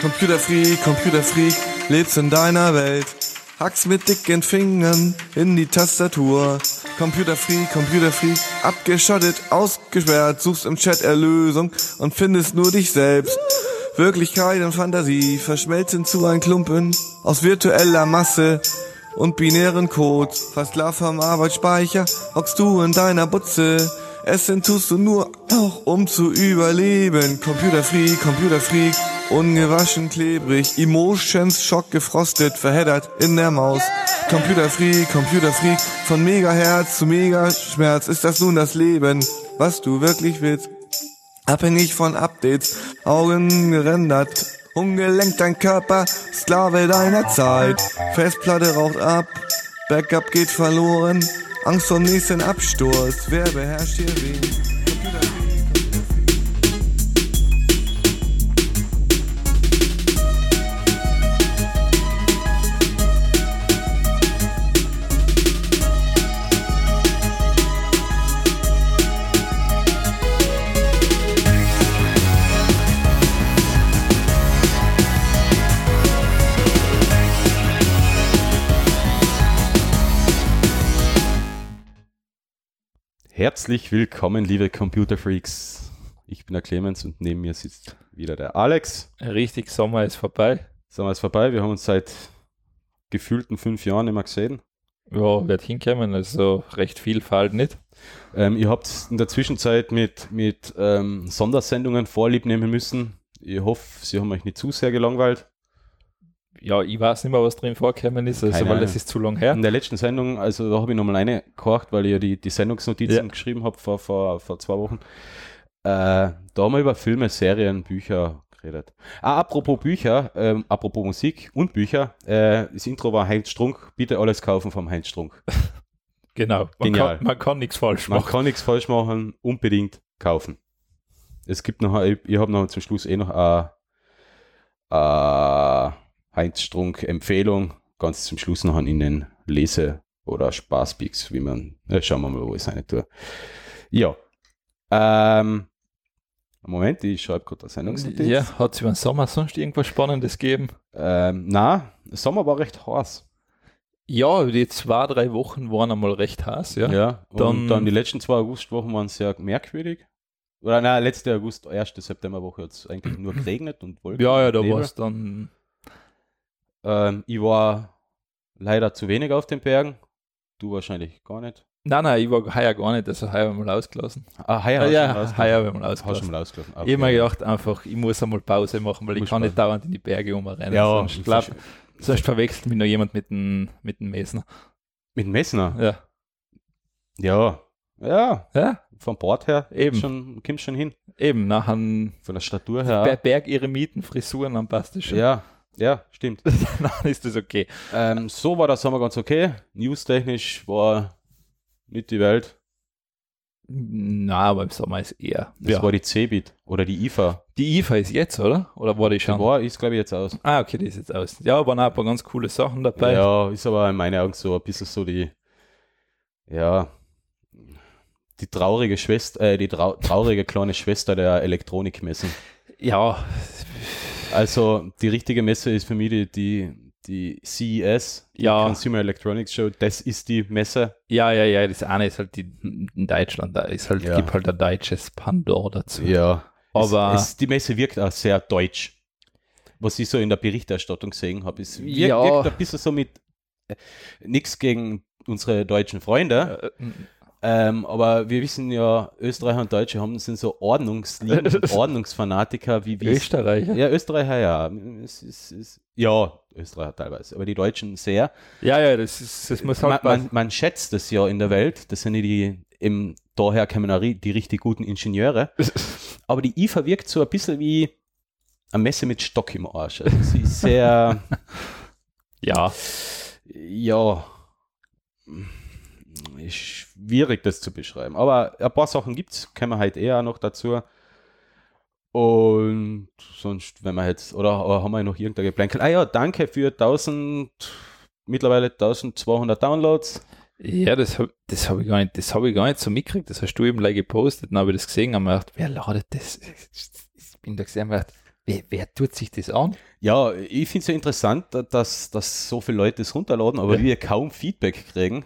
Computerfreak, Computerfreak, lebst in deiner Welt. Hacks mit dicken Fingern in die Tastatur. Computerfreak, Computerfreak, abgeschottet, ausgesperrt, suchst im Chat Erlösung und findest nur dich selbst. Wirklichkeit und Fantasie verschmelzen zu ein Klumpen aus virtueller Masse und binären Codes. Versklavt vom Arbeitsspeicher hockst du in deiner Butze. Essen tust du nur auch, um zu überleben. Computerfreak, Computerfreak, ungewaschen, klebrig, Emotions, Schock gefrostet, verheddert in der Maus. Computerfreak, Computerfreak, von Megaherz zu Megaschmerz ist das nun das Leben, was du wirklich willst. Abhängig von Updates, Augen gerendert, ungelenkt dein Körper, Sklave deiner Zeit. Festplatte raucht ab, Backup geht verloren, Angst vor dem nächsten Absturz, wer beherrscht hier wen? Herzlich willkommen, liebe Computerfreaks. Ich bin der Clemens und neben mir sitzt wieder der Alex. Richtig, Sommer ist vorbei. Sommer ist vorbei. Wir haben uns seit gefühlten fünf Jahren immer gesehen. Ja, wird hinkommen, also recht viel fällt nicht. Ähm, ihr habt in der Zwischenzeit mit, mit ähm, Sondersendungen Vorlieb nehmen müssen. Ich hoffe, sie haben euch nicht zu sehr gelangweilt. Ja, ich weiß nicht mehr, was drin vorkommen ist, also Keine weil das Ahnung. ist zu lang her. In der letzten Sendung, also da habe ich nochmal eine gehorcht, weil ich ja die, die Sendungsnotizen Ja. geschrieben habe vor, vor, vor zwei Wochen. Äh, da haben wir über Filme, Serien, Bücher geredet. Ah, apropos Bücher, ähm, apropos Musik und Bücher, äh, das Intro war Heinz Strunk, bitte alles kaufen vom Heinz Strunk. Genau, man Genial. kann, man kann nichts falsch Man machen. kann nichts falsch machen, unbedingt kaufen. Es gibt noch, ein- ich habe noch zum Schluss eh noch eine, eine Heinz Strunk Empfehlung, ganz zum Schluss noch an Ihnen Lese- oder Spaßpicks, wie man, äh, schauen wir mal, wo ich seine tue. Ja, ähm, Moment, ich schreibe gerade das Sendungsnotiz. Ja, hat es über den Sommer sonst irgendwas Spannendes gegeben? Ähm, na, Sommer war recht heiß. Ja, die zwei, drei Wochen waren einmal recht heiß, ja. und dann, Dann- die letzten zwei Augustwochen waren sehr merkwürdig. Oder nein, letzte August, erste Septemberwoche hat es eigentlich nur geregnet und Wolken. Ja, ja, und da Nebel. war es dann. Ähm, ich war leider zu wenig auf den Bergen. Du wahrscheinlich gar nicht. Nein, nein, ich war heuer gar nicht, also heuer mal ausgelassen. Ah, heuer Ja, hast du schon rausgelassen. ja heuer Hast mal du ausgelassen. schon mal ausgelaufen. Ich habe mir gedacht, einfach, ich muss einmal Pause machen, weil ich Muss kann nicht Pause. dauernd in die Berge umrennen. ja, sonst, glaub, sonst verwechselt mich noch jemand mit dem, mit dem Mesen. mit Messner. Ja. Ja. Ja, ja, vom Bord her Eben. Schon, kommt schon hin. Eben, nachher an Von der Statur Ber her. Berg-Eremiten, Frisuren am passt das schon. Ja, ja, stimmt. Dann ist das okay. Ähm, so war der Sommer ganz okay. News-technisch war nicht die Welt. Na, aber im Sommer ist eher. Das war die Cebit oder die IFA. Die IFA ist jetzt, oder? Oder war die Die schon? war, ist glaube ich jetzt aus. Ah, okay, die ist jetzt aus. Ja, waren auch ein paar ganz coole Sachen dabei. Ja, ist aber in meinen Augen so ein bisschen so die, ja, die traurige Schwester, äh, die trau traurige kleine Schwester der Elektronikmessen. Ja, Also die richtige Messe ist für mich die, die, die CES, die Ja. Consumer Electronics Show. Das ist die Messe. ja, ja, ja, das eine ist halt die, in Deutschland, da ist halt, Ja. gibt halt ein deutsches Pandor dazu. Ja. Aber- es, es, die Messe wirkt auch sehr deutsch. Was ich so in der Berichterstattung gesehen habe, es wirkt, Ja. wirkt ein bisschen so mit äh, nichts gegen unsere deutschen Freunde, Äh, ähm, aber wir wissen ja, Österreicher und Deutsche haben, sind so Ordnungslieben und Ordnungsfanatiker wie wir. Österreicher? Ja, Österreicher, ja. Es, ist- es, ist- ja, Österreicher teilweise, aber die Deutschen sehr. Ja, ja, das ist, das muss Man, halt man, man schätzt es ja in der Welt, das sind ja die, im, daher kommen auch ri- die richtig guten Ingenieure. Aber die IFA wirkt so ein bisschen wie eine Messe mit Stock im Arsch. Also sie ist sehr, ja. ja, schwierig das zu beschreiben. Aber ein paar Sachen gibt es, kommen wir halt eher noch dazu. Und sonst, wenn wir jetzt, oder, oder haben wir noch irgendein Geplänkel? Ah ja, danke für 1000, mittlerweile 1200 Downloads. Ja, das habe das hab ich, gar nicht- das hab ich gar nicht so mitgekriegt. Das hast du eben gleich gepostet. Dann habe ich das gesehen und hab mir gedacht, wer ladet das? Ich bin da gesehen und hab mir gedacht, Wer, wer tut sich das an? Ja, ich finde es ja interessant, da- dass, dass so viele Leute es runterladen, aber Ja. wir kaum Feedback kriegen.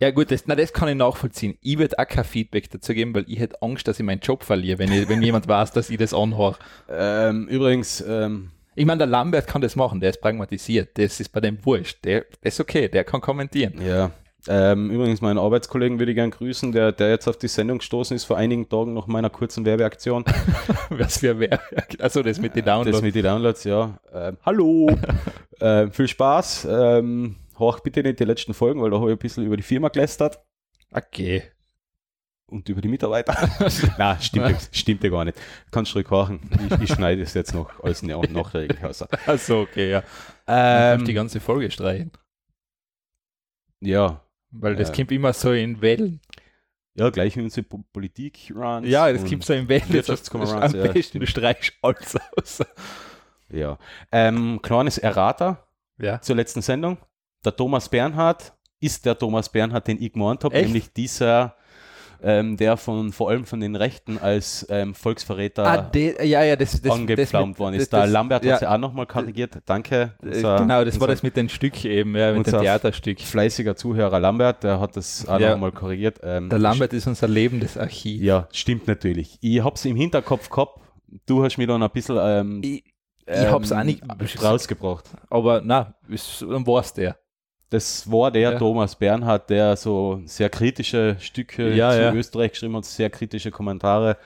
Ja gut, das, na, das kann ich nachvollziehen. Ich würde auch kein Feedback dazu geben, weil ich hätte Angst, dass ich meinen Job verliere, wenn, ich, wenn jemand weiß, dass ich das anhöre. Ähm, übrigens, ähm, Ich meine, der Lambert kann das machen, der ist pragmatisiert, das ist bei dem wurscht, der ist okay, der kann kommentieren. ja, ähm, übrigens meinen Arbeitskollegen würde ich gern grüßen, der, der jetzt auf die Sendung gestoßen ist vor einigen Tagen nach meiner kurzen Werbeaktion. Was für wer? Also das mit den Downloads. Das mit den Downloads, ja. Ähm, hallo! ähm, viel Spaß. Ähm, horch bitte nicht die letzten Folgen, weil da habe ich ein bisschen über die Firma gelästert okay. und über die Mitarbeiter. Nein, stimmt, ja- stimmt ja gar nicht. Kannst ruhig horchen. Ich, ich schneide es jetzt noch als Nach- Nachträglich aus. Also okay, ja. Ähm, Ähm, die ganze Folge streichen, ja. weil das Ja. kommt immer so in Wellen. Ja, gleich wie unsere Po- Politik-Runs. Ja, das und- kommt so in Wellen. Wirtschaftskonferenz, am ja, besten, stimmt. du streichst alles aus. Ja. Ähm, kleines Errata Ja. zur letzten Sendung. Der Thomas Bernhard ist der Thomas Bernhard, den ich gemeint habe, Echt? nämlich dieser, ähm, der von vor allem von den Rechten als ähm, Volksverräter Ah, de, ja, ja, das, das, angepflaumt worden ist. das- der Lambert ja. hat es ja auch nochmal korrigiert. Danke. Äh, unser- genau, das war unser das mit dem Stück eben, ja, mit dem unser- Theaterstück. Fleißiger Zuhörer Lambert, der hat das auch Ja. nochmal korrigiert. Ähm, Der Lambert ist unser lebendes Archiv. Ja, stimmt natürlich. Ich hab's im Hinterkopf gehabt. Du hast mir dann ein bisschen ähm, Ich, ähm, hab's auch nicht- rausgebracht. aber na, ist, dann war es der. Das war der Ja. Thomas Bernhard, der so sehr kritische Stücke Ja, zu ja. Österreich geschrieben hat, sehr kritische Kommentare.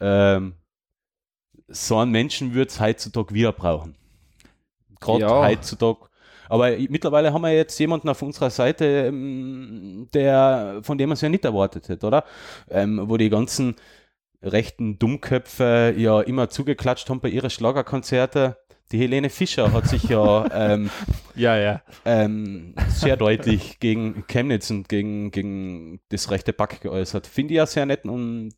Ähm, so einen Menschen würde es heutzutage wieder brauchen. Gerade Ja. heutzutage. Aber i- mittlerweile haben wir jetzt jemanden auf unserer Seite, ähm, der, von dem man es ja nicht erwartet hätte, oder? Ähm, wo die ganzen rechten Dummköpfe ja immer zugeklatscht haben bei ihren Schlagerkonzerte. Die Helene Fischer hat sich ja ähm, Ja, ja. ähm, sehr deutlich gegen Chemnitz und gegen, gegen das rechte Back geäußert. Finde ich ja sehr nett und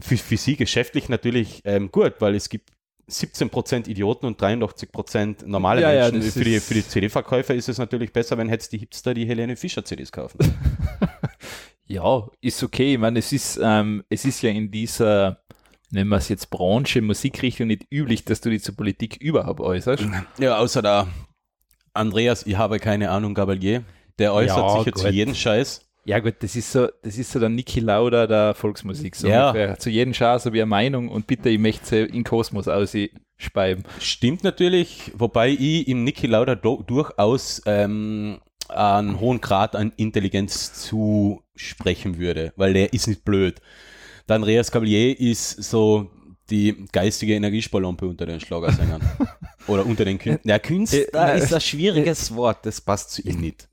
für, für sie geschäftlich natürlich ähm, gut, weil es gibt 17% Idioten und 83% normale Ja, ja, Menschen. das für, die, ist- für die CD-Verkäufer ist es natürlich besser, wenn jetzt die Hipster die Helene Fischer CDs kaufen. Ja, ist okay. Ich meine, es ist, ähm, es ist ja in dieser, nennen wir es jetzt Branche, Musikrichtung nicht üblich, dass du dich zur Politik überhaupt äußerst. ja, außer da Andreas, ich habe keine Ahnung, Gabalier, der äußert Ja, sich jetzt zu gut. jedem Scheiß. Ja gut, das ist so, das ist so der Niki Lauda der Volksmusik. So Ja. ungefähr. Zu jedem Schaß habe ich eine Meinung und bitte, ich möchte sie in Kosmos ausspeiben. Stimmt natürlich, wobei ich im Niki Lauda do- durchaus ähm, einen hohen Grad an Intelligenz zusprechen würde, weil der ist nicht blöd. Der Andreas Cavalier ist so die geistige Energiespalompe unter den Schlagersängern. Oder unter den Künstlern. Ja, Äh, na, Künstler ist ein schwieriges Wort, das passt zu ihm nicht.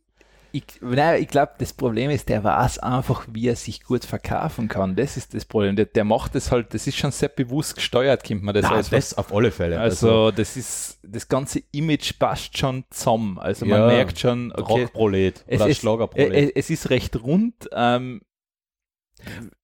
Ich, nein, ich glaube, das Problem ist, der weiß einfach, wie er sich gut verkaufen kann. Das ist das Problem. Der, der macht das halt, das ist schon sehr bewusst gesteuert, kommt man das Na, als- das Also auf alle Fälle. Also, das ist, das ganze Image passt schon zusammen. Also, man Ja. merkt schon, okay, Rockprolet es, oder ist, Schlagerprolet. es, es ist recht rund. Ähm,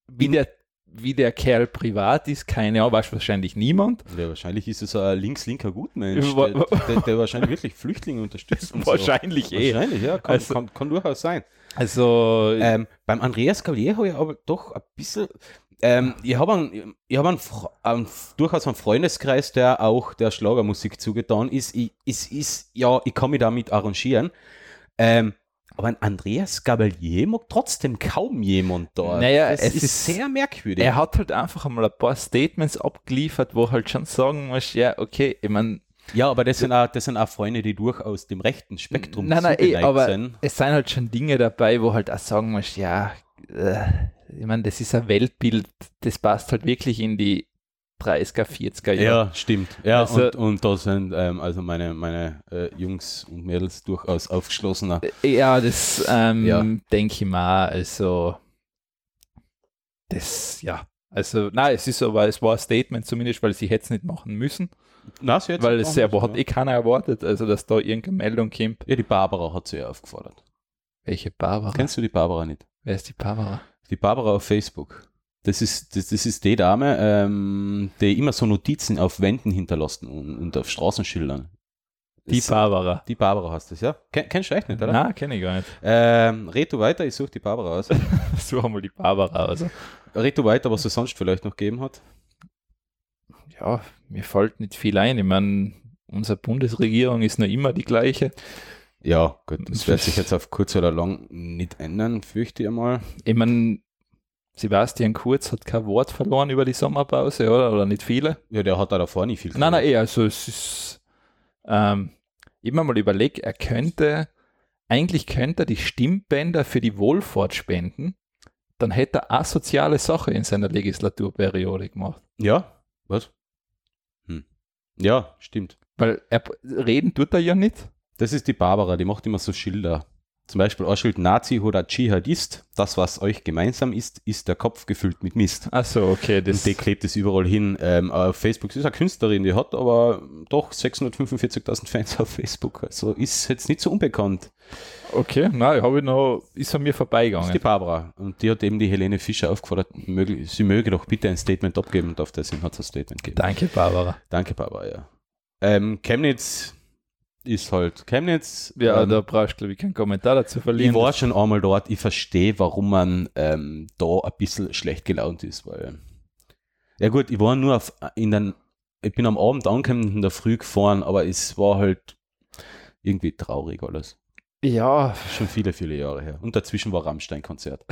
wie, der, wie der Kerl privat ist, keine Ahnung, weiß wahrscheinlich niemand. Ja, Also wahrscheinlich ist es ein links-linker Gutmensch, Wa- der, der, der wahrscheinlich wirklich Flüchtlinge unterstützt. und so. wahrscheinlich eh. Wahrscheinlich, ja, kann, Also- kann, kann durchaus sein. Also, Ähm, beim Andreas Cavalier habe ich aber doch ein bisschen. Ähm, ich habe einen, ich hab einen, Fre- einen, durchaus einen Freundeskreis, der auch der Schlagermusik zugetan ist. Ich, es ist ja, ich kann mich damit arrangieren. Ähm, aber ein Andreas Gabalier mag trotzdem kaum jemand da. Naja, es ist, ist- sehr merkwürdig. er hat halt einfach einmal ein paar Statements abgeliefert, wo halt schon sagen muss, ja, okay, ich meine, ja, aber das sind, auch, das sind auch Freunde, die durchaus dem rechten Spektrum nein, nein, eh, zugeneigt aber sind. es sind halt schon Dinge dabei, wo halt auch sagen musst, ja, äh, ich meine, das ist ein Weltbild, das passt halt wirklich in die 30er, 40er Jahre. Ja, stimmt. Ja, Also- und, und da sind ähm, also meine, meine äh, Jungs und Mädels durchaus aufgeschlossener. Ja, das ähm, Ja. denke ich mal, also das, ja. Also, nein, es ist aber, es war ein Statement zumindest, weil sie hätte es nicht machen müssen, Na, sie hat's weil gemacht, es ja, hat eh ja. keiner erwartet, also dass da irgendeine Meldung kommt. ja, die Barbara hat sie ja aufgefordert. Welche Barbara? Kennst du die Barbara nicht? Wer ist die Barbara? Die Barbara auf Facebook. Das ist, das, das ist die Dame, ähm, die immer so Notizen auf Wänden hinterlassen und, und auf Straßenschildern. Die Das- Barbara. die Barbara hast das, ja? Ken, kennst du echt nicht, oder? Na, kenne ich gar nicht. Ähm, red du weiter, ich suche die Barbara aus. Such mal die Barbara. Also. red du weiter, was es sonst vielleicht noch gegeben hat. ja, mir fällt nicht viel ein. Ich meine, unsere Bundesregierung ist noch immer die gleiche. Ja, gut, das wird sich jetzt auf kurz oder lang nicht ändern, fürchte ich mal. Ich meine, Sebastian Kurz hat kein Wort verloren über die Sommerpause, oder? Oder nicht viele? Ja, der hat da davor nicht viel Nein, nein, eh, also es ist ähm, immer mal überlegt, er könnte, eigentlich könnte er die Stimmbänder für die Wohlfahrt spenden, dann hätte er asoziale Sache in seiner Legislaturperiode gemacht. Ja, was? Hm. Ja, stimmt. Weil er, reden tut er ja nicht. Das ist die Barbara, die macht immer so Schilder. Zum Beispiel ein Schild Nazi oder Dschihadist. Das, was euch gemeinsam ist, ist der Kopf gefüllt mit Mist. Achso, okay, Und die klebt es überall hin. Ähm, auf Facebook, sie ist eine Künstlerin, die hat aber doch 645.000 Fans auf Facebook. Also ist jetzt nicht so unbekannt. okay, nein, habe ich noch, ist an mir Das ist die vorbeigegangen. Barbara. Und die hat eben die Helene Fischer aufgefordert, möge, sie möge doch bitte ein Statement abgeben. Und auf der Sinn hat sie ein Statement gegeben. Danke, Barbara. Danke, Barbara, ja. Ähm, Chemnitz ist halt Chemnitz. Ja, ähm, da brauchst du, glaube ich, keinen Kommentar dazu ich verlieren. war schon einmal dort. Ich verstehe, warum man ähm, da ein bisschen schlecht gelaunt ist. Weil, ja gut, ich war nur auf, in den, ich bin am Abend angekommen, in der Früh gefahren, aber es war halt irgendwie traurig alles. ja, Schon viele, viele Jahre her. Und dazwischen war Rammstein-Konzert.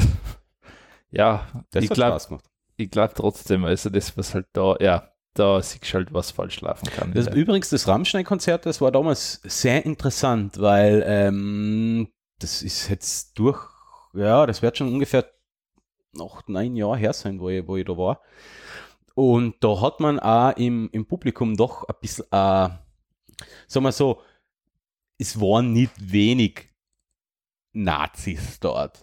ja, Das ich hat glaube Spaß gemacht. ich glaub trotzdem, also das, was halt da, ja, da siehst du halt, was falsch laufen kann. Das, Übrigens, das Rammstein-Konzert, das war damals sehr interessant, weil ähm, das ist jetzt durch, ja, das wird schon ungefähr noch neun Jahre her sein, wo ich, wo ich da war. Und da hat man auch im, im Publikum doch ein bisschen, äh, sagen wir so, es waren nicht wenig Nazis dort.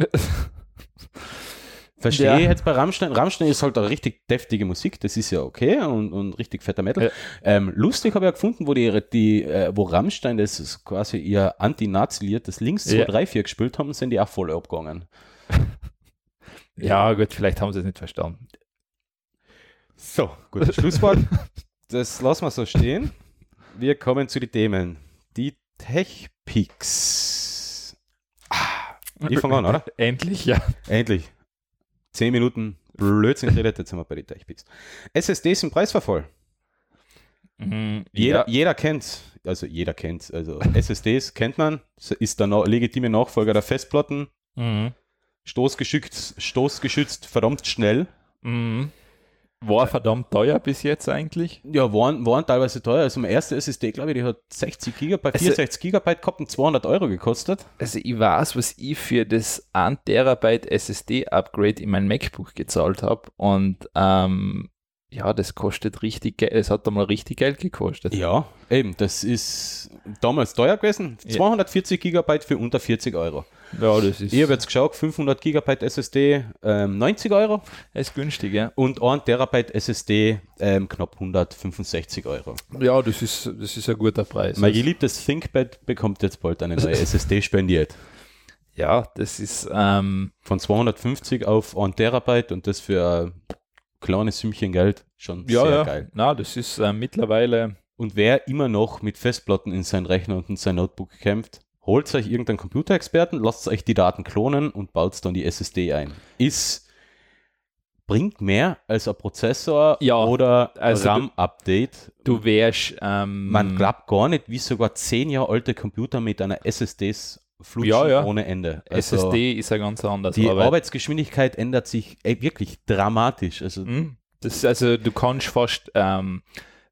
Verstehe Ja. ich jetzt bei Rammstein. Rammstein ist halt eine richtig deftige Musik, das ist ja okay und, und richtig fetter Metal. Ja. Ähm, lustig habe ich ja gefunden, wo, die, ihre- die, äh, wo Rammstein das ist quasi ihr Anti-Nazi-Lied, das links 2, Ja. 3, 4 gespielt haben, sind die auch voll abgegangen. ja, gut, vielleicht haben sie es nicht verstanden. So, gutes Schlusswort. Das lassen wir so stehen. Wir kommen zu den Themen. Die Tech-Picks. Ah, ich fange an, oder? Endlich, ja. Endlich. Zehn Minuten Blödsinn geredet, jetzt sind wir bei den Tech-Picks. SSDs im Preisverfall. Jeder, Mhm, ja. jeder kennt's. Also jeder kennt's. Also SSDs kennt man. Ist der na- legitime Nachfolger der Festplatten. Mhm. Stoßgeschützt, stoßgeschützt, verdammt schnell. Mhm. War verdammt teuer bis jetzt eigentlich. Ja, waren, waren teilweise teuer. Also meine erste SSD, glaube ich, die hat 60 Gigabyte, Also- 64 Gigabyte gehabt und 200 Euro gekostet. Also ich weiß, was ich für das 1 Terabyte SSD-Upgrade in mein MacBook gezahlt habe. Und ähm, ja, das kostet richtig Geld. Es hat einmal richtig Geld gekostet. Ja, eben, das ist damals teuer gewesen. Ja. 240 Gigabyte für unter 40 Euro. Ja, das ist, Ich habe jetzt geschaut, 500 Gigabyte SSD, ähm, 90 Euro ist günstig, ja. und 1 Terabyte SSD, ähm, knapp 165 Euro. Ja, das ist, das ist ein guter Preis. Mein geliebtes ThinkPad bekommt jetzt bald eine neue SSD spendiert. ja, das ist, ähm, Von 250 auf 1 Terabyte und das für ein kleines Sümmchen Geld schon ja, sehr ja. geil. Na, das ist äh, mittlerweile, Und wer immer noch mit Festplatten in seinen Rechner und in sein Notebook kämpft, holt euch irgendeinen Computerexperten, lasst euch die Daten klonen und baut dann die SSD ein. Ist bringt mehr als ein Prozessor Ja, oder ein also du- RAM-Update. du wärst, ähm, Man glaubt gar nicht, wie sogar 10 Jahre alte Computer mit einer SSDs flutschen Ja, ja. ohne Ende. Also SSD ist ja ganz anders. Die aber- Arbeitsgeschwindigkeit ändert sich ey, wirklich dramatisch. Also Mhm. Das, also du kannst fast, ähm,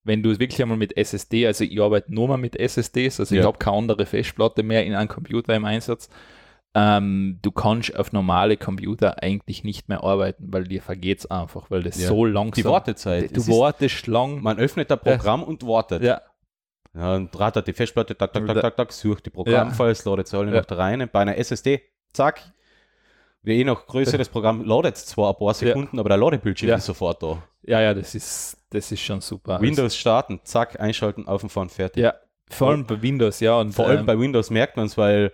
wenn du wirklich einmal mit SSD, also ich arbeite nur mal mit SSDs, also ich Ja. habe keine andere Festplatte mehr in einem Computer im Einsatz, ähm, du kannst auf normale Computer eigentlich nicht mehr arbeiten, weil dir vergeht es einfach, weil das Ja. so langsam... die Wartezeit. Du es ist, wartest lang. man öffnet ein Programm und wartet. ja, Ja, und rattert die Festplatte, tak, tak, tak, Da- tak, tak, sucht die Programmfiles, ladet sie alle Ja. noch da rein. Bei einer SSD, zack, wie eh noch größeres Programm, ladet zwar ein paar Sekunden, aber der Ladebildschirm Ja. ist sofort da. ja, ja, das ist, das ist schon super. Also Windows starten, zack, einschalten, auf und fahren, fertig. Ja, vor allem bei Windows, ja. Und, Vor allem ähm, bei Windows merkt man es, weil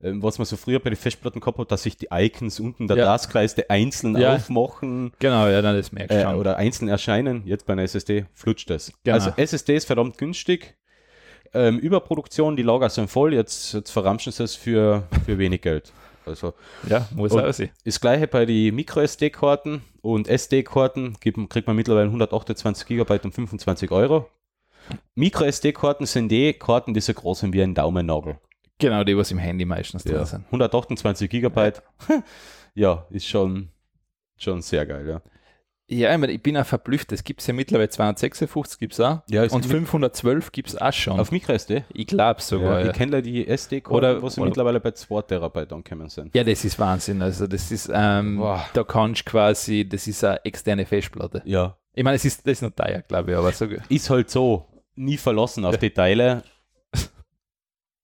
ähm, was man so früher bei den Festplatten gehabt hat, dass sich die Icons unten der Ja. Taskleiste einzeln Ja. aufmachen Genau, ja, nein, das merkst du äh, schon. oder einzeln erscheinen. Jetzt bei einer SSD flutscht das. Genau. Also SSD ist verdammt günstig. Ähm, Überproduktion, die Lager sind voll, jetzt, jetzt verramschen sie es für, für wenig Geld. Also Ja, muss Und- auch sein. das gleiche bei den Micro-SD-Karten und SD-Karten gibt- kriegt man mittlerweile 128 GB um 25 Euro. Micro-SD-Karten sind die Karten, die so groß sind wie ein Daumennagel. Genau, die, was im Handy meistens drin Ja. sind. 128 GB. Ja, ist schon, schon sehr geil, ja. Ja, ich, meine, ich bin auch verblüfft. Es gibt ja mittlerweile 256, gibt es auch. Ja, es und gibt- 512 gibt es auch schon. Auf Micro-SD? ich glaube sogar. Ja, Ja, ich kenne leider die SD-Karten, Oder- wo sie oder- mittlerweile bei 2 Terabyte angekommen sind. ja, das ist Wahnsinn. Also, das ist, ähm, Boah. da kannst du quasi, das ist eine externe Festplatte. Ja, Ich meine, es ist, das ist noch teuer, glaube ich, aber so ist halt so, nie verlassen auf Details.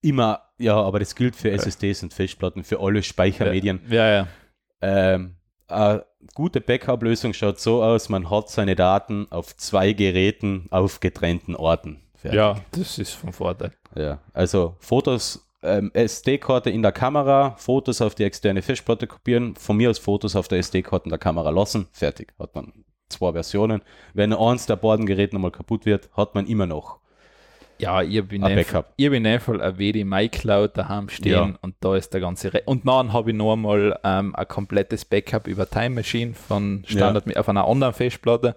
Immer, ja, aber das gilt für SSDs und Festplatten, für alle Speichermedien. Ja, ja. Ähm, eine gute Backup-Lösung schaut so aus, man hat seine Daten auf zwei Geräten auf getrennten Orten. Ja, Fertig. das ist vom Vorteil. Ja, also Fotos, ähm, SD-Karte in der Kamera, Fotos auf die externe Festplatte kopieren, von mir aus Fotos auf der SD-Karte in der Kamera lassen, fertig. Hat man zwei Versionen. Wenn eins der beiden Geräte nochmal kaputt wird, hat man immer noch Ja, ich bin Ein einfach, Backup. ich bin einfach ein WD MyCloud daheim stehen Ja. und da ist der ganze Re Und dann habe ich noch einmal ähm, ein komplettes Backup über Time Machine von Standard mit auf einer anderen Festplatte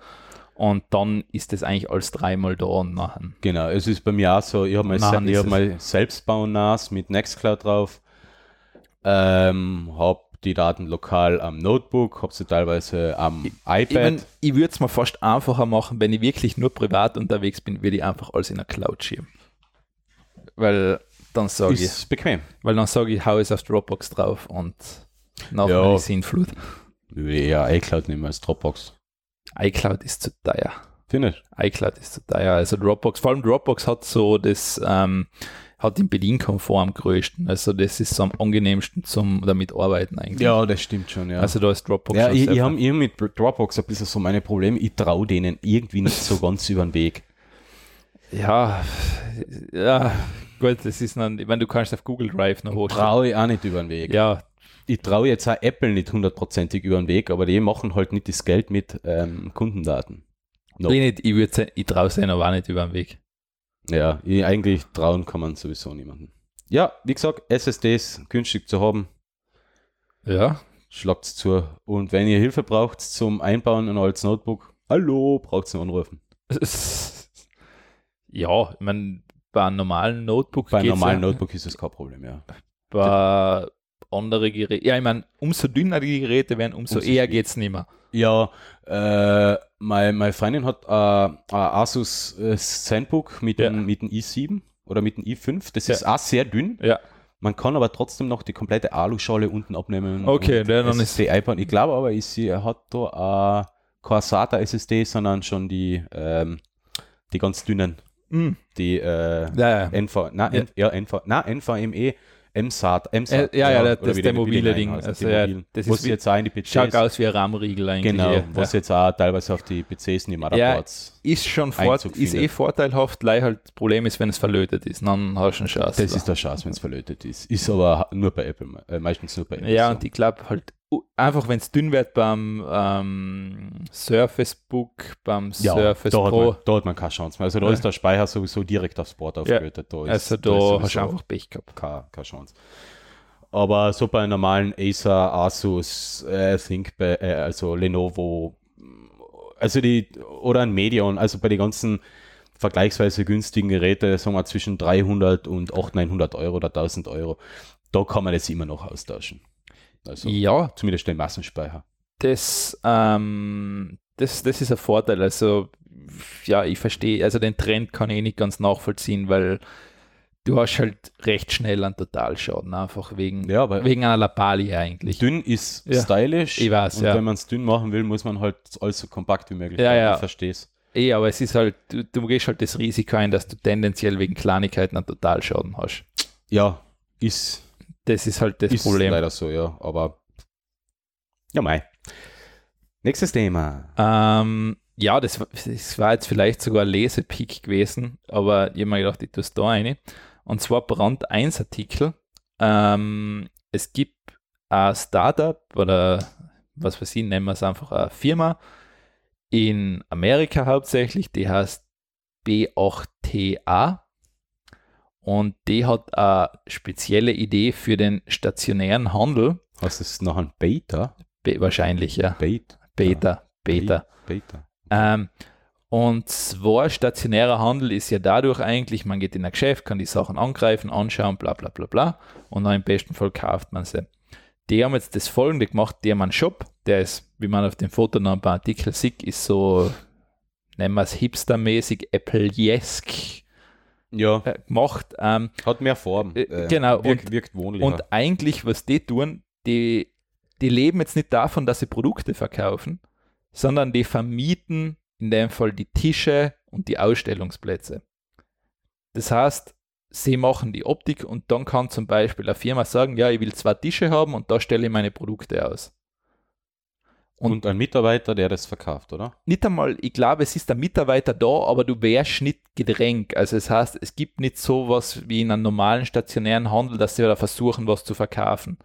und dann ist das eigentlich alles dreimal da und nachher. Genau, es ist bei mir auch so, ich habe mal, Machen se ich ist hab es. mal selbst bauen NAS mit Nextcloud drauf, ähm, habe die Daten lokal am Notebook, habe sie teilweise am iPad. Ich, mein, ich würde es mir fast einfacher machen, wenn ich wirklich nur privat unterwegs bin, würde ich einfach alles in der Cloud schieben. Weil dann sage ich, ist bequem. weil dann sage ich, hau es auf Dropbox drauf und nachher Ja. ist Sinnflut. Ich würde eher iCloud nehmen als Dropbox. iCloud ist zu teuer. Finish. iCloud ist zu teuer. Also Dropbox, vor allem Dropbox hat so das, ähm, hat in Berlin Komfort am größten. Also das ist so am angenehmsten zum damit arbeiten eigentlich. Ja, das stimmt schon, ja. Also da ist Dropbox. ja, schon ich, sehr ich fair. habe hab mit Dropbox ein bisschen so meine Probleme. Ich traue denen irgendwie nicht so ganz über den Weg. ja, ja, gut, das ist dann, ich meine, du kannst auf Google Drive noch hoch. Traue ich auch nicht über den Weg. Ja, Ich traue jetzt auch Apple nicht hundertprozentig über den Weg, aber die machen halt nicht das Geld mit ähm, Kundendaten. No. ich, nicht, ich, würd se- ich traue es aber auch nicht über den Weg. Ja, ich- eigentlich trauen kann man sowieso niemanden. Ja, wie gesagt, SSDs günstig zu haben, Ja, schlagt's zu. Und wenn ihr Hilfe braucht zum Einbauen in als Notebook, hallo, braucht's nur anrufen. ja, ich meine, bei einem normalen Notebook Bei einem geht's normalen ja. Notebook ist das kein Problem, ja. bei andere Geräte. Ja, ich meine, umso dünner die Geräte werden, umso, Umso eher schwieriger. geht es nicht mehr. Ja, äh, mein, meine Freundin hat äh, ein Asus äh, Zenbook mit, Ja. dem, mit dem i7 oder mit dem i5. Das Ja. ist auch sehr dünn. Ja. Man kann aber trotzdem noch die komplette Aluschale unten abnehmen. Okay, und ja, dann ist- SSD einbauen. Ich glaube aber, ich sie er hat da äh, keine SATA SSD, sondern schon die, ähm, die ganz dünnen, Mm. die äh, Ja, ja. NV, na, N, E, ja. NV, na, NVMe, MSAT, MSAT. Äh, ja, ja, das- oder das wie die- wie der die mobile Line Ding. heißt, die Also, ja, mobilen. das Wo ist sie wie- jetzt auch in die Schaut PCs aus wie ein Rahmenriegel eigentlich. Genau, eher. was ja. jetzt auch teilweise auf die PCs nicht mehr Ja. Platz. Ist schon fort, Einzug ist findet. eh vorteilhaft, leider halt das Problem ist, wenn es verlötet ist. Dann hast du einen Schatz. Das ist der Schatz, wenn es verlötet ist. Ist aber nur bei Apple, me- äh, meistens nur bei Apple. ja, so. und ich glaube halt, u- einfach wenn es dünn wird beim ähm, Surface Book, beim ja, Surface da, hat äh, Pro, man, da hat man keine Chance mehr. Also da Ja. ist der Speicher sowieso direkt aufs Board aufgelötet. Da ist, also da, ist hast du sowieso einfach Pech gehabt. keine, keine Chance. Aber so bei einem normalen Acer, Asus, äh, ThinkPad, äh, also Lenovo, also die, oder ein Medion, also bei den ganzen vergleichsweise günstigen Geräte, sagen wir zwischen 300 und 800, 900 Euro oder 1000 Euro, da kann man das immer noch austauschen. Also Ja, zumindest den Massenspeicher. Das, ähm, das, das ist ein Vorteil. Also, ja, ich verstehe, also den Trend kann ich nicht ganz nachvollziehen, weil du hast halt recht schnell einen Totalschaden, einfach wegen, Ja, aber wegen einer Lappalie eigentlich. dünn ist Ja. stylisch. Ich weiß, und ja. wenn man es dünn machen will, muss man halt alles so kompakt wie möglich Ja, machen. ja. Ich verstehe es. Eh, aber es ist halt, du, du gehst halt das Risiko ein, dass du tendenziell wegen Kleinigkeiten einen Totalschaden hast. Ja, ist Das ist halt das ist Problem. leider so, ja. Aber ja, mei. Nächstes Thema. Ähm, ja, das, war- das war jetzt vielleicht sogar ein Lesepick gewesen, aber ich habe mir gedacht, ich tue es da eine. Und zwar Brand 1 Artikel. Ähm, es gibt ein Startup oder was weiß ich, nennen wir es einfach eine Firma in Amerika hauptsächlich, die heißt B8TA Und die hat eine spezielle Idee für den stationären Handel. Hast du es noch ein Beta? Be wahrscheinlich, ja. Beta. Beta. Beta. Beta. Ähm, und zwar stationärer Handel ist ja dadurch eigentlich, man geht in ein Geschäft, kann die Sachen angreifen, anschauen, bla bla bla bla. Und dann im besten Fall kauft man sie. Die haben jetzt das folgende gemacht, die haben einen Shop, der ist, wie man auf dem Foto noch ein paar Artikel sieht, ist so, nennen wir es hipstermäßig, Apple-esk Ja, äh, gemacht. Ähm, hat mehr Form. Äh, genau, Wirkt, und- wirkt wohnlicher. und eigentlich, was die tun, die, die leben jetzt nicht davon, dass sie Produkte verkaufen, sondern die vermieten in dem Fall die Tische und die Ausstellungsplätze. Das heißt, sie machen die Optik und dann kann zum Beispiel eine Firma sagen, ja, ich will zwei Tische haben und da stelle ich meine Produkte aus. und, ein Mitarbeiter, der das verkauft, oder? Nicht einmal, ich glaube, es ist der Mitarbeiter da, aber du wärst nicht gedrängt. Also es heißt, es gibt nicht sowas wie in einem normalen stationären Handel, dass sie da versuchen, was zu verkaufen.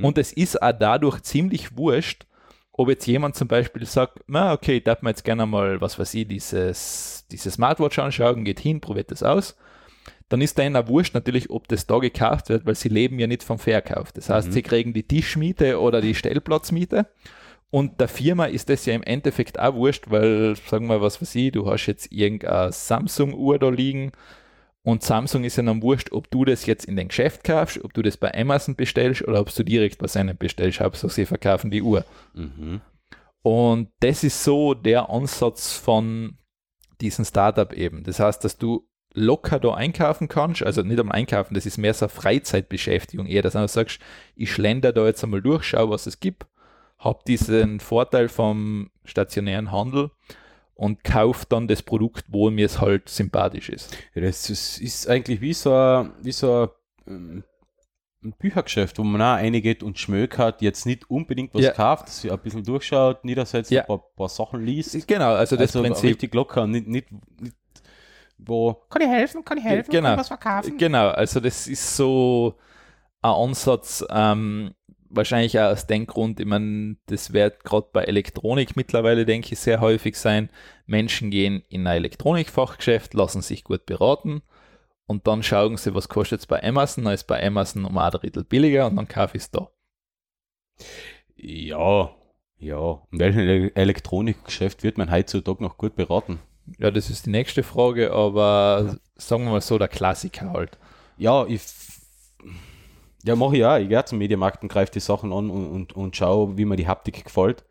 Und es ist auch dadurch ziemlich wurscht, ob jetzt jemand zum Beispiel sagt, na okay, ich darf mir jetzt gerne mal, was weiß ich, dieses, diese Smartwatch anschauen, geht hin, probiert das aus. Dann ist denen auch wurscht natürlich, ob das da gekauft wird, weil sie leben ja nicht vom Verkauf. Das heißt, Mhm. sie kriegen die Tischmiete oder die Stellplatzmiete. Und der Firma ist das ja im Endeffekt auch wurscht, weil, sagen wir, was weiß ich, du hast jetzt irgendeine Samsung-Uhr da liegen und Samsung ist ja dann wurscht, ob du das jetzt in den Geschäft kaufst, ob du das bei Amazon bestellst oder ob du direkt bei seinem bestellst. Hauptsache, sie verkaufen die Uhr. Mhm. Und das ist so der Ansatz von diesem Startup eben. Das heißt, dass du locker da einkaufen kannst, also nicht am Einkaufen, das ist mehr so eine Freizeitbeschäftigung, eher, dass du einfach sagst, ich schlender da jetzt einmal durch, schau, was es gibt, hab diesen Vorteil vom stationären Handel und kauf dann das Produkt, wo mir es halt sympathisch ist. Ja, Das ist, ist eigentlich wie so, ein- wie so ein, ähm, ein Büchergeschäft, wo man auch reingeht und Schmöck hat, jetzt nicht unbedingt was Ja. kauft, sich ein bisschen durchschaut, niedersetzt, Ja. ein paar, paar Sachen liest. Genau, also das also Prinzip. richtig locker, nicht, nicht, nicht wo Kann ich helfen? Kann ich helfen? Genau. Kann ich was verkaufen? Genau, also das ist so ein Ansatz, ähm, wahrscheinlich auch aus dem Grund, ich meine, das wird gerade bei Elektronik mittlerweile, denke ich, sehr häufig sein. Menschen gehen in ein Elektronikfachgeschäft, lassen sich gut beraten und dann schauen sie, was kostet es bei Amazon, dann ist bei Amazon um ein Drittel billiger und dann kaufe ich es da. Ja, ja. In welchem Ele- Elektronikgeschäft wird man heutzutage noch gut beraten? Ja, das ist die nächste Frage, aber sagen wir mal so, der Klassiker halt. Ja, ich. f- Ja, mache ich auch. Ich gehe zum Medienmarkt und greife die Sachen an und, und, und schaue, wie mir die Haptik gefällt.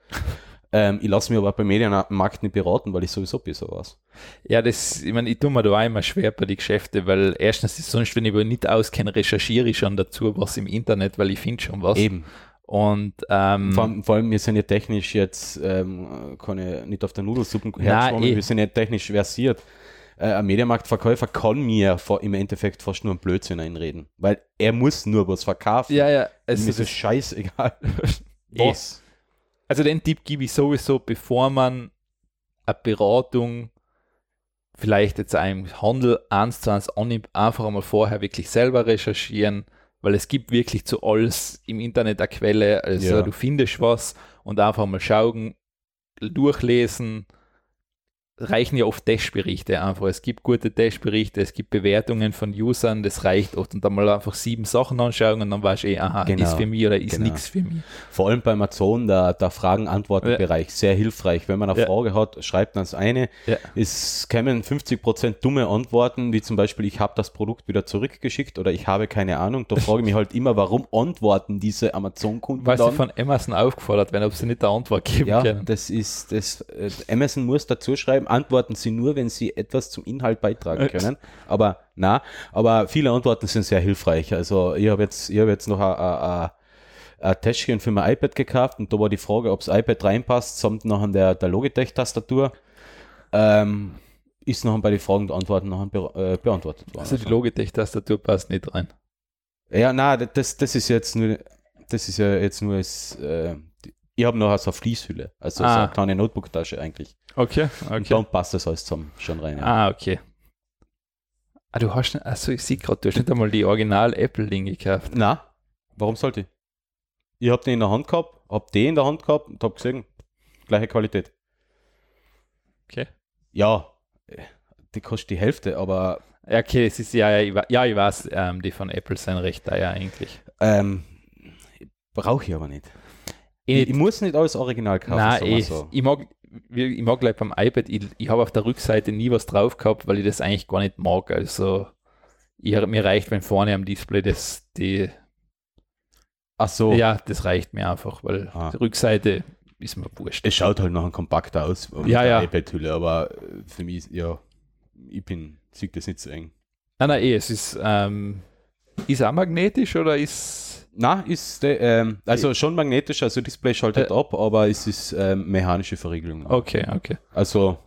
Ähm, ich lasse mich aber beim Medienmarkt nicht beraten, weil ich sowieso besser weiß. Ja, das, ich meine, ich tue mir da auch immer schwer bei den Geschäften, weil erstens ist sonst, wenn ich mich nicht auskenne, recherchiere ich schon dazu was im Internet, weil ich finde schon was. Eben. Und ähm, Vor, allem, vor allem, wir sind ja technisch jetzt ähm, keine, nicht auf der Nudelsuppe eh. hergeschwommen, wir sind ja technisch versiert. Äh, ein Medienmarktverkäufer kann mir vor, im Endeffekt fast nur einen Blödsinn einreden, weil er muss nur was verkaufen. ja, ja, Mir ist also, es das, scheißegal. Eh. Was? also den Tipp gebe ich sowieso, bevor man eine Beratung vielleicht jetzt einem Handel eins zu eins annimmt, einfach einmal vorher wirklich selber recherchieren, weil es gibt wirklich zu alles im Internet eine Quelle, also Ja. du findest was und einfach mal schauen, durchlesen, reichen ja oft Testberichte einfach. Es gibt gute Testberichte, es gibt Bewertungen von Usern, das reicht oft und dann mal einfach sieben Sachen anschauen und dann weißt du eh, aha, Genau. ist für mich oder ist Genau. nichts für mich. Vor allem beim Amazon, der, der Fragen-Antworten-Bereich, sehr hilfreich. Wenn man eine Ja. Frage hat, schreibt man es eine. Ja. Es kämen 50% dumme Antworten, wie zum Beispiel, ich habe das Produkt wieder zurückgeschickt oder ich habe keine Ahnung. Da frage ich mich halt immer, warum antworten diese Amazon-Kunden Weil sie dann? von Amazon aufgefordert werden, ob sie nicht eine Antwort geben ja, können. das ist, das, äh, Amazon muss dazu schreiben, antworten sie nur, wenn sie etwas zum Inhalt beitragen Äh. können. Aber, na, aber viele Antworten sind sehr hilfreich. Also, ich habe jetzt, ich habe jetzt noch ein- ein ein- ein Täschchen für mein iPad gekauft und da war die Frage, ob das iPad reinpasst, samt noch an der, der Logitech-Tastatur. Ähm, ist noch bei den Fragen und Antworten noch be äh, beantwortet worden. Also die Logitech-Tastatur passt nicht rein. Ja, na, das, das ist jetzt nur, das ist ja jetzt nur das, äh, die- ich habe noch so eine Fließhülle, also so Ah. eine kleine Notebook-Tasche eigentlich. Okay, Und dann passt das alles zusammen schon rein. Ja. Ah, okay. Ah, du hast nicht, also ich sehe gerade, du hast nicht einmal die Original-Apple-Ding gekauft. Na, warum sollte ich? Ich habe den in der Hand gehabt, hab den in der Hand gehabt und hab gesehen, gleiche Qualität. Okay. Ja, äh, die kostet die Hälfte, aber Ja, okay, es ist, ja, ja, ich, wa- ja, ich weiß, ähm, die von Apple sind recht teuer eigentlich. Ähm, Brauche ich aber nicht. Eh Ich, ich muss nicht alles original kaufen. Nein, sagen wir ich, so. eh. ich, mag, wir- ich mag gleich beim iPad, ich, ich habe auf der Rückseite nie was drauf gehabt, weil ich das eigentlich gar nicht mag. Also ich, mir reicht, wenn vorne am Display das, die, Ach so. ja, das reicht mir einfach, weil Oh. Ah. die Rückseite ist mir wurscht. Es schaut halt nach einem Kompakt aus, mit Ja, der ja. iPad-Hülle, eh aber äh, für mich, ist- ja, ich bin, sieht das nicht so eng. Nein, nein, eh, es ist, ähm, ist auch magnetisch oder ist, Na, ist, der, ähm, also schon magnetisch, also Display schaltet Äh. ab, aber es ist ähm, mechanische Verriegelung. okay, okay. Also,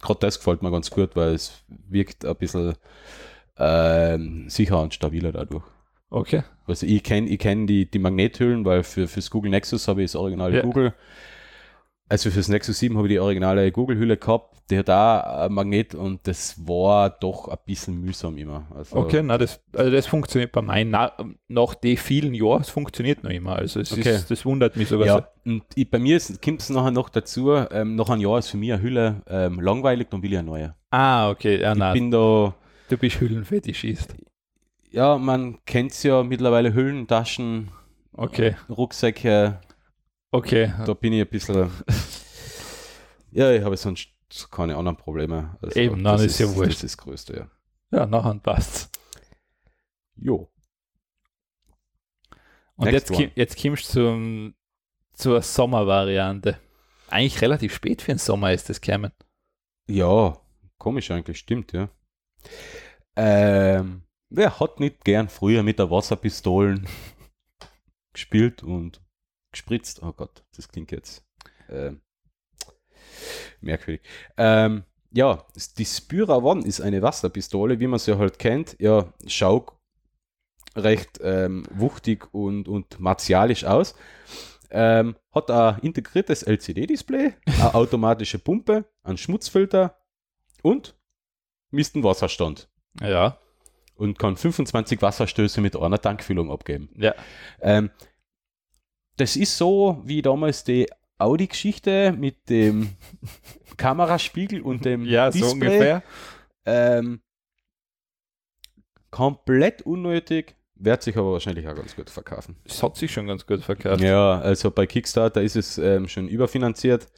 gerade das gefällt mir ganz gut, weil es wirkt ein bisschen ähm, sicherer und stabiler dadurch. Okay. Also ich kenne ich kenn die, die Magnethüllen, weil für fürs Google Nexus habe ich das originale Ja. Google. Also fürs Nexus 7 habe ich die originale Google-Hülle gehabt, die hat da ein Magnet und das war doch ein bisschen mühsam immer. Also, Okay, na das, also das funktioniert bei meinen na, nach den vielen Jahren, es funktioniert noch immer. Also es Okay. ist, das wundert mich sogar. Ja, Also, und ich, bei mir ist- kommt es nachher noch dazu, ähm, nach einem Jahr ist für mich eine Hülle ähm, langweilig, dann will ich eine neue. Ah, okay, ja, ich nein, bin da, du bist Hüllenfetischist. ja, man kennt es ja mittlerweile, Hüllentaschen, Okay, Rucksäcke, okay. da bin ich ein bisschen. ja, ich habe sonst keine anderen Probleme. Also Eben, nein, das ist ja wurscht. Das ist das Größte, ja. Ja, nachher passt's. Jo. Und Next jetzt, one. ki- jetzt kommst du zum, zur Sommervariante. Eigentlich relativ spät für den Sommer ist das gekommen. Ja, komisch eigentlich, stimmt, ja. Ähm, wer hat nicht gern früher mit der Wasserpistolen gespielt und gespritzt? Oh Gott, das klingt jetzt ähm, merkwürdig. Ähm, ja, s- die Spyra One ist eine Wasserpistole, wie man sie halt kennt. Ja, schaut recht ähm, wuchtig und, und martialisch aus. Ähm, hat ein integriertes LCD-Display, eine automatische Pumpe, einen Schmutzfilter und misst den Wasserstand Ja, und kann 25 Wasserstöße mit einer Tankfüllung abgeben. ja. Ähm, das ist so wie damals die Audi-Geschichte mit dem Kameraspiegel und dem Ja, Display. so ungefähr. Ähm, komplett unnötig, wird sich aber wahrscheinlich auch ganz gut verkaufen. Es hat sich schon ganz gut verkauft. Ja, also bei Kickstarter ist es ähm, schon überfinanziert.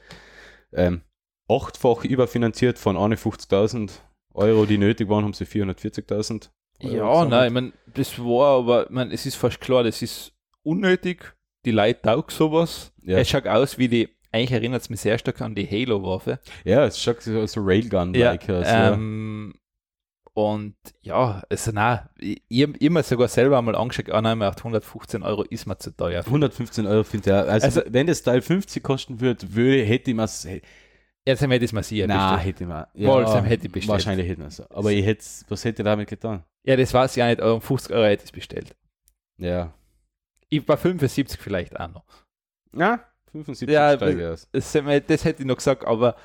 Ähm, achtfach überfinanziert von 51.000 Euro, die nötig waren, haben sie 440.000. Euro Ja, gesammelt. nein, ich mein, das war aber, ich mein, es ist fast klar, das ist unnötig. Die Leute taugt sowas. Ja. Es schaut aus wie die, eigentlich erinnert es mich sehr stark an die Halo-Waffe. Ja, es schaut so so Ja, Railgun-like aus. Ja. ähm, Und ja, also nein, ich, ich hab immer sogar selber einmal angeschaut, ah nein, mir hat 115 Euro ist mir zu teuer. 115 Euro finde ich. ja. Also, Also- wenn das Teil 50 kosten würde, würde hätte ich mir es. Jetzt haben wir das mal sicher. Na, bestellt. hätte ich mir. Wohl, Sam hätte ich bestellt. Wahrscheinlich hätte man es. Aber ich hätte, was hätte ich damit getan? Ja, das war es ja nicht, aber um 50 Euro hätte ich es bestellt. Ja. Ich war 75 vielleicht auch noch. Na, 75 Ja, steige ich aus. Das, sind wir- das hätte ich noch gesagt, aber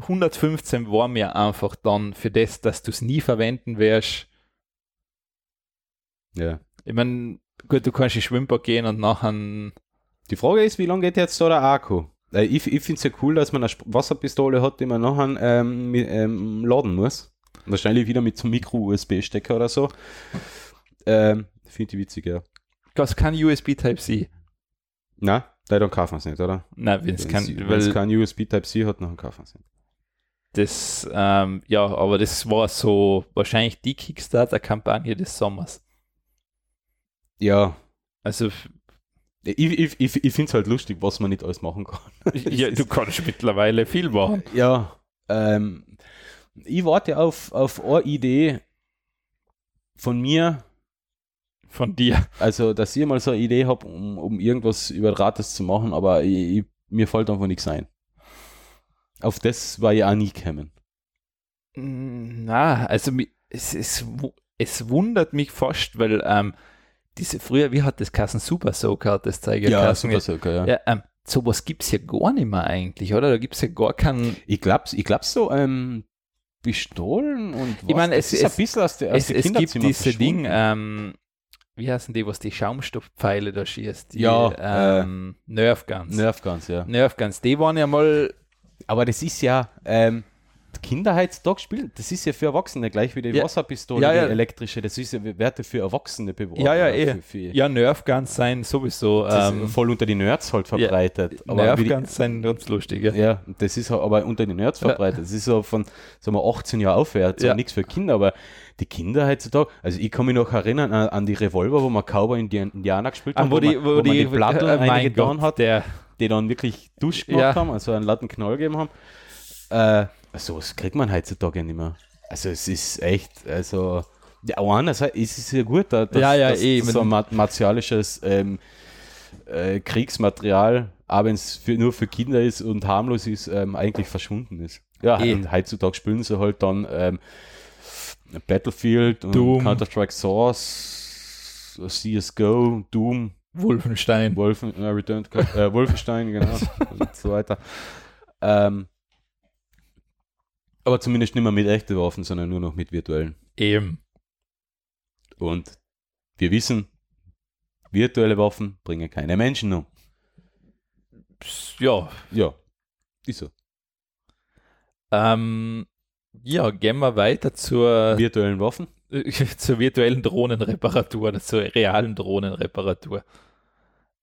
115 war mir einfach dann für das, dass du es nie verwenden wirst. Ja. Ich meine, gut, du kannst in den Schwimmbad gehen und nachher Die Frage ist, wie lange geht jetzt da der Akku? Äh, ich ich finde es ja cool, dass man eine Sp- Wasserpistole hat, die man nachher ähm, mi- ähm, laden muss. Wahrscheinlich wieder mit so Micro-USB-Stecker oder so. Ähm, finde ich witzig, ja. kannst kein USB Type-C. Na, da dann kaufen wir es nicht, oder? Nein, wenn es kein, Wenn weil- es kein USB Type-C hat, dann kaufen wir es nicht. Das, ähm, ja, aber das war so wahrscheinlich die Kickstarter-Kampagne des Sommers. Ja. Also, Ich, ich, ich, ich finde es halt lustig, was man nicht alles machen kann. ja, du kannst mittlerweile viel machen. Ja, ähm, ich warte auf, auf eine Idee von mir, Von dir. Also, dass ich mal so eine Idee habe, um, um irgendwas über Rates zu machen, aber ich, ich, mir fällt einfach nichts ein. Auf das war ich auch nie gekommen. Mm, Na, also, mi- es, es, wu- es wundert mich fast, weil ähm, diese früher, wie hat das Kassen Super Soaker, hat das Zeiger Super Soaker, ja. ja, ähm, sowas gibt es ja gar nicht mehr eigentlich, oder? Da gibt es ja gar keinen. Ich glaub's, ich glaub's so, ähm, Pistolen und was, Ich mein, es- das ist es- ein bisschen aus der aus Es, der es gibt Kinderzimmer diese verschwunden. Ding, ähm, wie heißen die, was die Schaumstoffpfeile da schießt? Die, Ja, äh, ähm, Nerf Guns. Nerfguns, ja. Nerfguns, die waren ja mal, Aber das ist ja, ähm, Kinderheitstag spielen, das ist ja für Erwachsene gleich wie die Ja. Wasserpistole, Ja, ja. die elektrische. Das ist ja Werte für Erwachsene beworben. Ja, ja, oder eh. Für, für, Ja, Nerfguns sein sowieso. Das Ähm, ist voll unter die Nerds halt verbreitet. aber wie die- Nerfguns sein ganz lustig, ja. Ja, und das ist halt aber unter den Nerds Ja. verbreitet. Das ist so von, sagen wir, 18 Jahren aufwärts, Ja. ja. nichts für Kinder, aber die Kinder heutzutage, also ich kann mich noch erinnern an, an die Revolver, wo man Cowboy Indian, Indianer gespielt Ah, haben, wo, die, man, wo, die, man die Platten äh, mein reingetan Gott, hat, der, die dann wirklich Dusch gemacht Ja. haben, also einen latten Knall gegeben haben. Äh, so was kriegt man heutzutage nicht mehr. Also es ist echt, also ja, auch andererseits ist es ja gut, da- dass, Ja, ja, dass, eh, dass mit- so ein mar martialisches ähm, äh, Kriegsmaterial, auch wenn es für, nur für Kinder ist und harmlos ist, ähm, eigentlich verschwunden ist. Ja, Eh. und heutzutage spielen sie halt dann ähm, Battlefield und Doom. Counter-Strike Source, CSGO, Doom, Wolfenstein. Wolfen, äh, Return to, Cap- äh, Wolfenstein, genau, und so weiter. Ähm, aber zumindest nicht mehr mit echten Waffen, sondern nur noch mit virtuellen. Eben. Und wir wissen, virtuelle Waffen bringen keine Menschen um. Ja, Ja, ist so. ähm, ja, gehen wir weiter zur, Virtuellen Waffen? zur virtuellen Drohnenreparatur oder zur realen Drohnenreparatur.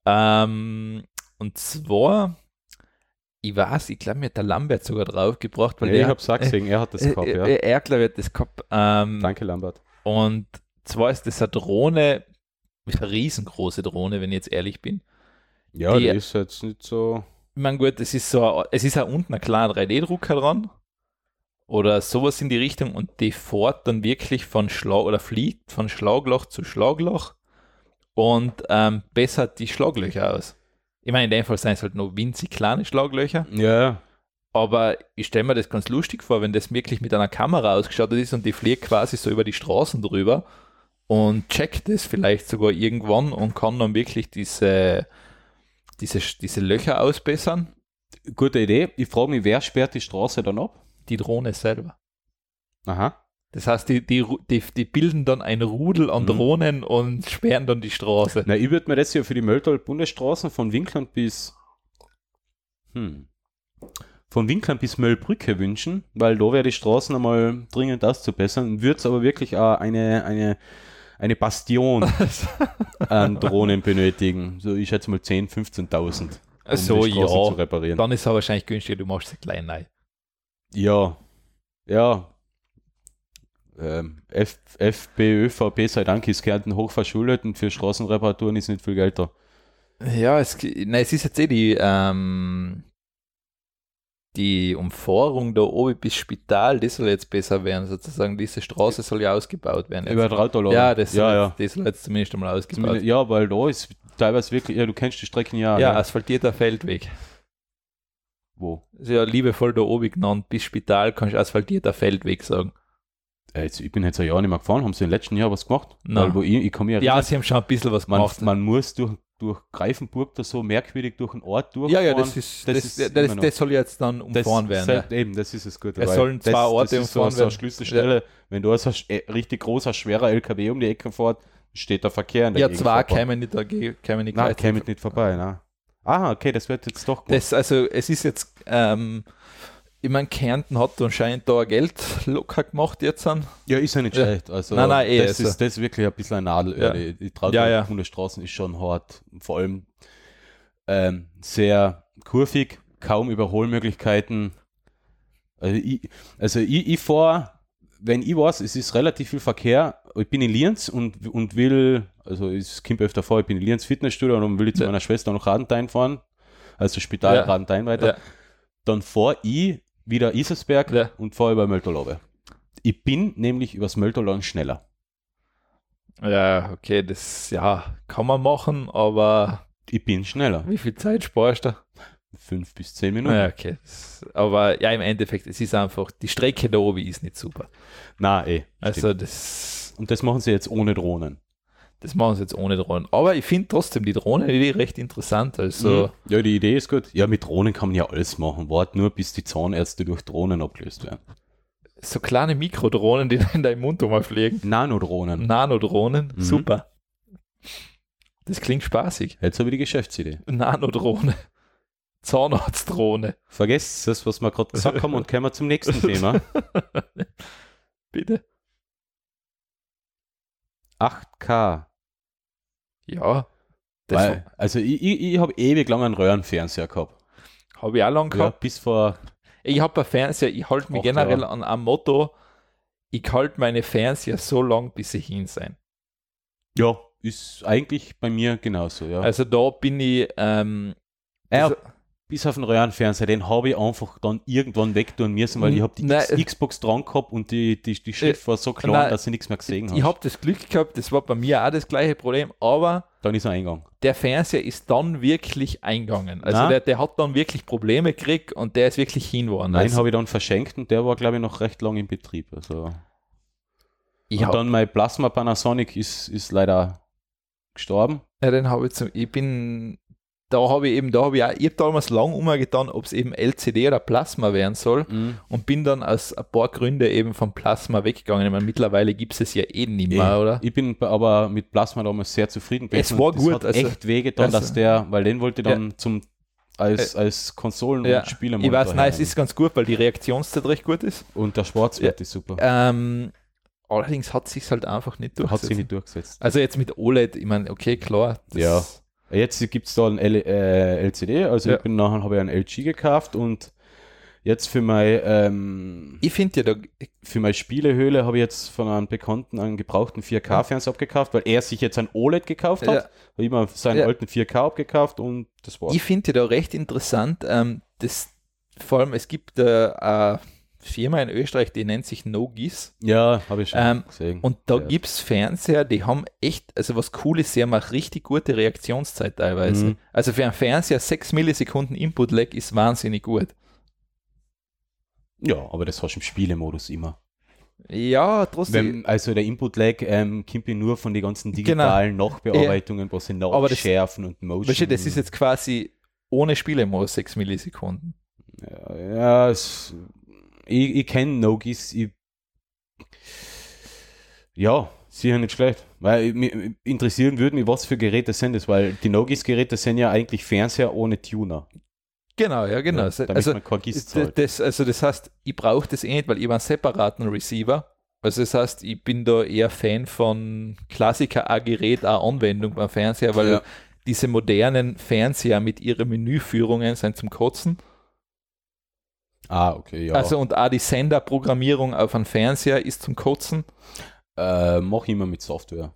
Ähm, und zwar, ich weiß, ich glaube, mir hat der Lambert sogar draufgebracht, weil Nee, ich der, hab's auch gesehen, er hat das äh, gehabt, äh, ja. äh, er, glaube ich, hat das gehabt. Ähm, Danke, Lambert. Und zwar ist das eine Drohne, eine riesengroße Drohne, wenn ich jetzt ehrlich bin. Ja, die- die ist jetzt nicht so. Ich meine, gut, es ist so, es ist auch unten ein kleiner 3D-Drucker dran halt oder sowas in die Richtung und die fährt dann wirklich von Schlag oder fliegt von Schlagloch zu Schlagloch und ähm, bessert die Schlaglöcher aus. Ich meine, in dem Fall sind es halt nur winzig kleine Schlaglöcher, Ja, aber ich stelle mir das ganz lustig vor, wenn das wirklich mit einer Kamera ausgestattet ist und die fliegt quasi so über die Straßen drüber und checkt das vielleicht sogar irgendwann und kann dann wirklich diese, diese, diese Löcher ausbessern. gute Idee. Ich frage mich, wer sperrt die Straße dann ab? die Drohne selber. Aha. Das heißt, die, die, Ru- die, die bilden dann ein Rudel an Mhm. Drohnen und sperren dann die Straße. Na, ich würde mir das ja für die Mölltal-Bundesstraßen von Winkland bis hm, von Winkland bis Möllbrücke wünschen, weil da wäre die Straßen einmal dringend auszubessern. Würde es aber wirklich auch eine, eine, eine Bastion an Drohnen benötigen. So, ich schätze mal 10.000, 15.000, um so, die Straßen zu Also, ja. reparieren. Dann ist es aber wahrscheinlich günstiger, du machst sie klein rein. ja, ja. Ähm, F FPÖVP sei Dank ist Kärnten hochverschuldet und für Straßenreparaturen ist nicht viel Geld da. Ja, es, g- nein, es ist jetzt eh die, ähm, die Umfahrung da oben bis Spital, das soll jetzt besser werden, sozusagen. Diese Straße soll ja ausgebaut werden. Jetzt. Über Drautal, ja, das soll, ja, ja. Jetzt, das soll jetzt zumindest einmal ausgebaut Zumindest, ja, weil da ist teilweise wirklich, ja, du kennst die Strecken ja. Ja, also- ne? asphaltierter Feldweg. Wo? Ist Ja, liebevoll da oben genannt, bis Spital kannst du asphaltierter Feldweg sagen. Äh, jetzt, ich bin jetzt ein Jahr nicht mehr gefahren, haben sie im letzten Jahr was gemacht? Nein. Weil wo ich, ich kann mich Ja, erinnern, sie haben schon ein bisschen was man, gemacht. man muss durch, durch Greifenburg da so merkwürdig durch einen Ort durch. Ja, ja, das ist, das das, das, ist das, immer das, noch- soll jetzt dann umfahren werden. se- Ja. Eben, das ist es gut. Es sollen zwei Orte das ist so, umfahren so eine werden. Schlüsselstelle. Wenn da so ein sch- äh, richtig großer, schwerer LKW um die Ecke fährt, steht der Verkehr in der ja, Gegend vorbei. zwei kämen nicht, da ge- kämen nicht Nein, gleich. käme nicht vorbei, ne? Aha, okay, das wird jetzt doch gemacht. Das, also, es ist jetzt, ähm, ich meine, Kärnten hat anscheinend da Geld locker gemacht jetzt an. Ja, ist ja nicht Ja. schlecht. Also, Nein, nein, eh, das, also- ist, das ist wirklich ein bisschen ein Nadelöhr. Ja. Die, die Traut Ja, ja. Bundesstraßen ist schon hart. Vor allem ähm, sehr kurvig, kaum Überholmöglichkeiten. Also, ich, also ich, ich fahr, wenn ich weiß, es ist relativ viel Verkehr. Ich bin in Lienz und, und will, also es kommt öfter vor, ich bin in Lienz Fitnessstudio und will zu Ja. meiner Schwester nach Radentein fahren. Also Spital Ja. Radentein weiter. Ja. Dann fahr ich wieder Isersberg Ja. und fahr über Möltolobe. Ich bin nämlich übers Möltolan schneller. Ja, okay, das ja, kann man machen, aber Ich bin schneller. wie viel Zeit sparst du? Fünf bis zehn Minuten. Ja, okay. Das, aber ja, im Endeffekt, es ist einfach, die Strecke da oben ist nicht super. Na, eh. Also, das, Und das machen sie jetzt ohne Drohnen. das machen sie jetzt ohne Drohnen. Aber ich finde trotzdem die Drohnenidee recht interessant. Also, Mhm. Ja, die Idee ist gut. Ja, mit Drohnen kann man ja alles machen. Wart nur, bis die Zahnärzte durch Drohnen abgelöst werden. so kleine Mikrodrohnen, die in deinem Mund rumfliegen. Nanodrohnen. Nanodrohnen, Mhm. super. Das klingt spaßig. Jetzt habe ich die Geschäftsidee. Nanodrohne. Zahnarztdrohne. Vergesst das, was wir gerade gesagt haben und kommen wir zum nächsten Thema. Bitte. 8K. Ja. Das Weil, also ich, ich, ich habe ewig lang einen Röhrenfernseher gehabt. habe ich auch lange Ja, gehabt. bis vor Ich habe ein Fernseher, ich halte mich Ach, generell ja. an ein Motto, ich halte meine Fernseher so lang, bis sie hin sein. Ja, ist eigentlich bei mir genauso, ja. Also da bin ich, ähm, ja bis auf den Röhrenfernseher, den habe ich einfach dann irgendwann wegtun müssen, weil ich habe die Nein, äh, X- Xbox dran gehabt und die, die, die Schrift war so klein, nein, dass ich nichts mehr gesehen ich habe. habe das Glück gehabt, das war bei mir auch das gleiche Problem, aber Dann ist er eingegangen. der Fernseher ist dann wirklich eingegangen. Also Na? der, der hat dann wirklich Probleme gekriegt und der ist wirklich hin worden. Nein, also, habe ich dann verschenkt und der war, glaube ich, noch recht lang im Betrieb. Also. ich Und hab, dann mein Plasma Panasonic ist, ist leider gestorben. ja, den habe ich zum, ich bin, da habe ich eben, da habe ich auch, ich habe damals lang umgetan, ob es eben LCD oder Plasma werden soll. und bin dann aus ein paar Gründen eben vom Plasma weggegangen. Ich meine, mittlerweile gibt es es ja eh nicht mehr, Eh, oder? Ich bin b- aber mit Plasma damals sehr zufrieden Es gewesen war und das gut, Hat also- echt wehgetan, also- Äh, dass der, weil den wollte ich dann zum als, als Konsolen- Ja, und Spieler ich weiß, nein, es ist ganz gut, weil die Reaktionszeit recht gut ist. Und der Schwarzwert ist super. Ähm, allerdings hat sich halt einfach nicht Hat durchgesetzt. sich nicht durchgesetzt. also jetzt mit OLED, ich meine, okay, klar. das- Ja. Jetzt gibt es da ein L äh, LCD, also Ja. ich bin nachher habe ich einen LG gekauft und jetzt für mein ähm, Ich finde ja, da, für meine Spielehöhle habe ich jetzt von einem Bekannten einen gebrauchten 4K-Fernseher abgekauft, weil er sich jetzt ein OLED E gekauft hat. Ja. Habe ich mir seinen Ja. alten 4K abgekauft und das war's. ich finde ja da recht interessant, ähm, das, vor allem es gibt äh, eine Firma in Österreich, die nennt sich NoGIS. ja, habe ich schon Ähm, gesehen. Und da Ja. gibt es Fernseher, die haben echt, also was cool ist, sie haben auch richtig gute Reaktionszeit teilweise. Mhm. Also für einen Fernseher 6 Millisekunden Input-Lag ist wahnsinnig gut. Ja, aber das hast du im Spielemodus immer. Ja, trotzdem. Wenn, also der Input-Lag ähm, kommt ja nur von den ganzen digitalen Nachbearbeitungen, wo sie Genau. Aber das- nachschärfen und Motion. Weißt du, das ist jetzt quasi ohne Spielemodus 6 Millisekunden. Ja, ja es, ich, ich kenne Nogis. Ich, ja, sicher nicht schlecht. Weil ich- mich interessieren würde mich, was für Geräte sind das, weil die Nogis-Geräte sind ja eigentlich Fernseher ohne Tuner. Genau, ja, genau. Ja, damit also, man kein GIS d- zahlt. das, also das heißt, ich brauche das eh nicht, weil ich habe einen separaten Receiver. Also das heißt, ich bin da eher Fan von Klassiker A Gerät, A Anwendung beim Fernseher, weil Ja. diese modernen Fernseher mit ihren Menüführungen sind zum Kotzen. Ah, okay, ja. Also und auch die Senderprogrammierung auf einem Fernseher ist zum Kotzen. äh, mach ich immer mit Software.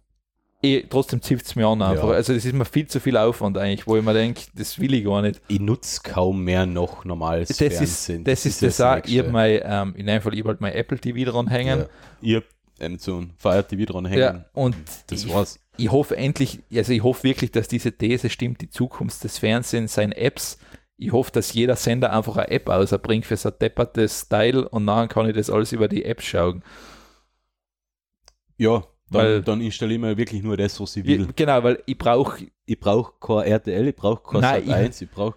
Eh, trotzdem zieht es mir an einfach. Ja. Also das ist mir viel zu viel Aufwand eigentlich, wo ich mir denke, das will ich gar nicht. Ich nutze kaum mehr noch normales Das ist, Fernsehen. das ist das auch. Ich Nächste. habe mein, ähm, in einem Fall, ich hab halt mein Apple TV dranhängen. Ja. Ich hab Amazon Fire TV dranhängen. Ja, und Das ich, war's. ich hoffe endlich, also ich hoffe wirklich, dass diese These stimmt, die Zukunft des Fernsehens seien Apps. Ich hoffe, dass jeder Sender einfach eine App ausbringt für so ein deppertes Style und nachher kann ich das alles über die App schauen. Ja, Weil- dann, dann installiere ich mir wirklich nur das, was ich will. Genau, weil ich brauche ich brauche kein RTL, ich brauche kein Nein, Sat 1, ich brauche.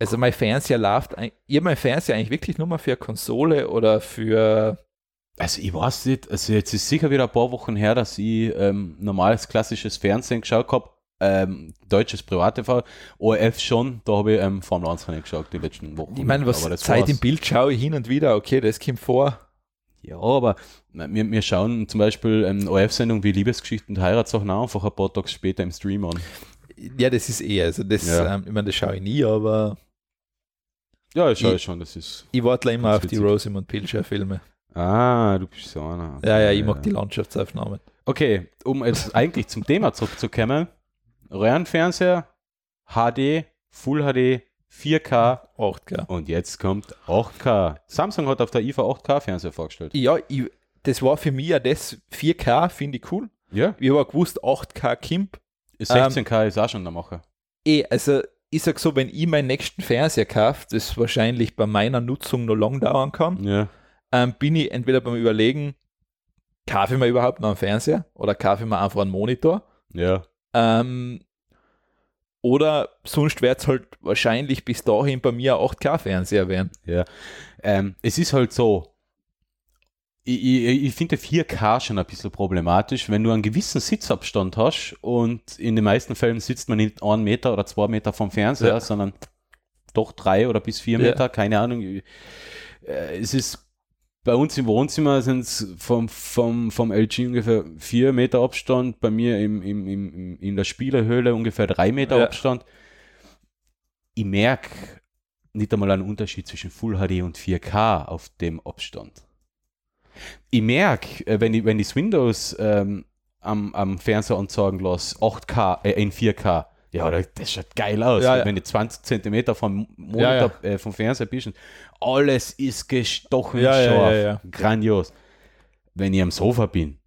Also mein Fernseher läuft, ein- ich hab mein Fernseher eigentlich wirklich nur mal für eine Konsole oder für, Also ich weiß nicht, also jetzt ist sicher wieder ein paar Wochen her, dass ich ähm, normales klassisches Fernsehen geschaut habe. Ähm, deutsches Privat-TV, ORF schon, da habe ich ähm, Formel 1 Rennen geschaut die letzten Wochen. ich meine, was Aber das Zeit war's. im Bild schaue ich hin und wieder, okay, das kommt vor. Ja, aber na, wir, wir schauen zum Beispiel ähm, ORF-Sendung wie Liebesgeschichten und Heiratssachen auch einfach ein paar Tage später im Stream an. Ja, das ist eh, also das, Ja. ähm, ich meine, das schaue ich nie, aber Ja, ich schaue Ich- schon, das ist. ich warte immer Ganz auf die witzig. Rosamund Pilcher Filme. Ah, du bist so einer. Ja, ja, ich mag die Landschaftsaufnahmen. Okay, um jetzt eigentlich zum Thema zurückzukommen: Röhrenfernseher, HD, Full HD, 4K 8K. und jetzt kommt 8K. Samsung hat auf der IFA 8K-Fernseher vorgestellt. Ja, ich, das war für mich ja das, 4K finde ich cool. Ja, Ich habe auch gewusst, 8K Kimp. 16K ist auch schon der Macher. Eh, also ich sag so, wenn ich meinen nächsten Fernseher kaufe, das wahrscheinlich bei meiner Nutzung noch lang dauern kann, Ja. ähm, bin ich entweder beim Überlegen, kaufe ich mir überhaupt noch einen Fernseher oder kaufe ich mir einfach einen Monitor. Ja. Ähm, oder sonst wird es halt wahrscheinlich bis dahin bei mir ein 8K-Fernseher werden. Ähm, es ist halt so, ich, ich, ich finde 4K schon ein bisschen problematisch, wenn du einen gewissen Sitzabstand hast und in den meisten Fällen sitzt man nicht einen Meter oder zwei Meter vom Fernseher, Ja. sondern doch drei oder bis vier Ja. Meter, keine Ahnung. Äh, Es ist bei uns im Wohnzimmer sind es vom, vom, vom LG ungefähr vier Meter Abstand, bei mir im, im, im, im- in der Spielerhöhle ungefähr drei Meter Ja. Abstand. Ich merke nicht einmal einen Unterschied zwischen Full HD und 4K auf dem Abstand. Ich merke, wenn ich, wenn ich das Windows ähm, am, am Fernseher anzeigen lasse, 8K, äh, in 4K, ja, da- das schaut geil aus. Ja, ja. Wenn du 20 Zentimeter vom Monitor, Ja, Äh, vom Fernseher bist, und alles ist gestochen Ja, ja, scharf. ja, ja. Grandios. Wenn ich am Sofa bin,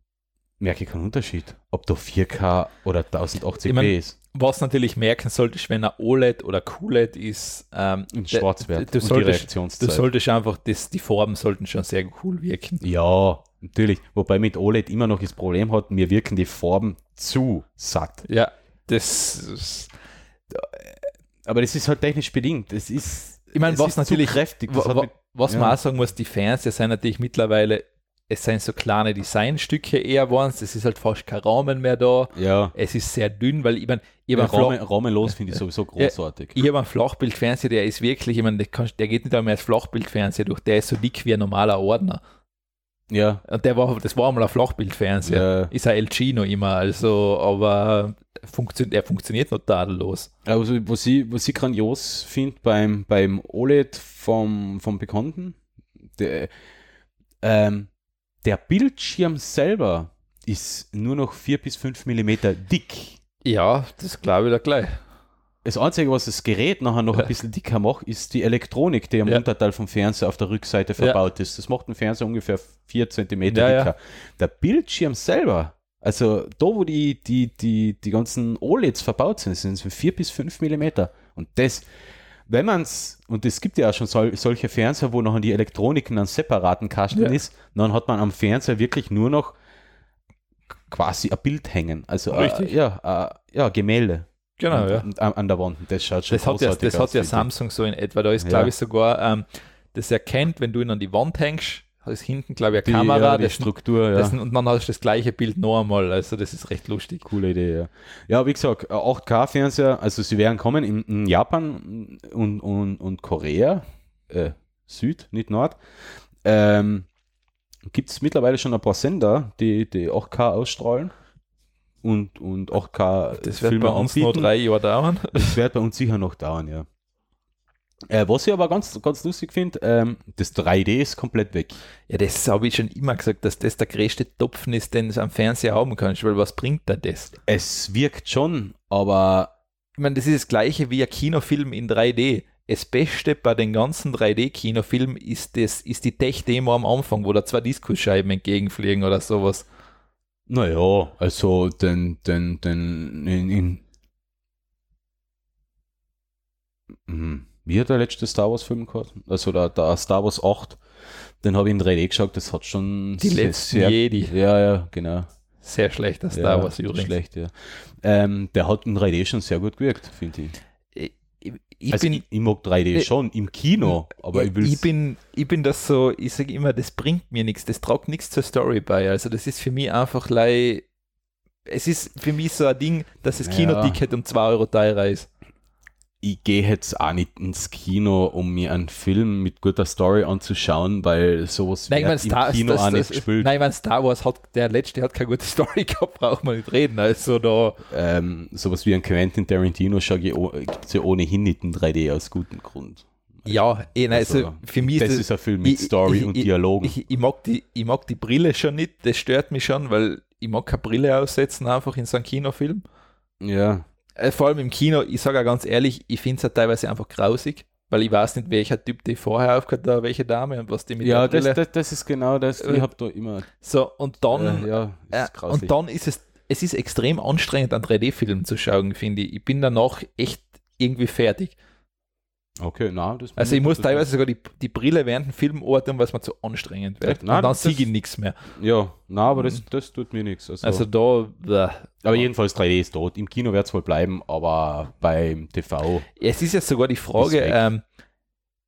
merke ich keinen Unterschied, ob da 4K oder 1080p Ich mein, ist. Was natürlich merken solltest, wenn er OLED E oder QLED ist, ähm, Ein da- Schwarzwert du und die solltest, Reaktionszeit. du solltest einfach, das, die Farben sollten schon sehr cool wirken. Ja, natürlich. Wobei mit OLED immer noch das Problem hat, mir wirken die Farben zu satt. Ja, das ist Aber das ist halt technisch bedingt. Es ist, Ich meine, es was ist natürlich- zu kräftig. Das Wa- hat wa- mit, was ja. man auch sagen muss, die Fernseher sind natürlich mittlerweile, es sind so kleine Designstücke eher geworden, es ist halt fast kein Rahmen mehr da, ja, es ist sehr dünn, weil ich meine, ich habe ja einen, Flach, Rahmen, rahmenlos finde ich sowieso großartig. ich hab einen Flachbildfernseher, der ist wirklich, ich meine, der, kannst- der geht nicht einmal als Flachbildfernseher durch, der ist so dick wie ein normaler Ordner. ja, Äh, Und der war, das war einmal ein Flachbildfernseher. Ja. Ist ein LG noch immer, also, aber funktioniert, er funktioniert noch tadellos. also was ich, was ich grandios finde beim, beim OLED vom, vom Bekannten, der, ähm, der Bildschirm selber ist nur noch 4 bis 5 Millimeter dick. Ja, das glaube ich da gleich. Das Einzige, was das Gerät nachher noch Ja. ein bisschen dicker macht, ist die Elektronik, die am Ja. Unterteil vom Fernseher auf der Rückseite verbaut ist. Das macht den Fernseher ungefähr 4 cm Ja, ja. dicker. Der Bildschirm selber, also da, wo die, die, die, die ganzen OLEDs verbaut sind, sind es 4 bis 5 mm. Und das, wenn man es, und es gibt ja auch schon sol, solche Fernseher, wo nachher die Elektronik in einem separaten Kasten Ja. ist, dann hat man am Fernseher wirklich nur noch quasi ein Bild hängen. Also äh, Richtig. ja, äh, ja, Gemälde. Genau, Und- ja. und An, an der Wand. Das schaut schon Das hat, ja, großartig das hat aus, ja wirklich. Samsung so in etwa. Da ist, Ja. glaube ich, sogar, ähm, das erkennt, wenn du ihn an die Wand hängst, ist hinten, glaube ich, Die, eine Kamera ja, die das- Struktur, ja. das, und dann hast du das gleiche Bild noch einmal. Also, das ist recht lustig. Coole Idee, ja. Ja, wie gesagt, 8K-Fernseher, also sie werden kommen in, in Japan und, und, und Korea, äh, Süd, nicht Nord. Ähm, Gibt es mittlerweile schon ein paar Sender, die, die 8K ausstrahlen und, und 8K Das wird bei uns noch anbieten. drei Jahre dauern. Das wird bei uns sicher noch dauern, ja. Äh, was ich aber ganz, ganz lustig finde, ähm, das 3D ist komplett weg. Ja, das habe ich schon immer gesagt, dass das der größte Topfen ist, den du am Fernseher haben kannst, weil was bringt da das? Es wirkt schon, aber Ich meine, das ist das gleiche wie ein Kinofilm in 3D. Das Beste bei den ganzen 3D-Kinofilmen ist, das- ist die Tech-Demo am Anfang, wo da zwei Discoscheiben entgegenfliegen oder sowas. Naja, also den, den, den, in, in Hm, wie hat der letzte Star Wars Film gehabt? Also der, der Star Wars 8, den habe ich in 3D geschaut, das hat schon Die sehr- letzten sehr, Jedi. Ja, ja, genau. Sehr schlechter Star ja, Wars übrigens. Schlecht, ja. Ähm, der hat in 3D schon sehr gut gewirkt, finde ich. Ich, ich, also bin, ich, ich mag 3D äh, schon im Kino, aber ich will ich, bin, ich bin das so, ich sage immer, das bringt mir nichts, das tragt nichts zur Story bei. Also das ist für mich einfach lei. Es ist für mich so ein Ding, dass das Ja. Kinoticket um 2 Euro teurer ist. ich gehe jetzt auch nicht ins Kino, um mir einen Film mit guter Story anzuschauen, weil sowas Nein, ich meine, wird Star, im Kino das, auch das, nicht gespielt. nein, ich meine, Star Wars hat, der letzte hat keine gute Story gehabt, braucht man nicht reden. Also da, Ähm, sowas wie ein Quentin Tarantino schaue ich o- gibt's ja ohnehin nicht in 3D aus gutem Grund. ja, eh, nein, also, Also, für mich das ist es- ist ein Film mit Story und Dialogen. Ich, ich, mag die, ich mag die Brille schon nicht, das stört mich schon, weil ich mag keine Brille aussetzen einfach in so einem Kinofilm. ja. Äh, vor allem im Kino, ich sage ja ganz ehrlich, ich finde es ja teilweise einfach grausig, weil ich weiß nicht, welcher Typ die vorher aufgehört hat, welche Dame und was die mit ja, der das, Brille. das, das ist genau das. Äh, Ich habe da immer. so, und dann, Äh, ja, äh, ist grausig. und dann ist es, es ist extrem anstrengend, einen 3D-Film zu schauen, finde ich. Ich bin danach echt irgendwie fertig. okay, na, das Also ich muss das- teilweise sogar die, die Brille während dem Film ordnen, weil es mir zu anstrengend wird. Nein, und dann das- sehe ich nichts mehr. Ja, na, aber das, das tut mir nichts. Also, Mhm. Also da, bäh. aber jedenfalls 3D ist tot. Im Kino wird es wohl bleiben, aber beim TV. Es ist ja sogar die Frage, Ist weg. ähm,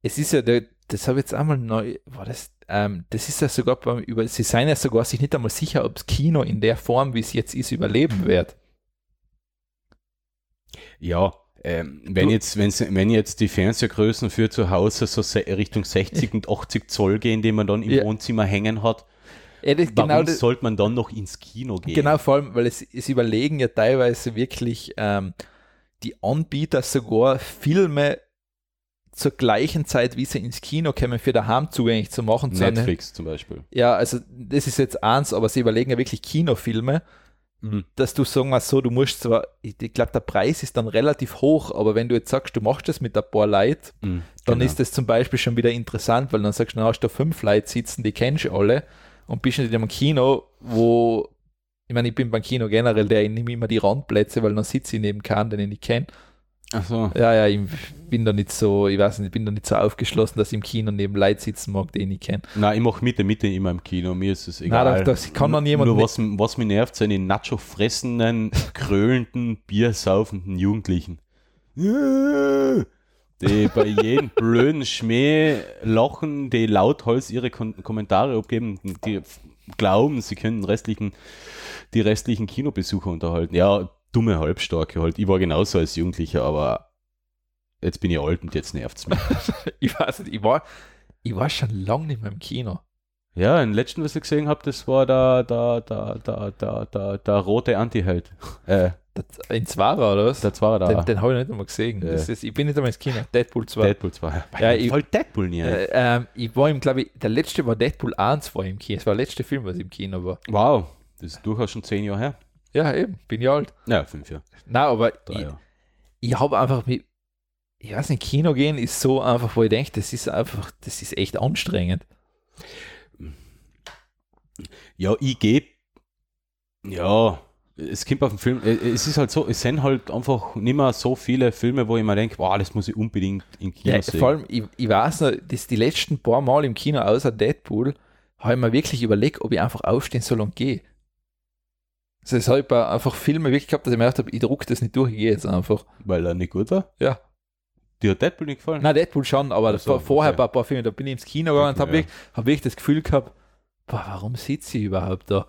es ist ja, der, das habe ich jetzt einmal neu, war das, ähm, das ist ja sogar beim über, sie seien ja sogar sich nicht einmal sicher, ob das Kino in der Form, wie es jetzt ist, überleben wird. Ja, Ähm, wenn, jetzt, wenn's, wenn jetzt die Fernsehgrößen für zu Hause so se- Richtung 60 und 80 Zoll gehen, die man dann im Ja. Wohnzimmer hängen hat, Ja, das warum genau, das, sollte man dann noch ins Kino gehen? genau, vor allem, weil es, es überlegen ja teilweise wirklich ähm, die Anbieter sogar Filme zur gleichen Zeit, wie sie ins Kino kämen, für daheim zugänglich zu machen. zu einem- Netflix zum Beispiel. Ja, also das ist jetzt eins, aber sie überlegen ja wirklich Kinofilme, dass du sagen wir so, du musst zwar, ich, ich glaube, der Preis ist dann relativ hoch, aber wenn du jetzt sagst, du machst das mit ein paar Leuten, Mhm, dann genau. ist das zum Beispiel schon wieder interessant, weil dann sagst du, dann hast du fünf Leute sitzen, die kennst du alle und bist in einem Kino, wo, ich meine, ich bin beim Kino generell, der ich nehme immer die Randplätze, weil dann sitze ich neben keinen, den ich nicht kenne. Ach so. Ja, ja, ich bin da nicht so, ich weiß nicht, ich bin da nicht so aufgeschlossen, dass ich im Kino neben Leuten sitzen mag, die ich nicht kenne. Nein, ich mache Mitte, Mitte immer im Kino, mir ist es egal. Nein, das- das kann dann jemand Nur nicht- was, was mich nervt, sind die Nacho-fressenden, kröhlenden, biersaufenden Jugendlichen. Die bei jedem blöden Schmäh lachen, die lauthals ihre Kon Kommentare abgeben, die f- glauben, sie können den restlichen, die restlichen Kinobesucher unterhalten. Ja, dumme Halbstarke halt. Ich war genauso als Jugendlicher, aber jetzt bin ich alt und jetzt nervt's mich. Ich weiß nicht, ich war, ich war schon lange nicht mehr im Kino. Ja, den letzten, was ich gesehen habe, das war der, der, der, der, der, der, der rote Antiheld. Äh, Das, in Zwarer oder was? der war da. Den, den habe ich nicht einmal gesehen. Das ist, ich bin nicht einmal ins Kino. Deadpool 2. Deadpool 2. Ja, ich- Voll Deadpool nie. Äh, ähm, ich war im, glaube ich, der letzte war Deadpool 1 war ich im Kino. Es war der letzte Film, was ich im Kino war. Wow, das ist durchaus schon zehn Jahre her. Ja, eben, bin ja alt. Ja, fünf Jahre. Nein, aber Drei ich, Jahre. ich habe einfach mit, ich weiß nicht, Kino gehen ist so einfach, wo ich denke, das ist einfach, das ist echt anstrengend. Ja, ich gebe. Ja, es kommt auf den Film. äh, Es ist halt so, es sind halt einfach nicht mehr so viele Filme, wo ich mir denke, wow, das muss ich unbedingt im Kino Ja, sehen. vor allem, ich, ich weiß noch, dass die letzten paar Mal im Kino außer Deadpool, habe ich mir wirklich überlegt, ob ich einfach aufstehen soll und gehe. Also es habe ich bei einfach Filme wirklich gehabt, dass ich mir gedacht habe, ich druck das nicht durch, ich gehe jetzt einfach. Weil er nicht gut war. Ja. Dir hat Deadpool nicht gefallen? Nein, Deadpool schon, aber Ach so, vor- vorher okay. bei ein paar Filmen, da bin ich ins Kino gegangen und habe Ja. wirklich, hab wirklich das Gefühl gehabt, boah, warum sitze ich überhaupt da?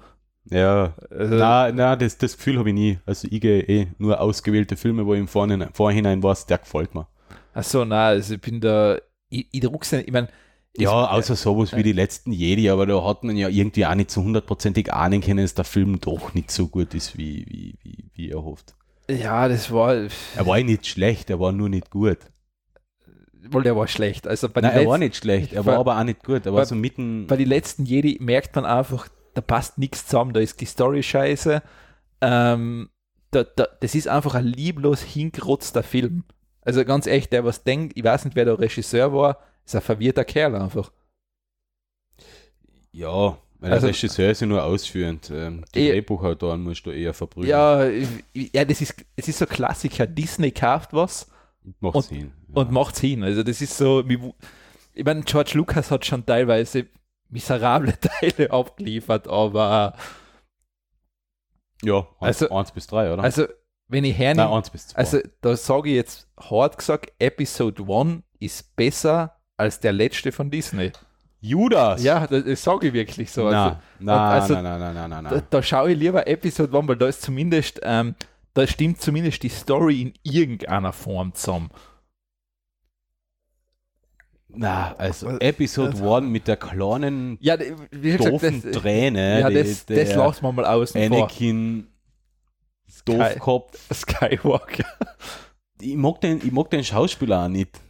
Ja, Also- nein, nein das, das Gefühl habe ich nie. Also ich gehe eh nur ausgewählte Filme, wo ich im Vorhinein, Vorhinein weiß, der gefällt mir. Achso, nein, also ich bin da, ich, ich druck's nicht, ich meine, ich- Ja, außer sowas wie die letzten Jedi, aber da hat man ja irgendwie auch nicht so hundertprozentig ahnen können, dass der Film doch nicht so gut ist, wie, wie, wie, wie erhofft. ja, das war, Er war ja nicht schlecht, er war nur nicht gut. wohl der war schlecht. Also bei, Nein, den er war letzten, nicht schlecht, er war bei- aber auch nicht gut. Er war bei- so mitten. bei den letzten Jedi merkt man einfach, da passt nichts zusammen, da ist die Story scheiße. Ähm, da, da, das ist einfach ein lieblos hingerotzter Film. Also ganz echt, der was denkt, ich weiß nicht, wer der Regisseur war, ist ein verwirrter Kerl einfach. Ja, weil Also- der Regisseur ist ja nur ausführend. Ähm, die Eh- Drehbuchautoren musst du eher verbrühen. Ja, ich- ja, das ist, es ist so Klassiker. Disney kauft was Macht und- Sinn. Ja. und macht's hin. Also das ist so, wie wo- ich meine, George Lucas hat schon teilweise miserable Teile abgeliefert, aber ja, eins, also- eins bis drei, oder? also wenn ich Nein, hernehme, eins bis zwei. also da sage ich jetzt hart gesagt, Episode 1 ist besser als der letzte von Disney. Judas! Ja, das, das sage ich wirklich so. Also, Na, na, also- na, na, na, na, na, na. da, da schaue ich lieber Episode 1, weil da ist zumindest, ähm, da stimmt zumindest die Story in irgendeiner Form zusammen. Na, also Äh, Episode 1 mit der kleinen Ja, d- wie schon doofen gesagt, das, äh, Träne. ja, die- das, der das lassen wir mal außen vor. Anakin Doofkopf. Skywalker. Ich mag, den, ich mag den Schauspieler auch nicht.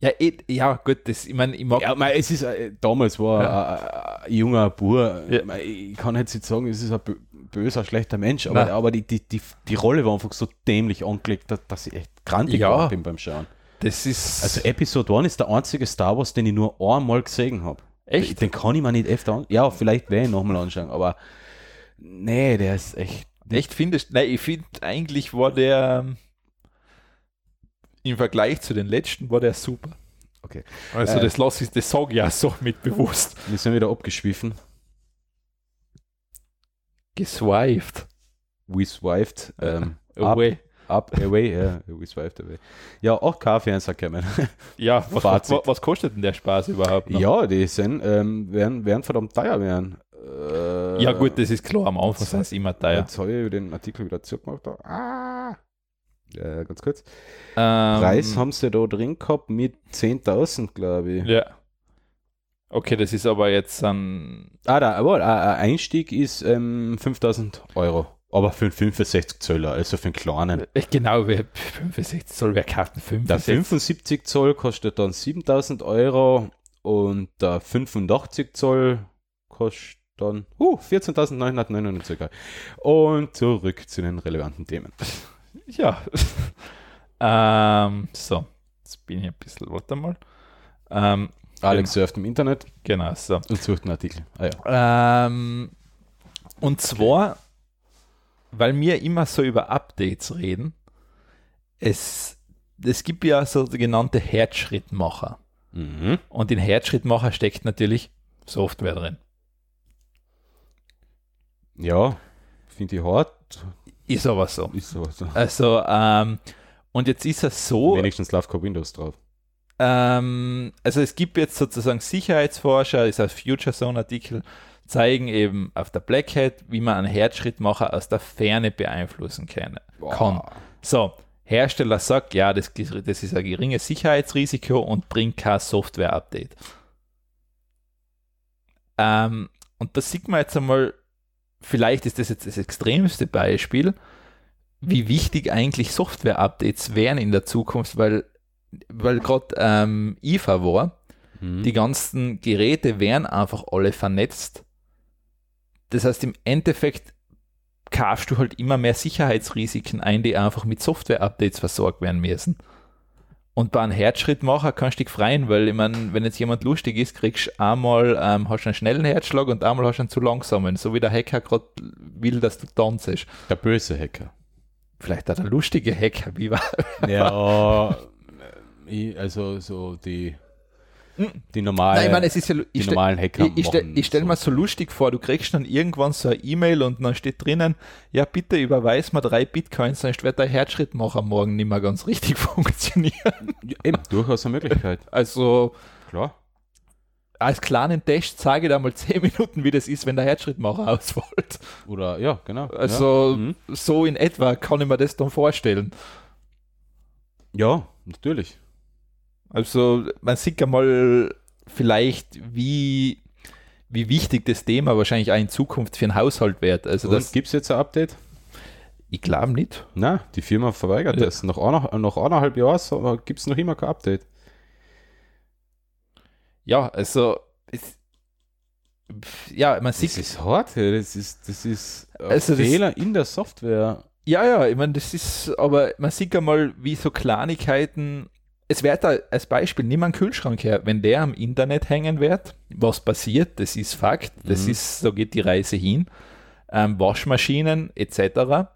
Ja, eh, ja gut, das, ich meine, ich mag, Ja, mei, es ist, äh, damals war ein- ein junger Bur. Ja. Mei, Ich kann jetzt nicht sagen, es ist ein bö- böser, schlechter Mensch, aber, Nein. aber die, die, die, die Rolle war einfach so dämlich angelegt, dass, dass ich echt grantig Ja. war bin beim Schauen. das ist, Also Episode 1 ist der einzige Star Wars, den ich nur einmal gesehen habe. Echt? Den kann ich mir nicht öfter an. Ja, vielleicht werde ich ihn nochmal anschauen, aber nee, der ist echt. echt findest, nein, ich finde, eigentlich war der, ähm, im Vergleich zu den letzten war der super. Okay. Also Äh, das lasse ich, das sage ich auch so mit bewusst. Wir sind wieder abgeschwiffen. Geswiped. We swiped. Ähm, Away. Up, up, away. Ja, we swiped away. Ja, auch K-Fernseher kommen. Ja, was, was, Fazit. was kostet denn der Spaß überhaupt noch? ja, die sind, ähm, werden, werden verdammt teuer werden. Äh, Ja, gut, das ist klar, am Anfang sind es immer teuer. Jetzt habe ich den Artikel wieder zugemacht. Ah, Äh, ganz kurz. Ähm, Preis haben sie da drin gehabt mit 10.000, glaube ich. Ja. Okay, das ist aber jetzt ein. Ah, da, aber ein Einstieg ist ähm, 5.000 Euro. Aber für einen 65 Zöller, also für einen kleinen. Äh, Genau, wer 65 soll, wer Karten 5? Der 75 Zoll kostet dann 7000 Euro und der 85 Zoll kostet dann uh, 14.999 Euro. Und zurück zu den relevanten Themen. Ja. ähm, so, jetzt bin ich ein bisschen, warte mal. Ähm, Alex surft im Internet genau, so. und sucht einen Artikel. Ah, ja. Ähm, und zwar, weil wir immer so über Updates reden, es, es gibt ja sogenannte Herzschrittmacher. mhm. Und in Herzschrittmacher steckt natürlich Software drin. ja finde ich hart. Ist aber so. Ist so. so. Also, ähm, und jetzt ist es so, Wenigstens läuft kein Windows drauf. Ähm, also es gibt jetzt sozusagen Sicherheitsforscher, ist ein Future Zone Artikel, zeigen eben auf der Black Hat, wie man einen Herzschrittmacher aus der Ferne beeinflussen kann. kann. So, Hersteller sagt, ja, das, das ist ein geringes Sicherheitsrisiko und bringt kein Software-Update. Ähm, und da sieht man jetzt einmal, vielleicht ist das jetzt das extremste Beispiel, wie wichtig eigentlich Software-Updates wären in der Zukunft, weil, weil gerade ähm, IFA war, Mhm. die ganzen Geräte wären einfach alle vernetzt. Das heißt, im Endeffekt kaufst du halt immer mehr Sicherheitsrisiken ein, die einfach mit Software-Updates versorgt werden müssen. Und bei einem Herzschrittmacher kannst du dich freien, weil ich meine, wenn jetzt jemand lustig ist, kriegst du einmal ähm, hast du einen schnellen Herzschlag und einmal hast du einen zu langsamen, so wie der Hacker gerade will, dass du tanzest. Der böse Hacker. Vielleicht hat der lustige Hacker, wie war Ja, ich- also so die, die normalen, Hm. Nein, ich meine, es ist ja. die Ich stell- normalen Hacker. Ich, ich stelle machen ich stell so. mir so lustig vor, du kriegst dann irgendwann so eine E-Mail und dann steht drinnen, ja bitte überweis mal drei Bitcoins, sonst wird der Herzschrittmacher morgen nicht mehr ganz richtig funktionieren. Ja, eben, durchaus eine Möglichkeit, Also klar. als kleinen Test sage ich da mal zehn Minuten, wie das ist, wenn der Herzschrittmacher ausfällt. Oder ja, genau. Also ja, mhm. so in etwa kann ich mir das dann vorstellen. ja natürlich. Also man sieht ja mal vielleicht, wie, wie wichtig das Thema wahrscheinlich auch in Zukunft für einen Haushalt wird. Also Und das, gibt es jetzt ein Update? ich glaube nicht. Na, die Firma verweigert Ja. das. Nach, einer, nach eineinhalb Jahren so, gibt es noch immer kein Update. Ja, also es, pf, ja, man sieht, ist hart, hey, das ist, das ist ein Also das- Fehler in der Software. ja, ja, ich meine, das ist, aber man sieht ja mal, wie so Kleinigkeiten, es wird da als Beispiel, nimm einen Kühlschrank her, wenn der am Internet hängen wird, was passiert, das ist Fakt, das Mhm. ist, so geht die Reise hin, ähm, Waschmaschinen etc.,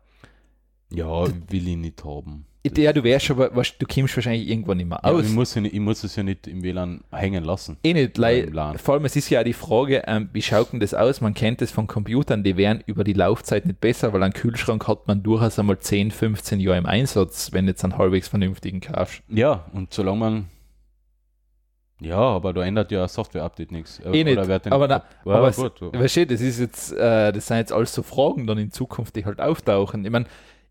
Ja, will ich nicht haben. ja, du wärst aber, wasch- du kommst wahrscheinlich irgendwann nicht mehr Ja, aus. ich, muss ja nicht, ich muss es ja nicht im WLAN hängen lassen. eh nicht. im Lei, LAN. vor allem, es ist ja auch die Frage, ähm, wie schaut denn das aus? Man kennt das von Computern, die wären über die Laufzeit nicht besser, weil einen Kühlschrank hat man durchaus einmal 10, 15 Jahre im Einsatz, wenn du jetzt einen halbwegs vernünftigen kaufst. Ja, und solange man. Ja, aber da ändert ja ein Software-Update nichts. Äh, Eh nicht, aber na- ja, aber es- gut. so. Weißt du, das ist jetzt, äh, das sind jetzt alles so Fragen dann in Zukunft, die halt auftauchen. Ich meine,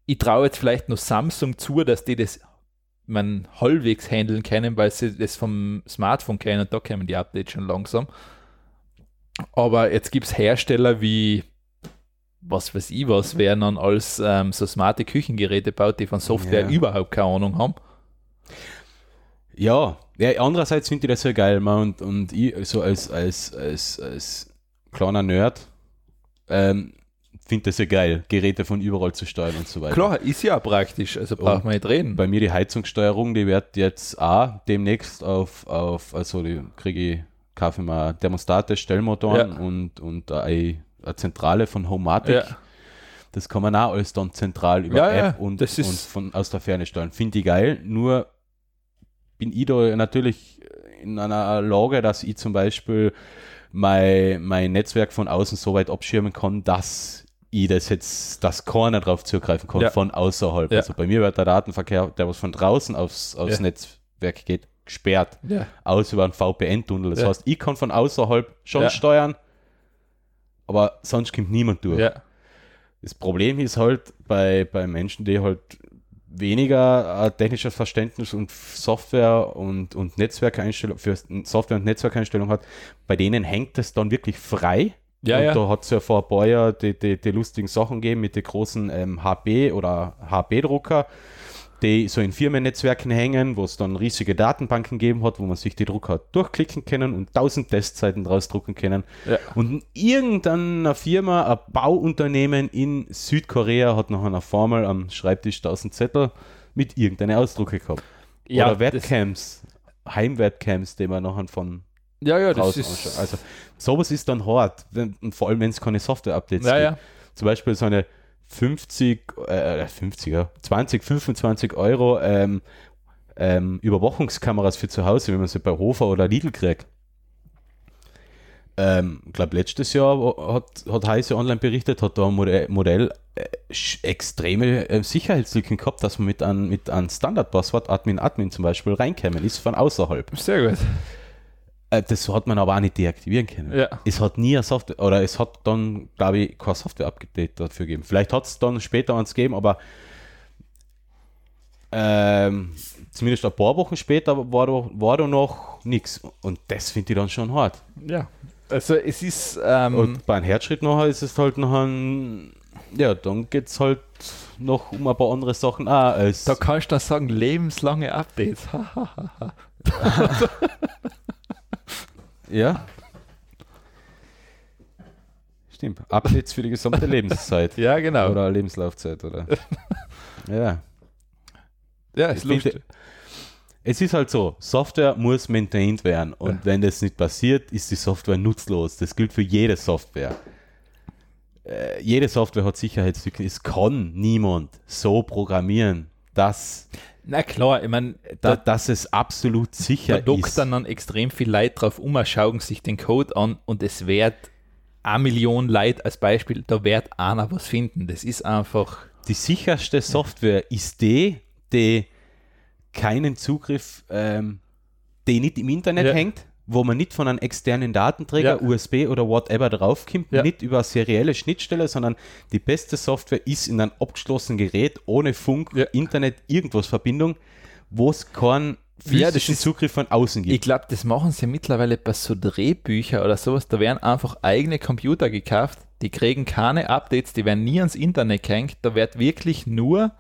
ich traue jetzt vielleicht nur Samsung zu, dass die das man halbwegs handeln können, weil sie das vom Smartphone kennen und da kämen die Updates schon langsam. Aber jetzt gibt es Hersteller wie was weiß ich was, wer dann als ähm, so smarte Küchengeräte baut, die von Software Ja. überhaupt keine Ahnung haben. Ja, ja andererseits finde ich das ja geil, man. Und, und ich, so als, als, als, als kleiner Nerd, ähm, finde das ja geil, Geräte von überall zu steuern und so weiter. Klar, ist ja auch praktisch, also braucht man nicht reden. Bei mir die Heizungssteuerung, die wird jetzt auch demnächst auf, auf also die kriege ich, kaufe ich mal Thermostate, Stellmotoren Ja. und, und eine, eine Zentrale von Homematic. Ja. Das kann man auch alles dann zentral über Ja, ja, App und, das ist- und von, aus der Ferne steuern. Finde ich geil, nur bin ich da natürlich in einer Lage, dass ich zum Beispiel mein, mein Netzwerk von außen so weit abschirmen kann, dass ich das jetzt, dass keiner drauf zugreifen kann Ja. von außerhalb. Ja. Also bei mir wird der Datenverkehr, der was von draußen aufs, aufs Ja. Netzwerk geht, gesperrt. Ja. Aus über einen VPN-Tunnel. Das Ja. heißt, ich kann von außerhalb schon Ja. steuern, aber sonst kommt niemand durch. Ja. Das Problem ist halt bei, bei Menschen, die halt weniger äh, technisches Verständnis und Software und, und Netzwerkeinstellung für Software und Netzwerkeinstellung hat, bei denen hängt es dann wirklich frei. Ja, und ja. da hat es ja vor ein paar Jahren die, die, die lustigen Sachen gegeben mit den großen ähm, HP oder HP-Drucker, die so in Firmennetzwerken hängen, wo es dann riesige Datenbanken gegeben hat, wo man sich die Drucker durchklicken können und tausend Testseiten draus drucken können. Ja. Und irgendeine Firma, ein Bauunternehmen in Südkorea hat nach einer Formel am Schreibtisch tausend Zettel mit irgendeine Ausdrucke gehabt. Ja, Oder das, Webcams, Heimwebcams, die man nachher von ja, ja, das draußen ist. anschaut. Also sowas ist dann hart, wenn, und vor allem wenn es keine Software-Updates ja, gibt ja. zum Beispiel so eine 50, äh, 50 ja, 20, 25 Euro ähm, ähm, Überwachungskameras für zu Hause, wenn man sie bei Hofer oder Lidl kriegt. Ähm, ich glaube, letztes Jahr wo- hat, hat Heise online berichtet, hat da ein Modell, Modell äh, sch- extreme äh, Sicherheitslücken gehabt, dass man mit einem mit einem Standardpasswort Admin Admin zum Beispiel reinkämen ist von außerhalb. Sehr gut. Äh, das hat man aber auch nicht deaktivieren können Ja. es hat nie eine Software, oder es hat dann, glaube ich, kein Software-Update dafür gegeben. Vielleicht hat es dann später eins gegeben, aber ähm, zumindest ein paar Wochen später war da, war da noch nichts. Und das finde ich dann schon hart. ja. Also, es ist. Ähm, Und bei einem Herzschritt nachher ist es halt noch ein, ja, dann geht es halt noch um ein paar andere Sachen Ah, auch als da kannst du dann sagen, lebenslange Updates. Ha, ha, ha. Ja. Stimmt. Updates für die gesamte Lebenszeit. ja, genau. Oder Lebenslaufzeit, oder? ja. ja, Ich ist lustig. finde, Es ist halt so, Software muss maintained werden und Ja. wenn das nicht passiert, ist die Software nutzlos. Das gilt für jede Software. Äh, jede Software hat Sicherheitslücken. Es kann niemand so programmieren, dass, Na klar, ich meine, da, da, dass es absolut sicher da ist. dockt dann, dann extrem viel Leute drauf um, auch schauen sich den Code an und es wird eine Million Leute als Beispiel, da wird einer was finden. Das ist einfach. die sicherste Software ist die, die keinen Zugriff, ähm, die nicht im Internet Ja. hängt, wo man nicht von einem externen Datenträger, Ja. USB oder whatever draufkommt, Ja. nicht über eine serielle Schnittstelle, sondern die beste Software ist in einem abgeschlossenen Gerät ohne Funk, Ja. Internet, irgendwas Verbindung, wo es keinen physischen Ja, das ist- Zugriff von außen Ich gibt. glaube, das machen sie mittlerweile bei so Drehbücher oder sowas. Da werden einfach eigene Computer gekauft, die kriegen keine Updates, die werden nie ans Internet gehängt. Da wird wirklich nur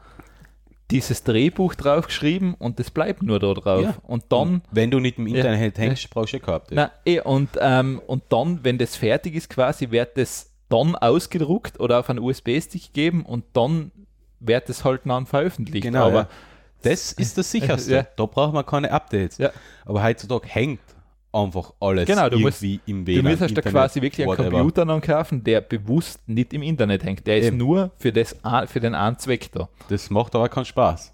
dieses Drehbuch draufgeschrieben und das bleibt nur da drauf. Ja. Und dann. Wenn du nicht im Internet Ja. hängst, brauchst du ja kein Update. Na, eh, und, ähm, und dann, wenn das fertig ist, quasi, wird das dann ausgedruckt oder auf einen USB-Stick gegeben und dann wird es halt dann veröffentlicht. Genau, aber ja. Das ist das sicherste. Ja. Da braucht man keine Updates. Ja. Aber heutzutage hängt einfach alles Genau, du musst- irgendwie im du WLAN. müsstest da Internet, quasi wirklich einen whatever. Computer dann kaufen, der bewusst nicht im Internet hängt. Der ist Eben. nur für, das, a- für den einen Zweck da. Das macht aber keinen Spaß.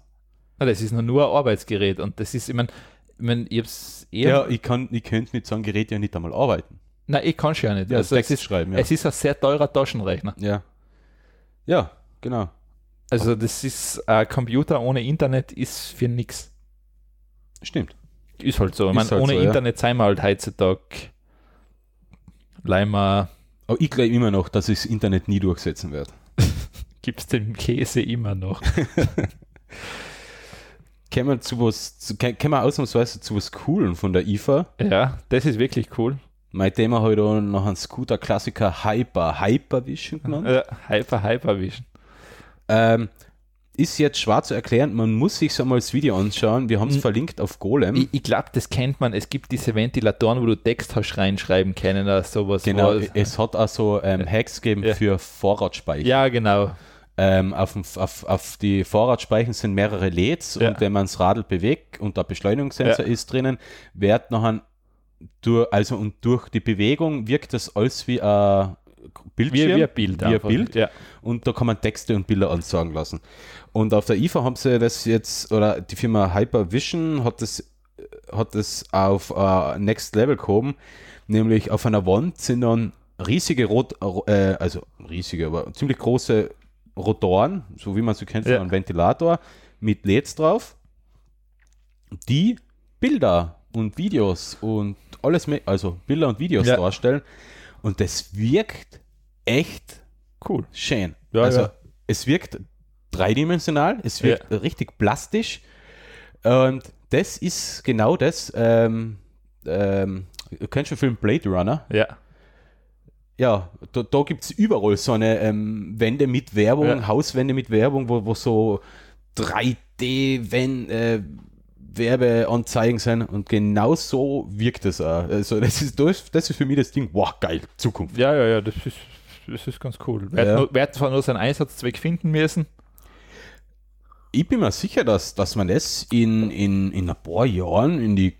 Na, das ist noch nur ein Arbeitsgerät und das ist, ich meine, ich, mein, ich hab's eher. Ja, ich, kann, ich könnte mit so einem Gerät ja nicht einmal arbeiten. Nein, ich kann schon nicht. Ja, also, es Text ist, schreiben, ja. es ist ein sehr teurer Taschenrechner. Ja. Ja, genau. Also, das ist ein Computer ohne Internet ist für nichts. Stimmt. Ist halt so. Ich Ist meine, halt ohne so, ja. Internet sind wir halt heutzutage Leimer Aber ich glaube immer noch, dass ich das Internet nie durchsetzen werde. gibt es den Käse immer noch. Können wir zu was, zu, können können wir ausnahmsweise zu was Coolen von der IFA? ja, das ist wirklich cool. Mein Thema heute noch einen Scooter-Klassiker Hyper, Hypervision genannt. Äh, Hyper Hyper Vision. Ähm, ist jetzt schwer zu erklären, man muss sich einmal das Video anschauen. Wir haben es Mhm. verlinkt auf Golem. Ich, ich glaube, das kennt man. Es gibt diese Ventilatoren, wo du Text hast reinschreiben können oder sowas. genau, wo- es hat also ähm, Hacks gegeben Ja. für Vorratsspeicher. Ja, genau. Ähm, auf, dem- auf, auf die Vorratsspeichen sind mehrere LEDs Ja. und wenn man das Radl bewegt und der Beschleunigungssensor Ja. ist drinnen, wird nachher durch, also und durch die Bewegung wirkt das alles wie ein Wir, Bildschirm. wir Bild. wie ein einfach. Bild. Ja. und da kann man Texte und Bilder ansagen lassen. Und auf der IFA haben sie das jetzt, oder die Firma Hypervision hat das, hat das auf äh, Next Level gehoben, nämlich auf einer Wand sind dann riesige Rot, äh, also riesige, aber ziemlich große Rotoren, so wie man sie kennt, Ja. von einem Ventilator mit LEDs drauf, die Bilder und Videos und alles, mö- also Bilder und Videos Ja. darstellen. Und das wirkt echt Cool. schön. Ja, also ja. es wirkt dreidimensional, es wirkt richtig plastisch. Und das ist genau das. Ähm, ähm, du kennst den Film Blade Runner. Ja. Ja, da, da gibt es überall so eine ähm, Wände mit Werbung, Ja. Hauswände mit Werbung, wo, wo so 3D-Wenn. Äh, Werbeanzeigen sind und genau so wirkt es auch. Also das ist, das das ist für mich das Ding, wow, geil, Zukunft. Ja, ja, ja, das ist, das ist ganz cool. Ja. Wir hätten nur- wir hätten zwar nur seinen Einsatzzweck finden müssen. ich bin mir sicher, dass, dass man das in, in, in ein paar Jahren in die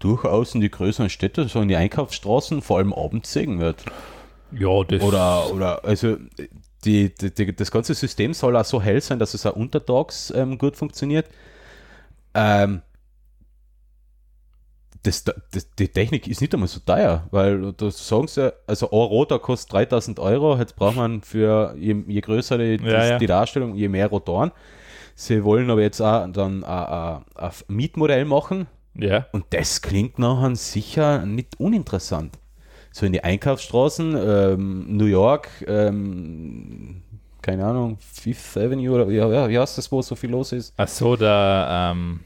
durchaus in die größeren Städte, so in die Einkaufsstraßen, vor allem abends sehen wird. Ja, das. Oder, oder also die, die, die, das ganze System soll auch so hell sein, dass es auch untertags ähm, gut funktioniert. Ähm, das, das, die Technik ist nicht einmal so teuer, weil du sagst ja, also ein Rotor kostet 3000 Euro, jetzt braucht man für, je, je größer die, das- Ja, ja. die Darstellung, je mehr Rotoren. Sie wollen aber jetzt auch dann ein- ein ein Mietmodell machen, Ja. und das klingt nachher sicher nicht uninteressant. So in die Einkaufsstraßen, ähm, New York, ähm, keine Ahnung, Fifth Avenue oder ja, ja, wie heißt das, wo so viel los ist? Ach so, der ähm,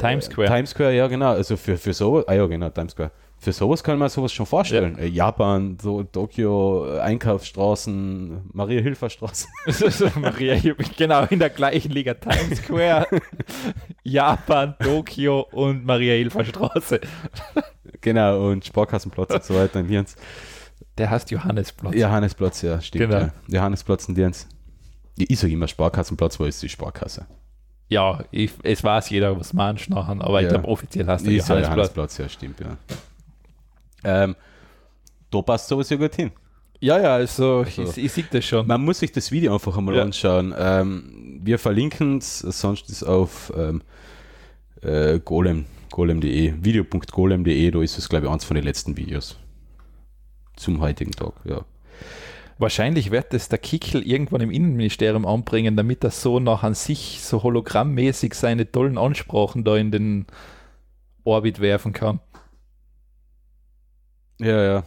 Times Square. Äh, Times Square, ja genau. Also für, für sowas, ah ja genau, Times Square. Für sowas kann man sowas schon vorstellen. Äh, Japan, so Tokio, äh, Einkaufsstraßen, Maria-Hilfer-Straße. So, so, Maria, ich bin genau in der gleichen Liga. Times Square, Japan, Tokio und Maria Hilfer Straße. genau, und Sparkassenplatz und so weiter in Dienst. Der heißt Johannesplatz. Johannesplatz, ja, stimmt. Genau. Ja. Johannesplatz in Dienst. Ich sage immer Sparkassenplatz, wo ist die Sparkasse? Ja, ich, es weiß jeder, was man nachher, aber ich Ja. glaube, offiziell heißt der Ist ja Johannesplatz. Johannesplatz, ja, stimmt, ja. Ähm, da passt sowas ja gut hin. Ja, ja, also ich, So. ich, ich sehe das schon. Man muss sich das Video einfach einmal Ja. anschauen. Ähm, wir verlinken es, sonst ist auf ähm, äh, golem, golem.de, video.golem.de, da ist es, glaube ich, eins von den letzten Videos. Zum heutigen Tag, ja. Wahrscheinlich wird das der Kickel irgendwann im Innenministerium anbringen, damit er so nach an sich so hologrammmäßig seine tollen Ansprachen da in den Orbit werfen kann. Ja, ja.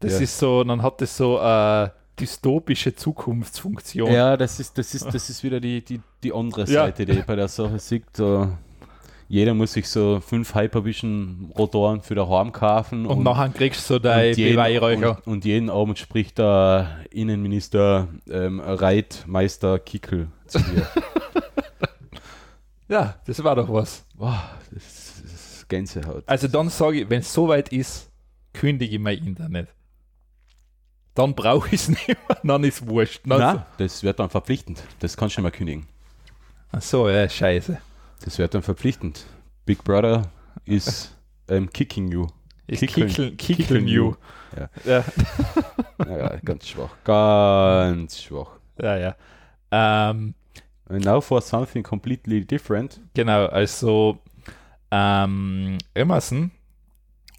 Das Ja. ist so, dann hat das so eine dystopische Zukunftsfunktion. Ja, das ist, das ist, das ist wieder die, die, die andere Ja. Seite, die ich bei der Sache sieht. So, jeder muss sich so fünf Hypervision-Rotoren für den Horn kaufen. Und, nachher kriegst du so dein und jeden, Beweihräucher. und, und jeden Abend spricht der Innenminister ähm, Reitmeister Kickel zu mir. Ja, das war doch was. Boah, das ist Gänsehaut. Also dann sage ich, wenn es soweit ist, kündige ich mein Internet. Dann brauche ich es nicht mehr, dann ist wurscht. Dann Na, das wird dann verpflichtend. Das kannst du nicht mehr kündigen. Ach so, ja, scheiße. Das wird dann verpflichtend. Big Brother ist ähm, kicking you. Ist Kickeln. Kickeln, Kickeln, Kickeln you. you. Ja. Naja, ganz schwach. Ganz schwach. Ja, ja. Ähm, And now for something completely different. genau, also ähm, Emerson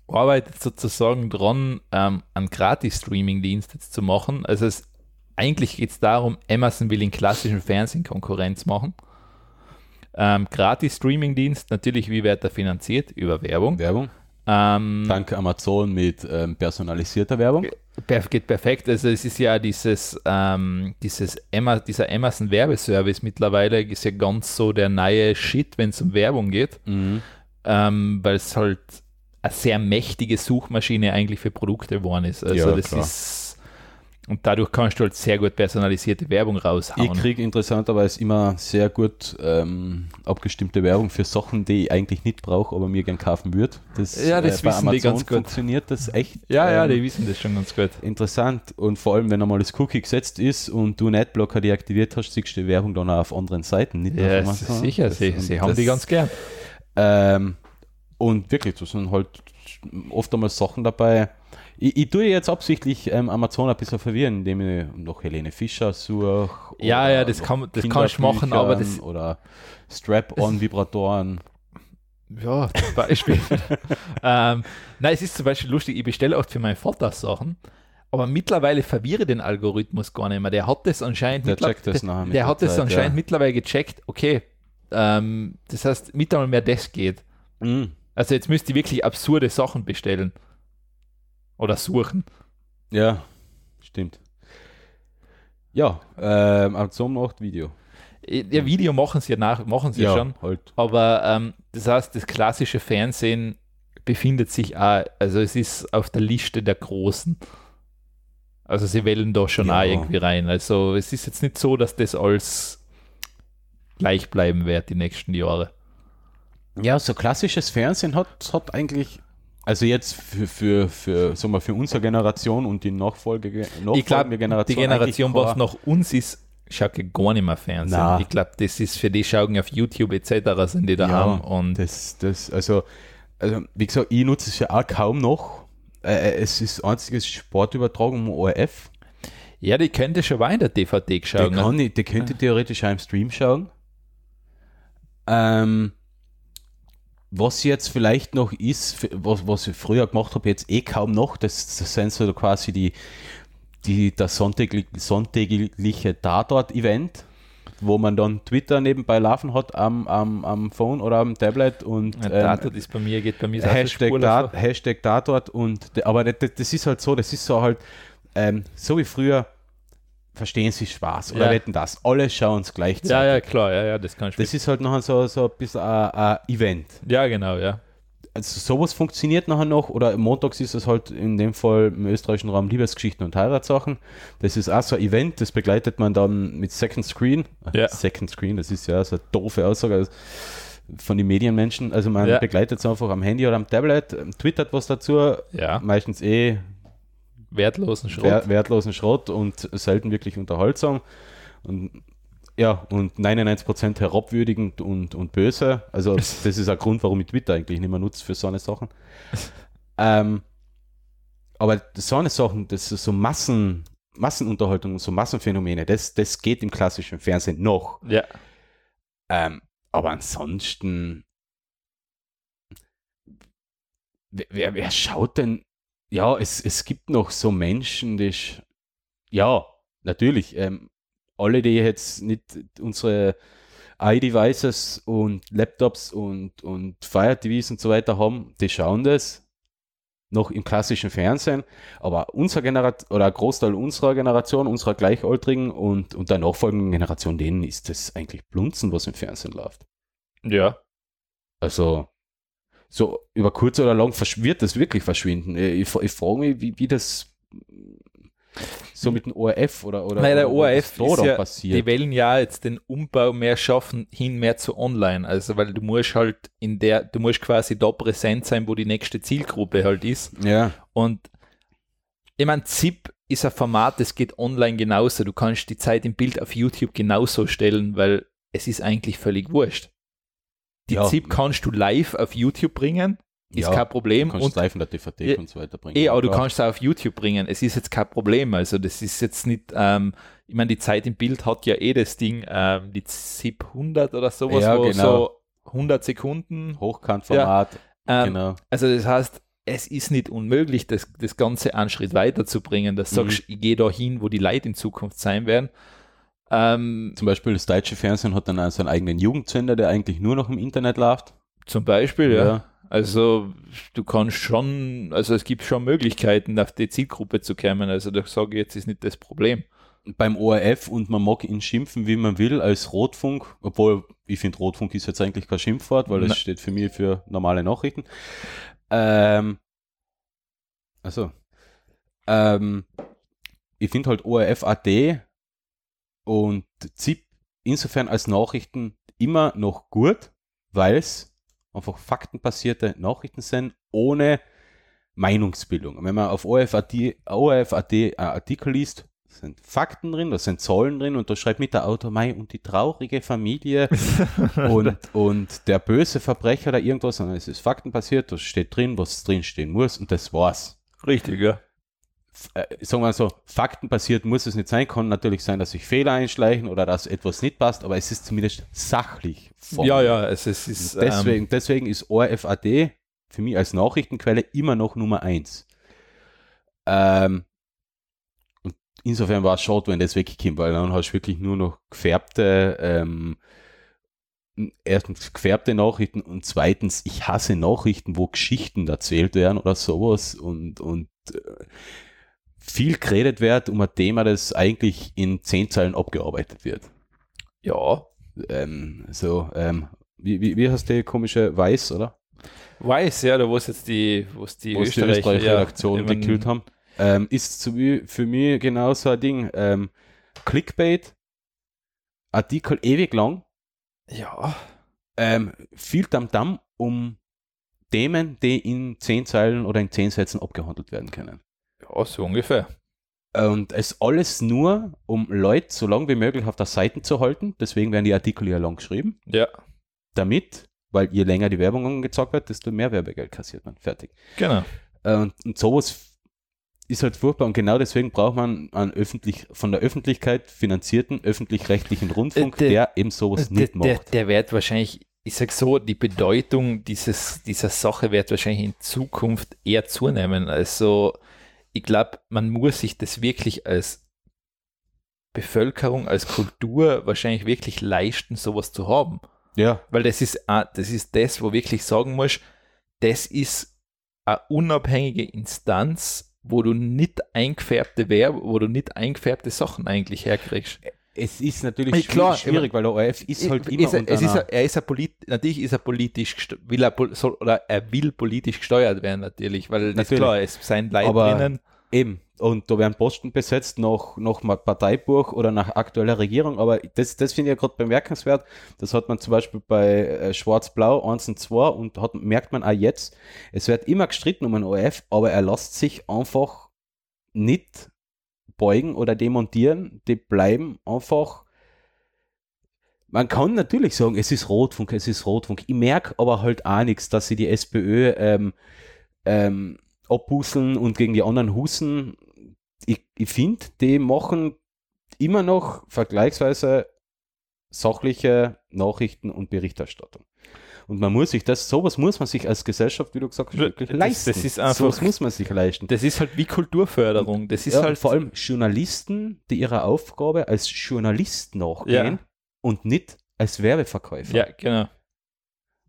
arbeitet sozusagen dran, ähm, einen Gratis-Streaming-Dienst jetzt zu machen. Also es, eigentlich geht es darum, Emerson will den klassischen Fernsehen Konkurrenz machen. Ähm, Gratis-Streaming-Dienst, natürlich, wie wird er finanziert? Über Werbung. Werbung. Ähm, Dank Amazon mit ähm, personalisierter Werbung. Perf geht perfekt. Also es ist ja dieses, ähm, dieses Emma, dieser Amazon Werbeservice mittlerweile ist ja ganz so der neue Shit, wenn es um Werbung geht, Mhm. ähm, weil es halt eine sehr mächtige Suchmaschine eigentlich für Produkte geworden ist. Also Ja, das klar. ist und dadurch kannst du halt sehr gut personalisierte Werbung Ich raushauen. kriege interessanterweise immer sehr gut ähm, abgestimmte Werbung für Sachen, die ich eigentlich nicht brauche, aber mir gern kaufen würde. Das, äh, Ja, das bei wissen die ganz gut. funktioniert das echt. ja, ja, ähm, die wissen das schon ganz gut. Interessant und vor allem, wenn einmal das Cookie gesetzt ist und du Netblocker deaktiviert hast, siehst du die Werbung dann auch auf anderen Seiten. Nicht nur auf Ja, s- Amazon. sicher, Das- sie, und sie haben das- die ganz gern. Ähm, und wirklich, das sind halt oft einmal Sachen dabei. Ich, ich tue jetzt absichtlich ähm, Amazon ein bisschen verwirren, indem ich noch Helene Fischer suche. Ja, oder ja, das noch kann- das kannst du machen, Kinderbüchern aber das- Oder Strap-on-Vibratoren. Ja, zum Beispiel. ähm, nein, es ist zum Beispiel lustig, ich bestelle oft für meinen Vater Sachen, aber mittlerweile verwirre den Algorithmus gar nicht mehr. Der hat das anscheinend Der mittler- checkt das nachher mit der der hat das Zeit, anscheinend ja. mittlerweile gecheckt, okay, ähm, das heißt, mittlerweile mehr das geht. Mhm. Also jetzt müsst ihr wirklich absurde Sachen bestellen. Oder suchen. Ja, stimmt. Ja, ähm, Amazon macht Video. Äh, Ja, Video machen sie ja nach, machen sie ja. schon. halt. Aber ähm, das heißt, das klassische Fernsehen befindet sich auch, also es ist auf der Liste der Großen. Also sie wählen da schon Ja. auch irgendwie rein. Also es ist jetzt nicht so, dass das alles gleich bleiben wird die nächsten Jahre. Ja, so klassisches Fernsehen hat, hat eigentlich, also jetzt für, für, für, sagen wir, für unsere Generation und die nachfolgende, nachfolgende ich glaube, die Generation. Generation, eigentlich was nach uns ist, schaut ja gar nicht mehr Fernsehen. Na. Ich glaube, das ist für die schauen auf YouTube etc. sind die da haben. Und das, das, also, also, wie gesagt, ich nutze es ja auch kaum noch. Äh, es ist einziges Sportübertragung im ORF. ja, die könnte schon weiter DVD Der, schauen. ne? Äh. kann, ich- der könnte theoretisch auch im Stream schauen. Ähm, was jetzt vielleicht noch ist, f- was, was ich früher gemacht habe, jetzt eh kaum noch, das, das sind so quasi die, die, das sonntäglich, sonntägliche Tatort-Event, wo man dann Twitter nebenbei laufen hat am, am, am Phone oder am Tablet und Ja, ähm, Tatort ist bei mir, geht bei mir ist auch so Hashtag, Spurlauf da, Hashtag Tatort und de- aber das, das ist halt so, das ist so halt ähm, so wie früher verstehen sie Spaß oder Ja. wetten das. Alle schauen es gleichzeitig. Ja, ja, klar, ja, ja, das kann ich Das ist halt nachher so, so ein bisschen ein, ein Event. Ja, genau, ja. Also sowas funktioniert nachher noch oder montags ist es halt in dem Fall im österreichischen Raum Liebesgeschichten und Heiratssachen. Das ist auch so ein Event, das begleitet man dann mit Second Screen. Äh, Ja. Second Screen, das ist ja so eine doofe Aussage also von den Medienmenschen. Also man Ja. begleitet es einfach am Handy oder am Tablet, ähm, twittert was dazu, Ja, meistens eh wertlosen Schrott. wer wertlosen Schrott und selten wirklich unterhaltsam. Und ja, und 99% herabwürdigend und, und böse. Also, das ist ein Grund, warum ich Twitter eigentlich nicht mehr nutze für so eine Sachen. Ähm, aber so eine Sachen, das ist so Massen, Massenunterhaltung und so Massenphänomene, das, das geht im klassischen Fernsehen noch. Ja, Ähm, aber ansonsten, wer, wer, wer schaut denn? Ja, es, es gibt noch so Menschen, die. sch- Ja, natürlich. Ähm, alle, die jetzt nicht unsere iDevices und Laptops und, und Fire TVs und so weiter haben, die schauen das noch im klassischen Fernsehen. Aber unser Generation oder ein Großteil unserer Generation, unserer Gleichaltrigen und, und der nachfolgenden Generation, denen ist das eigentlich Blunzen, was im Fernsehen läuft. ja. Also, so über kurz oder lang versch- wird das wirklich verschwinden. Äh, Ich, fra- ich frage mich, wie, wie das so mit dem ORF oder, oder, Nein, der oder was ORF ist da ja, dann die passiert. wählen ja jetzt den Umbau mehr schaffen hin mehr zu online. Also, weil du musst halt in der, du musst quasi da präsent sein, wo die nächste Zielgruppe halt ist. Ja, Und ich meine, ZIP ist ein Format, das geht online genauso. Du kannst die Zeit im Bild auf YouTube genauso stellen, weil es ist eigentlich völlig wurscht. Die Ja. ZIP kannst du live auf YouTube bringen, ist ja. du kein Problem. kannst Und es live in der DVD Ja, und so weiter bringen. Eh, aber du Ja. kannst es auch auf YouTube bringen. Es ist jetzt kein Problem. Also, das ist jetzt nicht, ähm, ich meine, die Zeit im Bild hat ja eh das Ding, ähm, die ZIP 100 oder sowas, Ja, wo genau. so 100 Sekunden. Hochkantformat, Ähm, genau. Also, das heißt, es ist nicht unmöglich, das, das Ganze einen Schritt weiterzubringen, dass du Mhm. sagst, ich gehe da hin, wo die Leute in Zukunft sein werden. Ähm, Zum Beispiel das deutsche Fernsehen hat dann auch seinen eigenen Jugendsender, der eigentlich nur noch im Internet läuft. zum Beispiel, ja. Ja. Also, du kannst schon, also es gibt schon Möglichkeiten, auf die Zielgruppe zu kommen. Also, da sage ich jetzt, ist nicht das Problem. beim ORF und man mag ihn schimpfen, wie man will, als Rotfunk, obwohl ich finde, Rotfunk ist jetzt eigentlich kein Schimpfwort, weil Na- das steht für mich für normale Nachrichten. Ähm, also, ähm, ich finde halt ORF AD und ZIP insofern als Nachrichten immer noch gut, weil es einfach faktenbasierte Nachrichten sind, ohne Meinungsbildung. Und Wenn man auf ORF.at ORF.at äh, Artikel liest, sind Fakten drin, da sind Zahlen drin und da schreibt mit der Autor Mai und die traurige Familie und, und der böse Verbrecher oder irgendwas, sondern es ist faktenbasiert, da steht drin, was drin stehen muss und das war's. Richtig, ja. F- Äh, sagen wir so, faktenbasiert muss es nicht sein, kann natürlich sein, dass sich Fehler einschleichen oder dass etwas nicht passt, aber es ist zumindest sachlich. Ja, formuliert. ja, es, es ist. ähm, Und Deswegen, deswegen ist ORFAD für mich als Nachrichtenquelle immer noch Nummer eins. Ähm, und insofern war es schade, wenn das weggekommen, weil dann hast du wirklich nur noch gefärbte, ähm, erstens gefärbte Nachrichten und zweitens, ich hasse Nachrichten, wo Geschichten erzählt werden oder sowas und, und äh, viel geredet wird um ein Thema, das eigentlich in zehn Zeilen abgearbeitet wird. Ähm, ja, ähm, so, ähm, wie, wie, wie heißt der komische Weiß, oder? Weiß, ja, oder wo es jetzt die, wo es die Wo es die Österreich-Redaktion ja, gekillt haben, ähm, ist zu, mi- für mich genau so ein Ding. Ähm, Clickbait, Artikel ewig lang, Ja, ähm, viel Damm um Themen, die in zehn Zeilen oder in zehn Sätzen abgehandelt werden können. ja, so ungefähr. Und es alles nur, um Leute so lange wie möglich auf der Seite zu halten. Deswegen werden die Artikel ja lang geschrieben. Ja, Damit, weil je länger die Werbung angezeigt wird, desto mehr Werbegeld kassiert man. Fertig. genau. Äh, Und, und sowas ist halt furchtbar. Und genau deswegen braucht man einen öffentlich, von der Öffentlichkeit finanzierten öffentlich-rechtlichen Rundfunk, Äh, der- der eben sowas nicht der, der, macht. der wird wahrscheinlich, ich sag so, die Bedeutung dieses, dieser Sache wird wahrscheinlich in Zukunft eher zunehmen. Also, ich glaube, man muss sich das wirklich als Bevölkerung, als Kultur wahrscheinlich wirklich leisten, sowas zu haben. Ja, Weil das ist, a- das ist das, wo wirklich sagen musst, das ist eine unabhängige Instanz, wo du nicht eingefärbte Werbung, wo du nicht eingefärbte Sachen eigentlich herkriegst. es ist natürlich Ey, schwierig, Äh, klar, schwierig, weil der ORF ist halt immer er, unter es ist einer- er, er ist er polit, natürlich ist er politisch gest- will er, pol- soll, oder er will politisch gesteuert werden natürlich, weil das ist Natürlich. klar, es sein Leid Aber- drinnen. Eben. Und da werden Posten besetzt nach, nach Ma- Parteibuch oder nach aktueller Regierung. Aber das, das finde ich ja gerade bemerkenswert. Das hat man zum Beispiel bei äh, Schwarz-Blau 1 und 2 und hat, merkt man auch jetzt, es wird immer gestritten um einen ORF, aber er lässt sich einfach nicht beugen oder demontieren. Die bleiben einfach. Man kann natürlich sagen, es ist Rotfunk, es ist Rotfunk. Ich merke aber halt auch nichts, dass sie die SPÖ ähm, ähm, abbusseln und gegen die anderen husen. Ich, ich finde, die machen immer noch vergleichsweise sachliche Nachrichten und Berichterstattung. Und man muss sich das, sowas muss man sich als Gesellschaft, wie du gesagt hast, Ja, wirklich das- leisten. das ist einfach- sowas muss man sich leisten. Das ist halt wie Kulturförderung. Das ist ja, halt vor allem Journalisten, die ihrer Aufgabe als Journalist nachgehen Ja. und nicht als Werbeverkäufer. ja genau.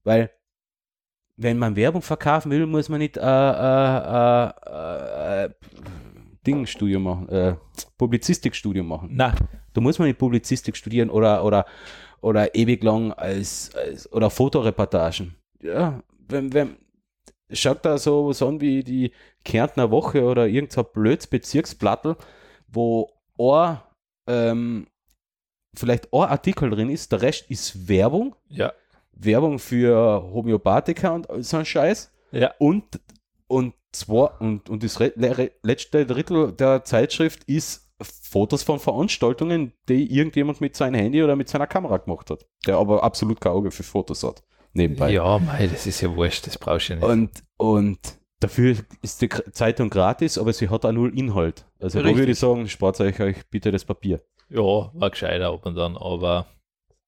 Weil, wenn man Werbung verkaufen will, muss man nicht äh, äh, äh, äh, Dingstudium machen, äh, Publizistikstudium machen. Na, Da muss man nicht Publizistik studieren oder, oder, oder ewig lang als, als oder Fotoreportagen. Ja, wenn, wenn, schaut da so was an wie die Kärntner Woche oder irgendein blöds Bezirksplattel, wo ein, ähm, vielleicht ein Artikel drin ist, der Rest ist Werbung. ja, Werbung für Homöopathika und so ein Scheiß. ja, Und, und, zwar, und, und das re- le- letzte Drittel der Zeitschrift ist Fotos von Veranstaltungen, die irgendjemand mit seinem Handy oder mit seiner Kamera gemacht hat. Der aber absolut kein Auge für Fotos hat. Nebenbei. ja, mei, das ist ja wurscht, das brauchst du ja nicht. Und, und dafür ist die K- Zeitung gratis, aber sie hat auch null Inhalt. Also da Richtig. würde ich sagen, spart euch, euch bitte das Papier. ja, war gescheiter ab und dann, aber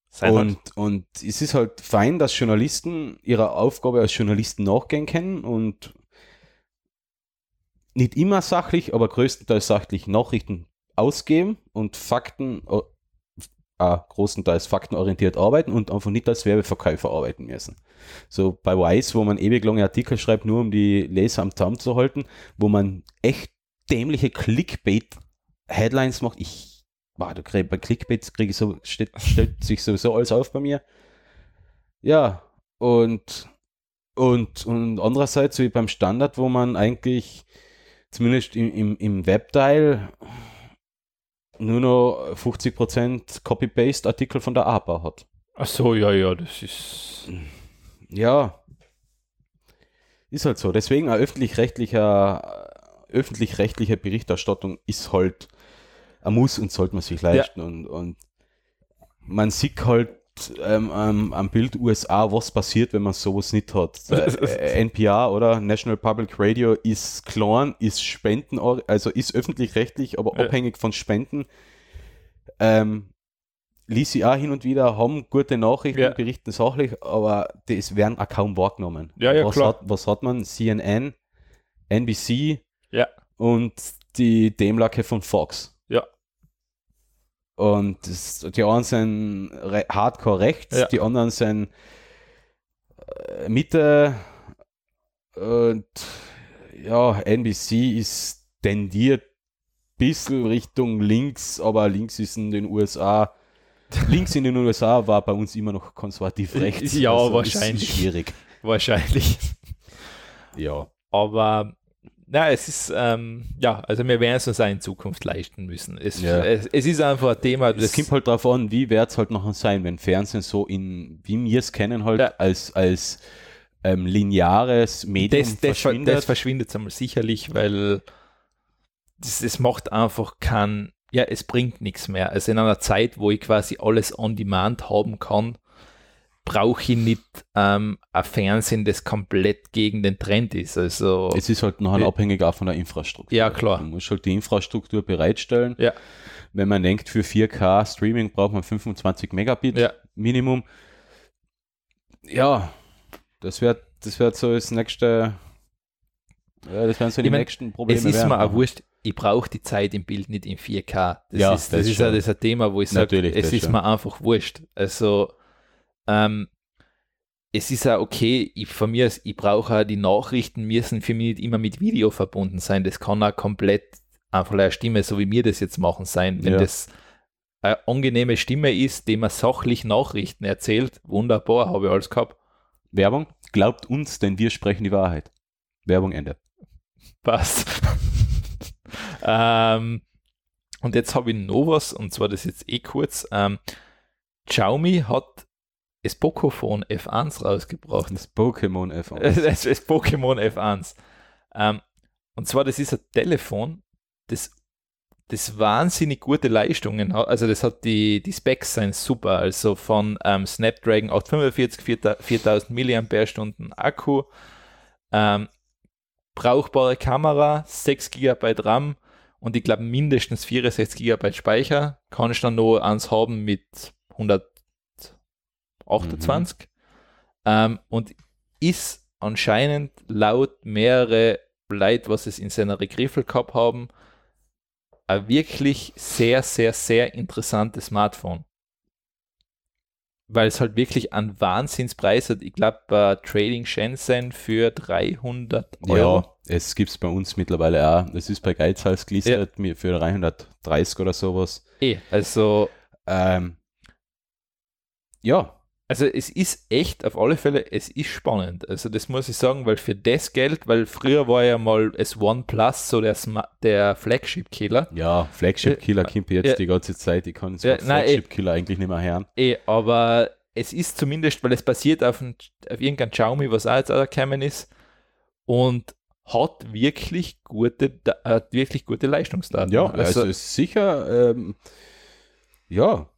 sein Und, und es ist halt fein, dass Journalisten ihrer Aufgabe als Journalisten nachgehen können und nicht immer sachlich, aber größtenteils sachlich Nachrichten ausgeben und Fakten, äh, äh, großenteils faktenorientiert arbeiten und einfach nicht als Werbeverkäufer arbeiten müssen. So bei Wise, wo man ewig lange Artikel schreibt, nur um die Leser am Zaum zu halten, wo man echt dämliche Clickbait-Headlines macht. Ich, boah, du krieg, bei Clickbait kriege ich so, steht, stellt sich sowieso alles auf bei mir. Ja, und, und, und andererseits wie beim Standard, wo man eigentlich zumindest im, im, im Webteil nur noch 50% Copy-Paste-Artikel von der APA hat. Ach so, ja, ja, das ist Ja. Ist halt so. Deswegen eine öffentlich-rechtlicher öffentlich-rechtliche Berichterstattung ist halt ein Muss und sollte man sich leisten. Und, und man sieht halt ähm, am- am Bild USA, was passiert, wenn man sowas nicht hat. Äh, NPR oder National Public Radio ist klein, ist Spenden, also ist öffentlich-rechtlich, aber Ja. abhängig von Spenden. Ähm, lies sie auch hin und wieder, haben gute Nachrichten, Ja. berichten sachlich, aber das werden auch kaum wahrgenommen. Ja, ja, was, klar. Hat, was hat man? CNN, NBC Ja. und die Demlacke von Fox. Ja. Und das, die anderen sind re hardcore rechts, Ja. die anderen sind äh, Mitte und ja, NBC ist tendiert bisschen Richtung links, aber links ist in den USA Links in den USA war bei uns immer noch konservativ rechts. Also Ja, ist wahrscheinlich. Schwierig. wahrscheinlich. Ja. Aber na, es ist, ähm, ja, also wir werden es uns auch in Zukunft leisten müssen. Es, Ja. es, es ist einfach ein Thema, Es kommt halt drauf an, wie wird es halt noch sein, wenn Fernsehen so in, wie wir es kennen, halt Ja. als, als ähm, lineares Medium das, das, ver- um verschwindet. das verschwindet einmal sicherlich, weil das, das macht einfach kein, ja, es bringt nichts mehr. Also in einer Zeit, wo ich quasi alles on demand haben kann, brauche ich nicht ähm, ein Fernsehen, das komplett gegen den Trend ist. Also es ist halt noch ein Ja. abhängig auch von der Infrastruktur. Ja, klar. Man muss halt die Infrastruktur bereitstellen. Ja. Wenn man denkt, für 4K Streaming braucht man 25 Megabit Ja. Minimum. Ja, das wird das wird so das nächste. Ja, das werden so die Ich mein, nächsten Probleme. es ist werden. mir auch wurscht, ich brauche die Zeit im Bild nicht in 4K. Das Ja, ist, das das ist, ja schon. das ist ein Thema, wo ich sage, Natürlich, es das ist schon. mir einfach wurscht. Also, ähm, es ist ja okay, ich, von mir aus, ich brauche auch die Nachrichten müssen für mich nicht immer mit Video verbunden sein. Das kann auch komplett einfach eine Stimme, so wie wir das jetzt machen, sein. Wenn Ja. das eine angenehme Stimme ist, die man sachlich Nachrichten erzählt, wunderbar, habe ich alles gehabt. Werbung, glaubt uns, denn wir sprechen die Wahrheit. Werbung Ende. Passt. ähm, und jetzt habe ich noch was, und zwar das jetzt eh kurz. Ähm, Xiaomi hat das Pocophone F1 rausgebracht. Das Pokémon F1. Das, das Pokémon F1. Ähm, und zwar, das ist ein Telefon, das, das wahnsinnig gute Leistungen hat. Also, das hat die, die Specs sind super. Also von ähm, Snapdragon 845, 4000 4000 mAh Akku, ähm, brauchbare Kamera, 6 GB RAM und ich glaube mindestens 64 GB Speicher. Kann ich dann noch eins haben mit 128. Ähm, und ist anscheinend laut mehrere Leute, was es in seiner Griffel gehabt haben, ein wirklich sehr, sehr, sehr interessantes Smartphone. Weil es halt wirklich einen Wahnsinnspreis hat. Ich glaube, bei Trading Shenzhen für 300 Euro. Ja, es gibt es bei uns mittlerweile auch. Es ist bei Geizhals gelistet mir für 330 oder sowas. Eh, also, Ähm, ja, also es ist echt auf alle Fälle, es ist spannend. Also das muss ich sagen, weil für das Geld, weil früher war ja mal das OnePlus so der, Sma- der Flagship-Killer. ja, Flagship Killer kommt jetzt Äh, Ja. die ganze Zeit. Ich kann jetzt Ja, mit nein, Flagship Killer eigentlich nicht mehr hören. Eh, aber es ist zumindest, weil es basiert auf, ein, auf irgendein Xiaomi, was auch jetzt auch gekommen ist und hat wirklich gute, Da- hat wirklich gute Leistungsdaten. Ja, also, ist sicher, ähm, ja,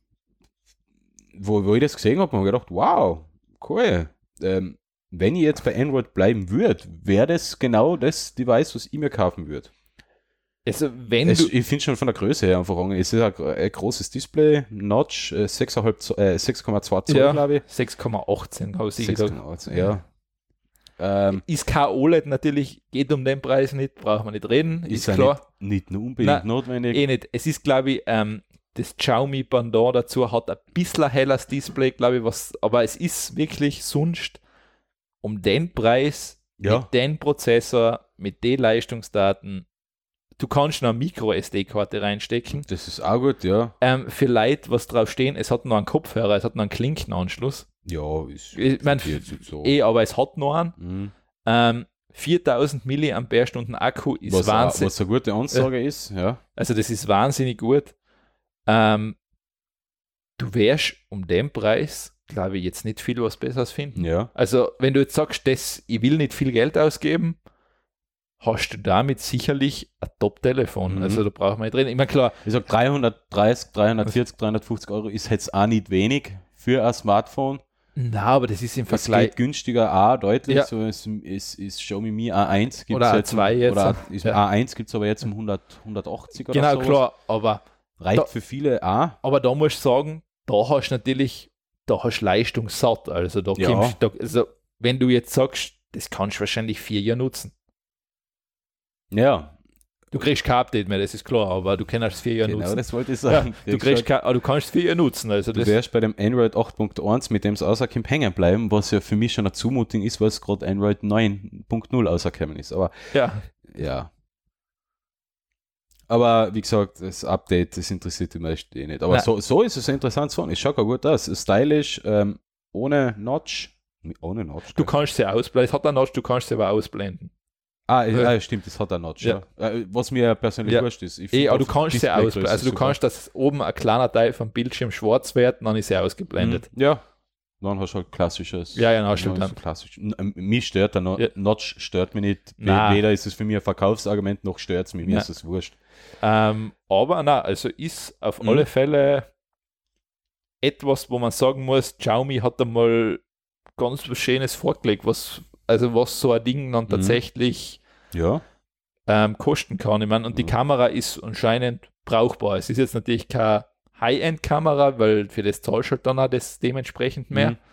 wo, wo ich das gesehen habe, habe ich gedacht, wow, cool. Ähm, wenn ich jetzt bei Android bleiben würde, wäre das genau das Device, was ich mir kaufen würde. also wenn Es, du, ich finde schon von der Größe her einfach, an. es ist ein, gro- ein großes Display, Notch, äh, 6,5 Zo- äh, 6,2 Zoll, Ja. glaube ich. 6,18 habe ich gesagt. 6,8, ja. Ähm, Ist kein OLED natürlich, geht um den Preis nicht, braucht man nicht reden, ist ist, ja klar. nicht, nicht unbedingt Nein, notwendig. Eh nicht. Es ist, glaube ich, ähm, das Xiaomi Bandor dazu hat ein bisschen ein helleres Display, glaube ich, was, aber es ist wirklich sonst um den Preis ja, mit dem Prozessor, mit den Leistungsdaten. Du kannst noch eine Micro-SD-Karte reinstecken. das ist auch gut, ja. Ähm, für Leute, was draufstehen, es hat noch einen Kopfhörer, es hat noch einen Klinkenanschluss. Ja, ist Ich mein, ist jetzt so. Eh, aber es hat noch einen. Mhm. Ähm, 4000 mAh Akku ist was, Wahnsinn. was eine gute Ansage ist, ja. Also das ist wahnsinnig gut. Ähm, du wärst um den Preis, glaube ich, jetzt nicht viel was Besseres finden. ja. Also, wenn du jetzt sagst, das, ich will nicht viel Geld ausgeben, hast du damit sicherlich ein Top-Telefon. Mhm. Also, da braucht man nicht reden. Ich meine, klar, Ich sag 330, 340, 350 Euro ist jetzt auch nicht wenig für ein Smartphone. na, aber das ist im Es Vergleich. geht günstiger auch deutlich. Ja. So es ist, ist Xiaomi Mi A1 gibt's Oder jetzt A2 jetzt. Oder ist, Ja. A1 gibt es aber jetzt um 100, 180 oder Genau, sowas. klar, aber, Reicht Da- für viele auch. aber da musst du sagen, da hast du natürlich, da hast du Leistung satt. Also, da Ja. kommst da, also, wenn du jetzt sagst, das kannst du wahrscheinlich vier Jahre nutzen. Ja, Du kriegst kein Update mehr, das ist klar, aber du kannst es vier Jahre genau, nutzen. das wollte ich Ja, sagen. du, kriegst kein, aber du kannst es vier Jahre nutzen. Also, Du das, wärst bei dem Android 8.1, mit dem es außerkommt, hängen bleiben, was ja für mich schon eine Zumutung ist, weil es gerade Android 9.0 außerkommen ist. Aber ja, ja. Aber wie gesagt, das Update, das interessiert die meisten eh nicht. Aber Nein. so, so ist es ein interessantes Phone. Es schaut auch gut aus. Stylisch, ähm, ohne Notch. Ohne Notch. gell? Du kannst sie ausblenden. Es hat einen Notch, du kannst sie aber ausblenden. ah, äh, Ja. ah, stimmt, das hat einen Notch. Ja. Ja. Äh, Was mir persönlich Ja. wurscht ist. Ich Eh, find aber du auf kannst sie Displaygröße ausblenden. Also du super. kannst, dass oben ein kleiner Teil vom Bildschirm schwarz wird und dann ist er ausgeblendet. Mhm. Ja. Dann hast du halt klassisches. Ja, ja, dann hast du neues dann- klassisch. N- ähm, Mich stört der no Ja. Notch, stört mich nicht. We- Nein. Weder ist es für mich ein Verkaufsargument, noch stört es mich. Mir Nein. ist es wurscht. Ähm, aber na, also ist auf Mhm. alle Fälle etwas, wo man sagen muss, Xiaomi hat da mal ganz was Schönes vorgelegt, was, also was so ein Ding dann Mhm. tatsächlich Ja. ähm, kosten kann. Ich meine, und die Mhm. Kamera ist anscheinend brauchbar. Es ist jetzt natürlich keine High-End-Kamera, weil für das zahlst du halt dann auch das dementsprechend mehr. Mhm. Also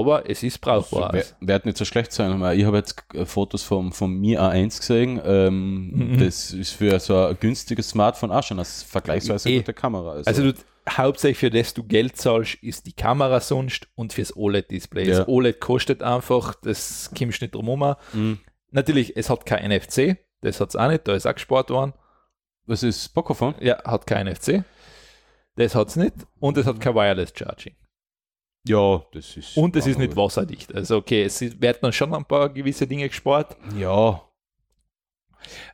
Aber es ist brauchbar. Wer- Wird nicht so schlecht sein, weil ich habe jetzt äh, Fotos vom, vom Mi A1 gesehen. Ähm, Mhm. Das ist für so ein günstiges Smartphone auch schon als vergleichsweise Eh. gute Kamera. Also, Also du, hauptsächlich für das du Geld zahlst, ist die Kamera sonst und fürs OLED-Display. Ja. Das OLED kostet einfach, das kommst nicht drum herum. Mhm. Natürlich, es hat kein NFC, das hat es auch nicht, da ist auch gespart worden. was ist Pocophone? Ja, hat kein NFC, das hat es nicht und es hat kein Wireless Charging. Ja, das ist. Und es ist nicht wasserdicht. Also okay, es ist- werden dann schon ein paar gewisse Dinge gespart. Ja.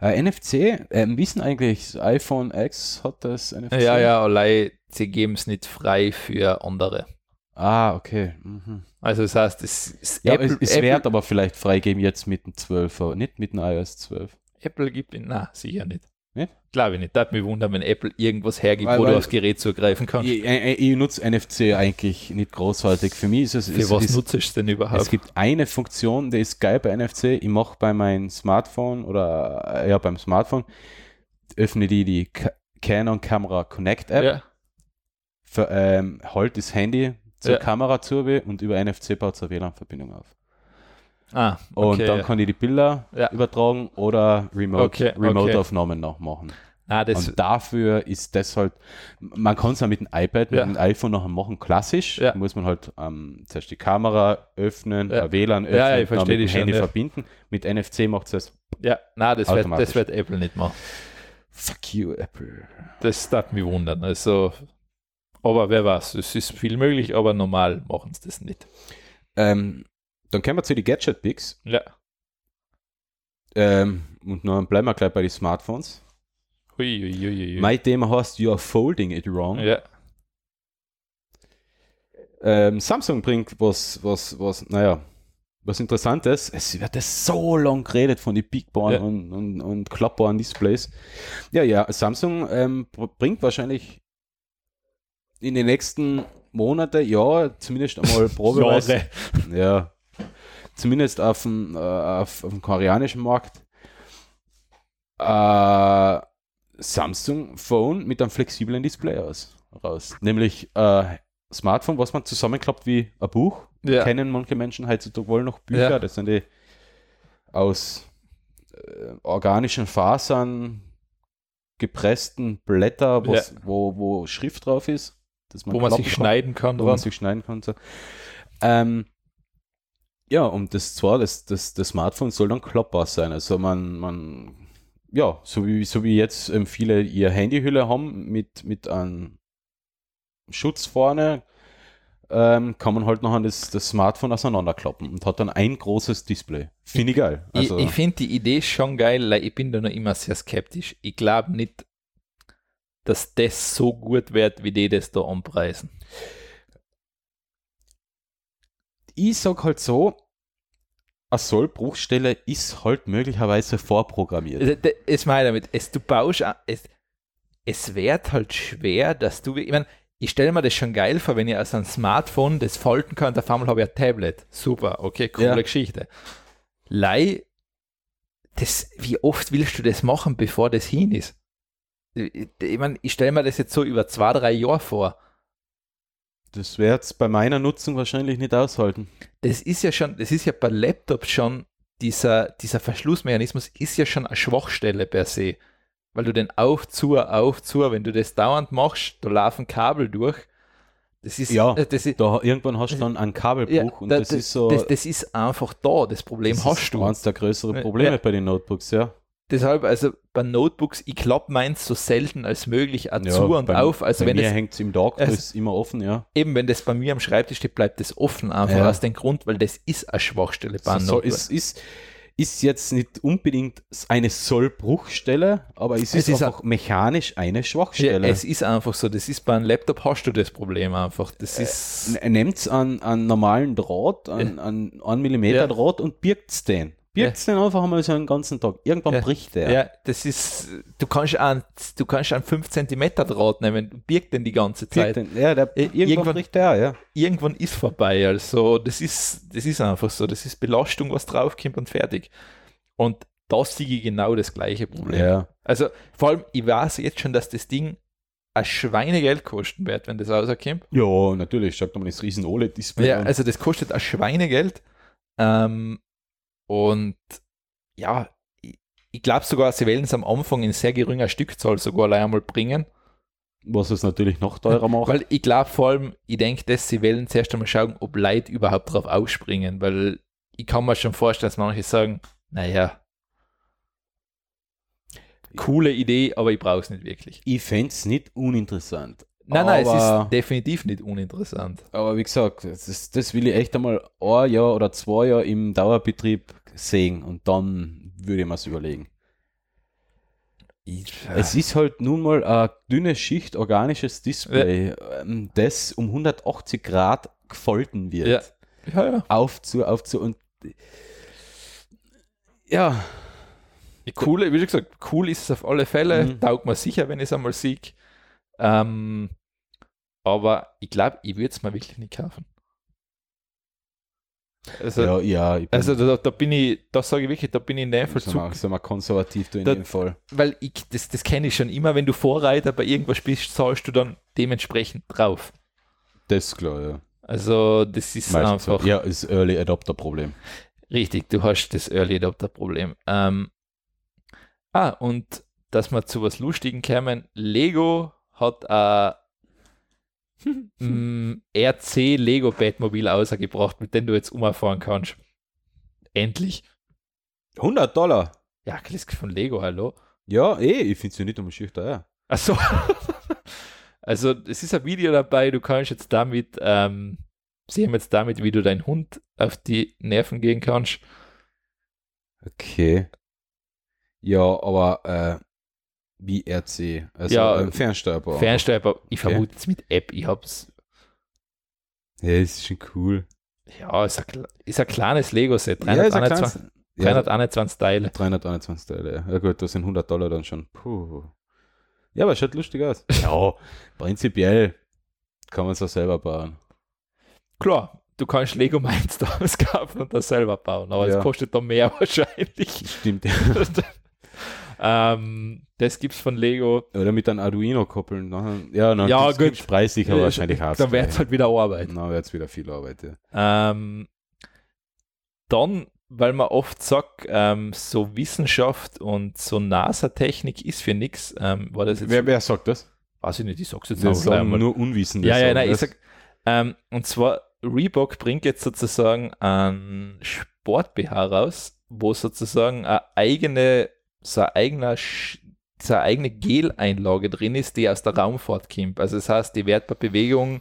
Äh, NFC, ähm, wissen eigentlich, das iPhone X hat das NFC? Ja, ja, allein sie geben es nicht frei für andere. Ah, okay. Mhm. Also das heißt, es, es, Ja, Apple, es, es Apple, wird aber vielleicht freigeben jetzt mit dem 12er, nicht mit dem iOS 12. Apple gibt ihn, na sicher nicht. Nicht? Glaube ich nicht. Da hat mich wundern, wenn Apple irgendwas hergibt, Weil- wo weil- du aufs Gerät zugreifen kannst. Ich, ich, ich nutze NFC eigentlich nicht großartig. Für mich ist es. Für es, was es, nutzt du es denn es überhaupt? gibt eine Funktion, die ist geil bei NFC. Ich mache bei meinem Smartphone oder äh, ja, beim Smartphone, öffne die die Ka- Canon Camera Connect App, ja. ver- ähm, holt das Handy zur Ja. Kamera zu und über NFC baut es eine WLAN-Verbindung auf. Ah, Und okay. dann kann ich die Bilder Ja. übertragen oder Remote- Okay, okay. Remote-Aufnahmen noch machen. ah, das, Und dafür ist das halt, man kann es ja mit dem iPad, Ja. mit dem iPhone nachher machen, klassisch. Ja. Muss man halt ähm, zuerst die Kamera öffnen, äh, Ja. ein WLAN Ja, öffnen, ja, ich dann verstehe mit dem dich schon, Handy ja. verbinden. Mit NFC macht es ja, nein, das wird, das Automatisch. wird Apple nicht machen. Fuck you, Apple. Das darf mich wundern. Also, aber wer weiß, es ist viel möglich, aber normal machen sie das nicht. Ähm, dann kommen wir zu den Gadget-Picks Ja. ähm, und dann bleiben wir gleich bei den Smartphones. Hui, hui, hui, hui. Mein Thema heißt You're Folding It Wrong. ja. Ähm, Samsung bringt was, was, was, naja, was Interessantes. Es wird ja so lang geredet von den Big Born Ja. und, und, und klappbaren Displays. Ja, ja, Samsung ähm, br- bringt wahrscheinlich in den nächsten Monate, ja, zumindest einmal Probeweise. Jahre. ja. Zumindest auf dem, äh, auf, auf dem koreanischen Markt. Äh, Samsung Phone mit einem flexiblen Display aus, raus. Nämlich äh, Smartphone, was man zusammenklappt wie ein Buch. Ja. Kennen manche Menschen heutzutage wohl noch Bücher. Ja. Das sind die aus äh, organischen Fasern gepressten Blätter, was, wo, wo Schrift drauf ist. Dass Wo man sich klappen kann schneiden kann. wo man dran. sich schneiden konnte. Ähm, ja, und das zwar, das, das, das Smartphone soll dann klappbar sein. Also man, man ja, so wie, so wie jetzt ähm, viele ihr Handyhülle haben mit, mit einem Schutz vorne, ähm, kann man halt noch an das, das Smartphone auseinanderklappen und hat dann ein großes Display. Finde ich geil. Also, ich ich finde die Idee schon geil, weil ich bin da noch immer sehr skeptisch. Ich glaube nicht, dass das so gut wird, wie die das da anpreisen. ich sag halt so, eine Sollbruchstelle ist halt möglicherweise vorprogrammiert. Also, de- Es meine ich damit, es, du baust, a- es, es wird halt schwer, dass du, ich meine, ich stelle mir das schon geil vor, wenn ich aus einem Smartphone das falten kann, und auf einmal habe ich ein Tablet. Super, okay, coole Ja. Geschichte. Lei, das, wie oft willst du das machen, bevor das hin ist? Ich ich meine, ich stelle mir das jetzt so über zwei, drei Jahre vor. Das werde es bei meiner Nutzung wahrscheinlich nicht aushalten. das ist ja schon, das ist ja bei Laptops schon, dieser, dieser Verschlussmechanismus ist ja schon eine Schwachstelle per se. Weil du den auf, zu, auf, zu, wenn du das dauernd machst, da laufen Kabel durch. Das ist, Ja, äh, das ist, Da, irgendwann hast du dann einen Kabelbruch ja, und da- das, ist so. das, das ist einfach da, das Problem das hast ist du. eines der größeren Ja. Probleme bei den Notebooks, ja. Deshalb, also bei Notebooks, ich klappe meins so selten als möglich auch Ja, zu und bei- auf. Also bei wenn mir das, hängt es im Dock, Also- ist immer offen, ja. eben wenn das bei mir am Schreibtisch steht, bleibt das offen einfach Ja. aus dem Grund, weil das ist eine Schwachstelle bei So, einem so, Notebook. es ist, ist jetzt nicht unbedingt eine Sollbruchstelle, aber es ist, ist einfach mechanisch eine ja, Schwachstelle. es ist einfach so, das ist bei einem Laptop hast du das Problem einfach. Äh, Das ist Nehmt es an, an normalen Draht, an, an 1 mm Ja. Draht und birgt es den. Birgt es den einfach einmal so einen ganzen Tag. Irgendwann Ja. bricht der. Ja. das ist, du kannst an, du kannst an 5 cm Draht nehmen und birgt den die ganze Birgt Zeit. den, ja, der Ir- irgendwann, irgendwann- bricht der, ja. Irgendwann ist vorbei, also das ist, das ist einfach so, das ist Belastung, was draufkommt und fertig. Und das sehe ich genau das gleiche Problem. Ja, Also vor allem, ich weiß jetzt schon, dass das Ding ein Schweinegeld kosten wird, wenn das rauskommt. ja natürlich. Schaut mal, das riesen OLED-Display. Ja, an. also das kostet ein Schweinegeld. Ähm, und ja, ich, ich glaube sogar, sie werden es am Anfang in sehr geringer Stückzahl sogar allein einmal bringen. was es natürlich noch teurer macht. Weil ich glaube vor allem, ich denke, dass sie wollen zuerst einmal schauen, ob Leute überhaupt drauf ausspringen, weil ich kann mir schon vorstellen, dass manche sagen, naja, coole Idee, aber ich brauche es nicht wirklich. ich fände es nicht uninteressant. Nein, nein, es Aber- ist definitiv nicht uninteressant. Aber wie gesagt, das, ist, das will ich echt einmal ein Jahr oder zwei Jahre im Dauerbetrieb sehen und dann würde ich mir überlegen. Es ist halt nun mal eine dünne Schicht organisches Display, ähm, das um 180 Grad gefalten wird. Ja. ja, ja. Auf zu, auf zu und ja, Ja, Cool, wie schon gesagt, cool ist es auf alle Fälle. Mhm. Taugt mir sicher, wenn ich es einmal sehe. Ähm, aber ich glaube, ich würde es mir wirklich nicht kaufen. Also, ja, ja, ich bin, also da, da bin ich, da sage ich wirklich, da bin ich in dem Fall so zu, mal, so mal konservativ du in Da- dem Fall. weil ich, das, das kenne ich schon immer, wenn du Vorreiter bei irgendwas bist, zahlst du dann dementsprechend drauf. Das ist klar, ja. Also das ist Meistens einfach so. Ja, ist Early Adopter Problem. richtig, du hast das Early Adopter Problem. Ähm, ah, und dass wir zu was Lustigen kämen, Lego hat ein mm, RC Lego Batmobil rausgebracht, mit dem du jetzt umfahren kannst. Endlich. 100 Dollar. Ja, das ist von Lego, hallo. Ja, eh, ich finde es ja nicht um Schicht, ja. Achso. Also, es ist ein Video dabei, du kannst jetzt damit, ähm, sie haben jetzt damit, wie du deinen Hund auf die Nerven gehen kannst. Okay. Ja, aber äh, wie RC, also Ja, ähm, fernsteuerbar. Fernsteuerbar, ich Okay. vermute es mit App, ich hab's. ja, ist schon cool. Ja, ist ein, kle- ist ein kleines Lego-Set, Ja, ist ein 321 kleines- ja, 321 Teile. 321 Teile. Ja gut, das sind 100 Dollar dann schon. Puh. Ja, aber schaut lustig aus. Ja, prinzipiell kann man es auch selber bauen. Klar, du kannst Lego Mindstorms kaufen und das selber bauen, aber Ja. es kostet da mehr wahrscheinlich. Stimmt. ähm, das gibt's von Lego. Oder mit einem Arduino koppeln. ne? Ja, dann Ja, gut. gibt's preislich, aber wahrscheinlich hast Äh, Dann wäre es halt wieder Arbeit. Dann wird es wieder viel Arbeit. Ja. Ähm, dann, weil man oft sagt, ähm, so Wissenschaft und so NASA-Technik ist für nichts, ähm, war das jetzt, Wer, wer sagt das? weiß ich nicht, ich sag's jetzt Das auch gleich sagen mal. nur Unwissende. Ja, ja, sagen nein, ich das. sag, ähm, und zwar Reebok bringt jetzt sozusagen ein Sport-BH raus, wo sozusagen eine eigene, so ein eigener, Sch- so eine eigene Gel-Einlage drin ist, die aus der Raumfahrt kommt. Also das heißt, die wird bei Bewegung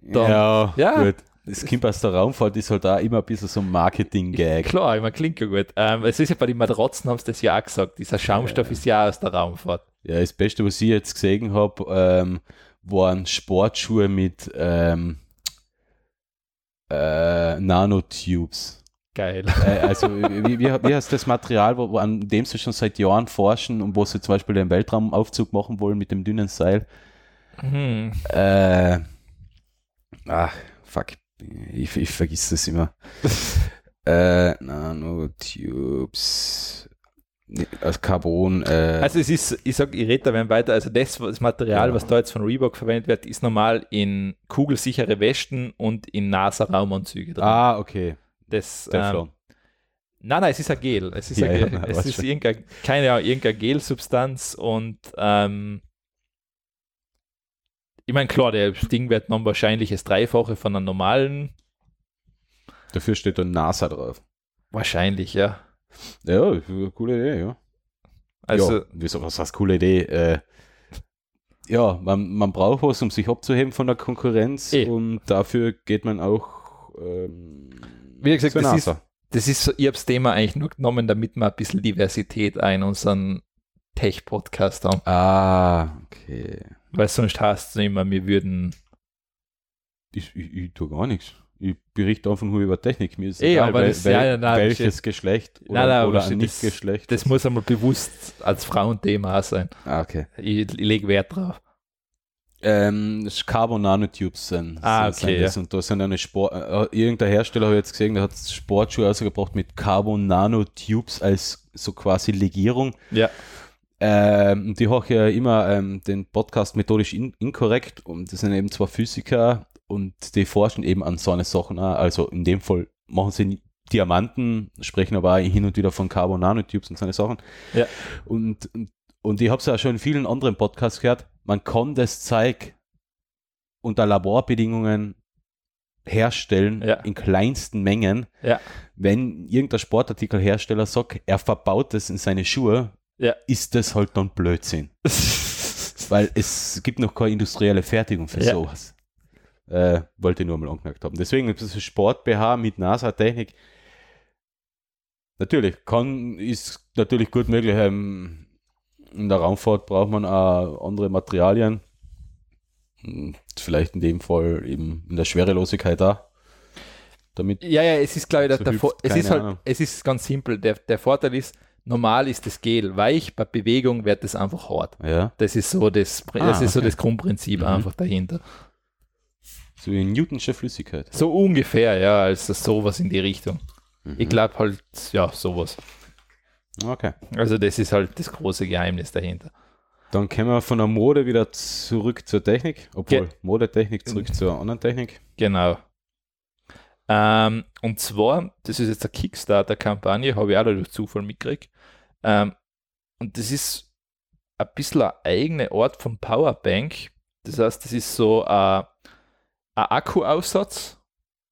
Dann- Ja, Ja. gut. Das Kind aus der Raumfahrt ist halt auch immer ein bisschen so ein Marketing-Gag. Klar, ich meine, klingt ja gut. Ähm, es ist ja bei den Matratzen, haben sie das ja auch gesagt. Dieser Schaumstoff ist ja auch aus der Raumfahrt. Ja, das Beste, was ich jetzt gesehen habe, ähm, waren Sportschuhe mit ähm, äh, Nanotubes. Geil. Äh, also, wie, wie, wie heißt das Material, wo, wo, an dem sie schon seit Jahren forschen und wo sie zum Beispiel den Weltraumaufzug machen wollen mit dem dünnen Seil? Hm. Äh, ach, fuck. Ich, ich vergiss das immer. äh, Nanotubes. Nee, Aus Carbon. Äh, Also es ist, ich sag, ich rede da wenn weiter. Also das, was- das Material, Genau. was da jetzt von Reebok verwendet wird, ist normal in kugelsichere Westen und in NASA-Raumanzüge drin. ah, okay. das, ähm, Teflon. nein, nein, es ist ein Gel. Es ist, Ja, ein ja, Gel. nein, es weiß ist schon. irgendein, keine Ahnung, irgendeine Gelsubstanz und ähm, ich meine, klar, der Ding wird dann wahrscheinlich das Dreifache von einem normalen Dafür steht dann NASA drauf. Wahrscheinlich, ja. Ja, coole Idee, ja. Also, ja, wieso, was, was coole Idee. Äh, ja, man, man braucht was, um sich abzuheben von der Konkurrenz Eh. und dafür geht man auch ähm, Wie gesagt, zur das NASA. das ist so, ich habe das Thema eigentlich nur genommen, damit wir ein bisschen Diversität auch in unseren Tech-Podcast haben. Ah, okay. Weil sonst heißt es immer, wir würden. Ich, ich, ich tue gar nichts. Ich berichte einfach nur über Technik. Mir ist Eh, egal, aber wel, das- wel, ja, ja, nein, welches Geschlecht oder, Nein, oder nein, aber ein das- Nicht-Geschlecht. Das muss einmal bewusst als Frauenthema auch sein. ah, okay. Ich, ich lege Wert drauf. Ähm, das Carbon Nanotubes sind, Ah, sind- okay, sind das. Und da sind eine Sport, äh, irgendein Hersteller habe ich jetzt gesehen, der hat Sportschuhe rausgebracht mit Carbon Nanotubes als so quasi Legierung. Ja. Ähm, und die habe ich ja immer ähm, den Podcast methodisch in, inkorrekt und das sind eben zwei Physiker und die forschen eben an so eine Sachen auch. Also in dem Fall machen sie Diamanten, sprechen aber auch hin und wieder von Carbon Nanotubes und so eine Sachen. Ja. Und, und, und ich habe es ja schon in vielen anderen Podcasts gehört, man kann das Zeug unter Laborbedingungen herstellen Ja. in kleinsten Mengen. Ja. Wenn irgendein Sportartikelhersteller sagt, er verbaut das in seine Schuhe, Ja. ist das halt dann Blödsinn. Weil es gibt noch keine industrielle Fertigung für Ja. sowas. Äh, wollte ich nur mal angemerkt haben. Deswegen ein bisschen Sport-BH mit NASA-Technik. Natürlich, kann, ist natürlich gut möglich. Ähm, in der Raumfahrt braucht man auch andere Materialien. Und Vielleicht in dem Fall eben in der Schwerelosigkeit da. Damit Ja, ja, es ist, glaube ich, der, So der hüpft, Vor- es keine ist halt, Ahnung. es ist ganz simpel. Der, der Vorteil ist, normal ist das Gel weich, bei Bewegung wird es einfach hart. ja, Das ist so das, Pri- Ah, das, ist so okay. das Grundprinzip Mhm. einfach dahinter. so wie Newtonsche Flüssigkeit. So ungefähr, ja, also sowas in die Richtung. Mhm. Ich glaube halt, ja, sowas. Okay. Also das ist halt das große Geheimnis dahinter. Dann kommen wir von der Mode wieder zurück zur Technik. Obwohl, Ge- Modetechnik zurück zur anderen Technik. Genau. Ähm, und zwar, das ist jetzt eine Kickstarter-Kampagne, habe ich auch durch Zufall mitgekriegt. Ähm, und das ist ein bisschen eine eigene Art von Powerbank. Das heißt, das ist so ein, ein Akkuaufsatz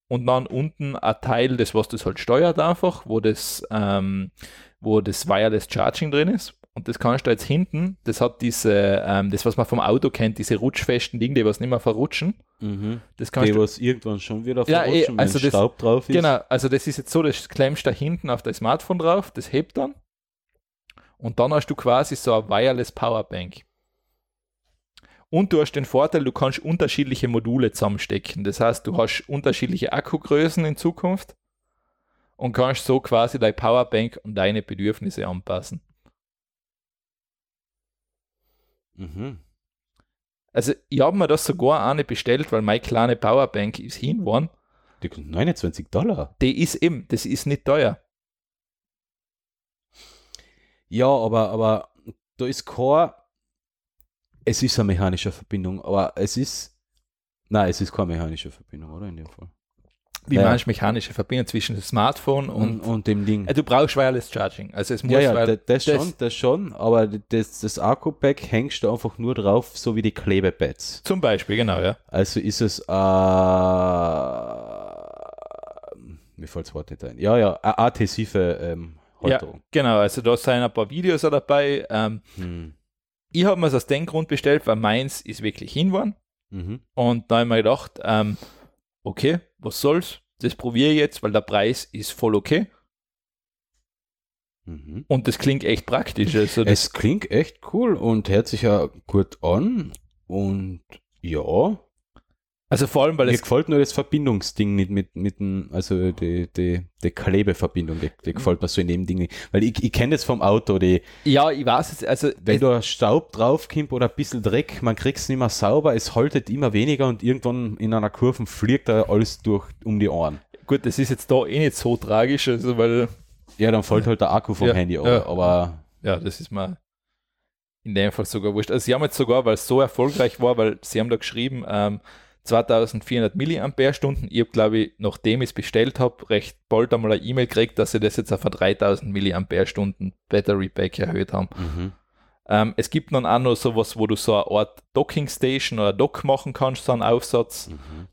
und dann unten ein Teil, das was das halt steuert einfach, wo das, ähm, wo das Wireless Charging drin ist. Und das kannst du jetzt hinten, das hat diese, ähm, das was man vom Auto kennt, diese rutschfesten Dinge, die was nicht mehr verrutschen. Das kannst Mhm. Die, du was irgendwann schon wieder Ja, eh, verrutschen, also wenn das- Staub drauf ist. Genau, also das ist jetzt so, das klemmst da hinten auf dein Smartphone drauf, das hebt dann und dann hast du quasi so eine Wireless Powerbank. Und du hast den Vorteil, du kannst unterschiedliche Module zusammenstecken. Das heißt, du hast unterschiedliche Akkugrößen in Zukunft und kannst so quasi deine Powerbank und deine Bedürfnisse anpassen. Mhm. Also ich habe mir das sogar eine bestellt, weil meine kleine Powerbank ist hin worden. Die kostet 29 Dollar. Die ist eben, das ist nicht teuer. Ja, aber, aber da ist kein. Es ist eine mechanische Verbindung, aber es ist. Nein, es ist keine mechanische Verbindung, oder? In dem Fall. Wie Ja. meinst du mechanische Verbindung zwischen dem Smartphone und, Und, und dem Ding. Äh, Du brauchst Wireless Charging. Also es muss Ja, ja, weil- da- das, das- schon, das schon, aber das, das Akku-Pack hängst du einfach nur drauf, so wie die Klebepads. zum Beispiel, genau, ja. Also ist es, äh, mir fällt das Wort nicht ein. Ja, ja, a- adhesive ähm, ja. Halterung. Genau, also da sind ein paar Videos auch dabei. Ähm, Hm. ich habe mir es aus dem Grund bestellt, weil meins ist wirklich hinwand. Mhm. Und da habe ich mir gedacht, ähm, okay, was soll's? Das probiere ich jetzt, weil der Preis ist voll okay. Mhm. Und das klingt echt praktisch. Also das, Es klingt echt cool und hört sich ja gut an. Und ja, also vor allem, weil mir es gefällt nur das Verbindungsding nicht mit, mit dem, also die, die, die Klebeverbindung, die, die gefällt mir so in dem Ding. nicht. Weil ich, ich kenne das vom Auto, die, ja, ich weiß es, also wenn es, da Staub draufkommt oder ein bisschen Dreck, man kriegt es nicht mehr sauber, es haltet immer weniger und irgendwann in einer Kurve fliegt da alles durch um die Ohren. gut, das ist jetzt da eh nicht so tragisch, also weil Ja, dann fällt halt der Akku vom Ja, Handy ab, ja. aber ja, das ist mal in dem Fall sogar wurscht. Also sie haben jetzt sogar, weil es so erfolgreich war, weil sie haben da geschrieben, ähm, 2400 Milliampere-Stunden. Ich habe, glaube ich, nachdem ich es bestellt habe, recht bald einmal eine E-Mail gekriegt, dass sie das jetzt auf ein 3000 Milliampere-Stunden Battery Pack erhöht haben. Ähm, es gibt dann auch noch sowas, wo du so eine Art Docking Station oder Dock machen kannst, so einen Aufsatz.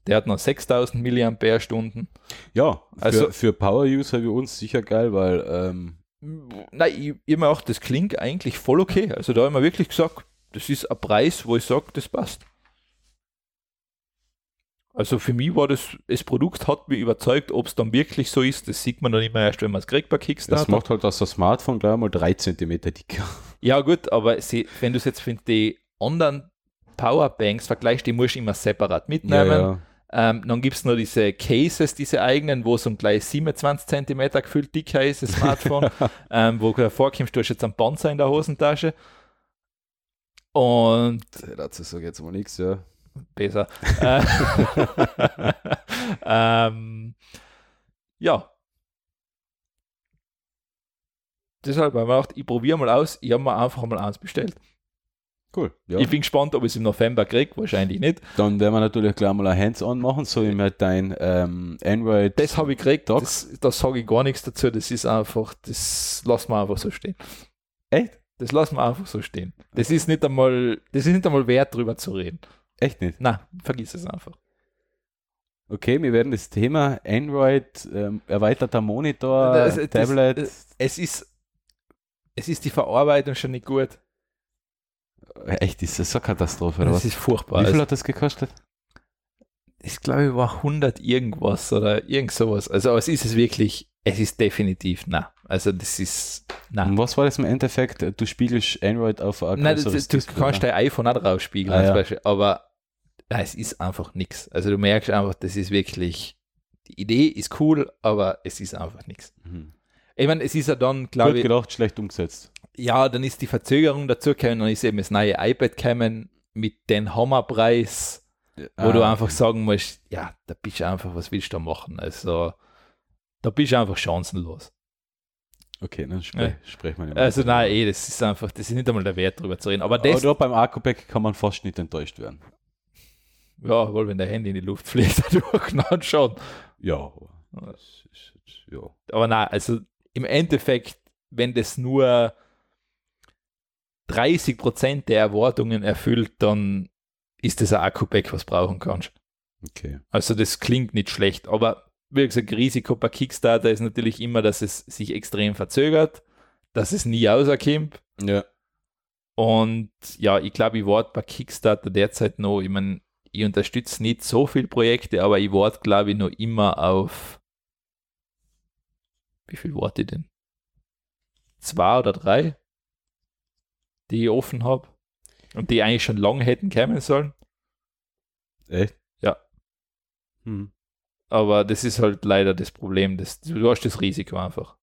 Der hat noch 6000 Milliampere-Stunden. ja, für, Also- für Power-User wie uns sicher geil, weil ähm, Nein, ich, ich mir auch, das klingt eigentlich voll okay. Also da haben wir wirklich gesagt, das ist ein Preis, wo ich sage, das passt. Also für mich war das, das Produkt hat mich überzeugt, ob es dann wirklich so ist, das sieht man dann immer erst, wenn man es kriegt bei Das Kickstarter. macht halt aus dem Smartphone gleich mal 3 cm dicker. Ja gut, aber sie, wenn du es jetzt mit den anderen Powerbanks vergleichst, die musst du immer separat mitnehmen. Ähm, dann gibt es noch diese Cases, diese eigenen, wo es um gleich 27 cm gefühlt dicker ist, das Smartphone, ähm, wo du hervorkommst, du hast jetzt einen Panzer in der Hosentasche. Und Dazu sage ich jetzt mal nichts, ja. besser. Äh, ähm, ja. Deshalb habe ich mir gedacht, ich probiere mal aus, ich habe mir einfach mal eins bestellt. Cool. Ja. Ich bin gespannt, ob ich es im November kriege, wahrscheinlich nicht. Dann werden wir natürlich gleich mal ein Hands-on machen, so wie wir dein ähm, Android. Das habe ich gekriegt, Doc? das, da sage ich gar nichts dazu, das ist einfach, das lassen wir einfach so stehen. Echt? Das lassen wir einfach so stehen. Das ist nicht einmal, das ist nicht einmal wert, drüber zu reden. Echt nicht. Na, vergiss es einfach. Okay, wir werden das Thema Android, ähm, erweiterter Monitor, Das- das- Tablet. das- Es ist, es ist die Verarbeitung schon nicht gut. Echt, ist das so eine Katastrophe, oder Das was? ist furchtbar. Wie viel Also, hat das gekostet? ich glaube, war 100 irgendwas oder irgend sowas. Also, aber es ist es wirklich, es ist definitiv, na. Also, das ist, na. Und was war das im Endeffekt? Du spiegelst Android auf ein Nein, du, größeres du Display, kannst ne? dein iPhone auch draufspiegeln, Ah, als ja. Beispiel, aber nein, es ist einfach nichts. Also, du merkst einfach, das ist wirklich, die Idee ist cool, aber es ist einfach nichts. Mhm. Ich meine, es ist ja dann, Gut genau. glaube ich, gedacht, schlecht umgesetzt. ja, dann ist die Verzögerung dazu gekommen, dann ist eben das neue iPad gekommen mit dem Hammerpreis, wo Ah, du einfach sagen musst, ja, da bist du einfach, was willst du da machen? Also, da bist du einfach chancenlos. Okay, dann sprech, sprech mal nicht mehr. Also, nein, eh, das ist einfach, das ist nicht einmal der Wert, drüber zu reden. Aber das, Oder beim Akku-Pack kann man fast nicht enttäuscht werden. ja, wohl, wenn der Handy in die Luft fliegt, dadurch, dann schon. Ja. Das ist jetzt- ja. Aber nein, also im Endeffekt, wenn das nur 30 Prozent der Erwartungen erfüllt, dann ist das ein Akku-Pack, was du brauchen kannst. Okay. Also das klingt nicht schlecht, aber wie gesagt, Risiko bei Kickstarter ist natürlich immer, dass es sich extrem verzögert, dass es nie rauskommt. Ja. Und ja, ich glaube, ich warte bei Kickstarter derzeit noch, ich meine, ich unterstütze nicht so viele Projekte, aber ich warte, glaube ich, noch immer auf wie viel warte ich denn? Zwei oder drei, die ich offen habe und die eigentlich schon lange hätten kommen sollen. Echt? Ja. Hm. Aber das ist halt leider das Problem. Das, du hast das Risiko einfach.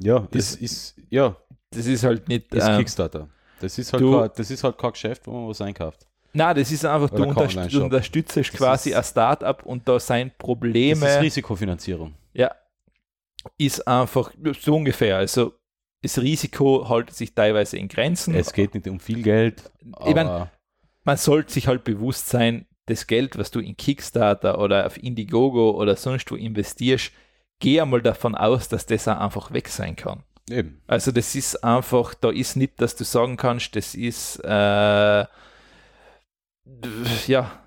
Ja, Das- das ist, ja, Das ist halt nicht. ist ähm, Kickstarter. Das ist halt, du- kein, das ist halt kein Geschäft, wo man was einkauft. nein, das ist einfach, du, Oder kein unterst du Online-Shop. unterstützt Das quasi ist- ein Startup und da sein Das Probleme ist ist, Risikofinanzierung. einfach so ungefähr. Also das Risiko hält sich teilweise in Grenzen. Es geht nicht um viel Geld, ich mein, aber man sollte sich halt bewusst sein, das Geld, was du in Kickstarter oder auf Indiegogo oder sonst wo investierst, geh einmal davon aus, dass das auch einfach weg sein kann. eben. Also das ist einfach, da ist nicht, dass du sagen kannst, das ist äh, ja,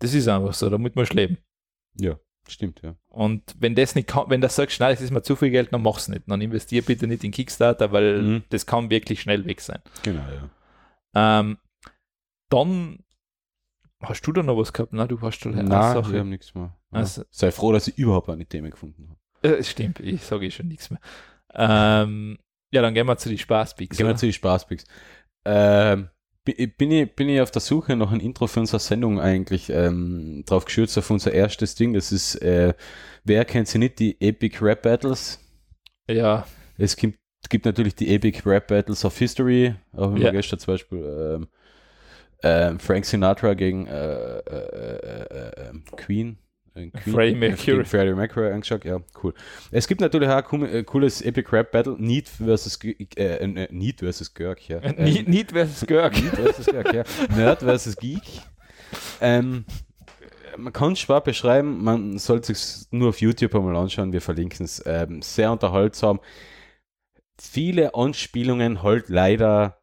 das ist einfach so, damit musst du leben. Ja, stimmt, ja. Und wenn das nicht kann, wenn das sagst, nein, das ist mir zu viel Geld, dann mach's nicht. Dann investier bitte nicht in Kickstarter, weil Mhm. das kann wirklich schnell weg sein. Genau, ja. Ähm, dann hast du da noch was gehabt? Na, du hast da eine Nein, Sache. wir haben nichts mehr. Ja. Also- Sei froh, dass ich überhaupt eine Themen gefunden habe. Äh, es stimmt, ich sage eh schon nichts mehr. Ähm, ja, dann gehen wir zu den Spaßpicks. Gehen wir oder? zu den Genau, Spaßpicks. Ähm, bi- bin, ich, bin ich auf der Suche nach einem Intro für unsere Sendung eigentlich ähm, drauf geschürzt auf unser erstes Ding. Das ist, äh, wer kennt sie nicht, die Epic Rap Battles. ja, Es gibt, gibt natürlich die Epic Rap Battles of History, auch wenn wir Ja. gestern zum Beispiel ähm, ähm, Frank Sinatra gegen äh, äh, äh, ähm, Queen. äh, Queen- Freddie Mercury. gegen Freddie Mercury angeschaut, ja, cool. Es gibt natürlich auch ein cool- äh, cooles Epic Rap Battle, Need versus, G- äh, äh, Need versus Görg, ja. Ähm, Need, Need versus Görg. Geek versus Geek, ja. Nerd versus Geek. Ähm, man kann es schwer beschreiben, man sollte es nur auf YouTube einmal anschauen, wir verlinken es. Ähm, sehr unterhaltsam. Viele Anspielungen halt leider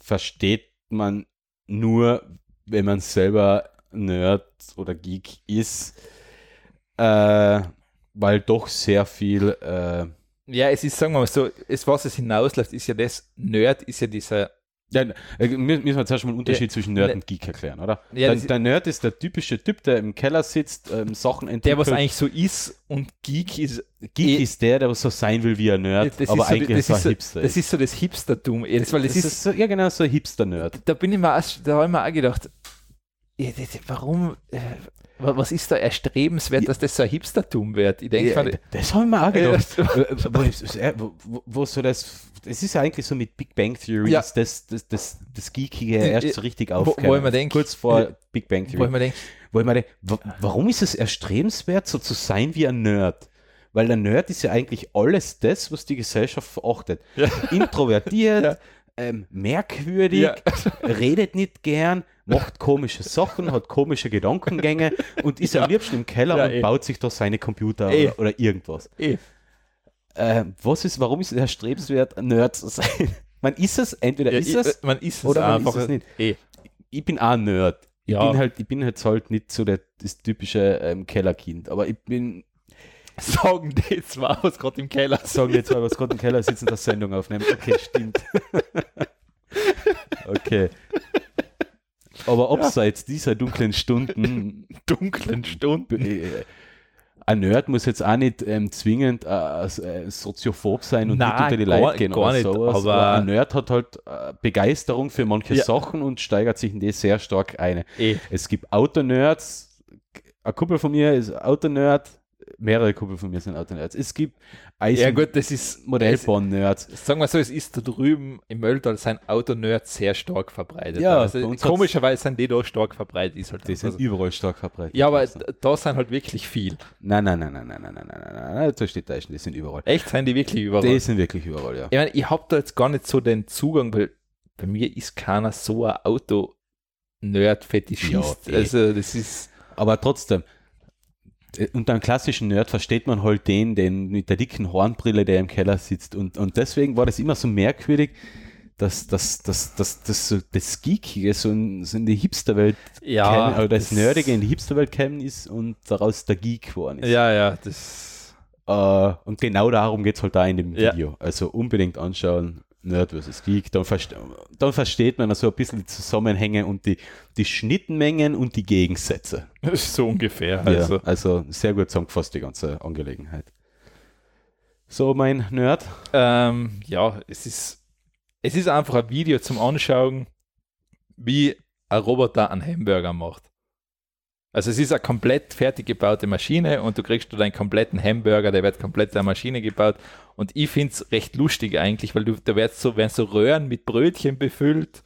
versteht man nur, wenn man selber Nerd oder Geek ist. Äh, weil doch sehr viel äh, Ja, es ist, sagen wir mal so, es, was es hinausläuft, ist ja das, Nerd ist ja dieser, Ja, äh, mü- müssen wir zuerst mal den Unterschied zwischen Nerd und Geek erklären, oder? Ja, der, das- der Nerd ist der typische Typ, der im Keller sitzt, ähm, Sachen der entwickelt. was eigentlich so ist und Geek ist, Geek ist der, der was so sein will wie ein Nerd, das aber ist so, eigentlich das, so ist ein so, Hipster. das ist so das Hipstertum, eh, das, weil eh. das, Das ist, so, ja genau so ein Hipster-Nerd. da bin ich mir auch, da habe ich mir auch gedacht, ja, das- warum, äh, wa- was ist da erstrebenswert, dass das so ein Hipstertum wird? Ich denke, Ja, das haben wir auch gedacht. Ja. Äh, wo, ist- äh, wo, wo- wo so das, das ist ja eigentlich so mit Big Bang Theory, Ja. Äh, ist das, das, das, das Geekige erst so richtig wo aufkam. ich mir denk- Kurz vor äh, Big Bang wo Theory. ich mir denke, Wo ich meine, wa- warum ist es erstrebenswert, so zu sein wie ein Nerd? Weil der Nerd ist ja eigentlich alles das, was die Gesellschaft verachtet. Introvertiert, Ja. ähm, merkwürdig, Ja. redet nicht gern, macht komische Sachen, hat komische Gedankengänge und ist am liebsten im Keller Ja, und eh. baut sich da seine Computer Eh. oder, oder irgendwas. eh, Ähm, was ist, warum ist es erstrebenswert, ein Nerd zu sein? Man ist es, entweder ja, ist ich- äh, es, man ist es oder man einfach, ist es nicht. eh. ich bin auch ein Nerd. Ich, Ja. bin halt, ich bin halt so halt nicht so der, das typische ähm, Kellerkind, aber ich bin, sagen die zwar, was gerade im Keller ist. sagen wir jetzt mal, was gerade im Keller sitzen, das Sendung aufnehmen. Okay, stimmt. okay. Aber abseits dieser dunklen Stunden, dunklen Stunden. äh, ein Nerd muss jetzt auch nicht ähm, zwingend äh, äh, soziophob sein und Nein, nicht unter die gar- Leute gehen gar oder nicht, sowas. aber- ein Nerd hat halt äh, Begeisterung für manche Ja. Sachen und steigert sich in die sehr stark ein. Eh. Es gibt Autonerds. Ein Kumpel von mir ist Autonerd. Mehrere Kumpel von mir sind Autonerds. Es gibt Ja Eisen gut, das ist, Modellbahn-Nerds. es- sagen wir so, es ist da drüben im Mölltal sein Autonerd sehr stark verbreitet. Ja, bei also, uns komischerweise sind die da stark verbreitet. Ist halt Die sind einfach so. überall stark verbreitet. Also. ja, aber d- da sind halt wirklich viel. Nein, nein, nein, nein, nein, nein, nein, nein, nein, nein, da steht da schon, die sind überall. Echt, sind die wirklich überall. Die sind wirklich überall, ja. ich meine, ich habe da jetzt gar nicht so den Zugang, weil bei mir ist keiner so ein Auto-Nerd-Fetischist. Ja, eh. also das ist, Aber trotzdem, äh, unter einem klassischen Nerd versteht man halt den, den mit der dicken Hornbrille, der im Keller sitzt. Und, und deswegen war das immer so merkwürdig, dass, dass, dass, dass, dass so das Geekige so in, so in die Hipsterwelt ja. kämen, oder das, Nerdige in die Hipsterwelt kämen ist und daraus der Geek geworden ist. Ja, ja, das, Äh, und genau darum geht es halt da in dem Ja. Video. Also unbedingt anschauen, Nerd vs. Geek, dann, verste dann versteht man so ein bisschen die Zusammenhänge und die, die Schnittmengen und die Gegensätze. das ist so ungefähr. Also, Also. ja, also sehr gut zusammengefasst, die ganze Angelegenheit. So, mein Nerd. Ähm, ja, es ist, es ist einfach ein Video zum Anschauen, wie ein Roboter einen Hamburger macht. Also es ist eine komplett fertig gebaute Maschine und du kriegst du deinen kompletten Hamburger, der wird komplett der Maschine gebaut. Und ich finde es recht lustig eigentlich, weil du, da wird so, werden so Röhren mit Brötchen befüllt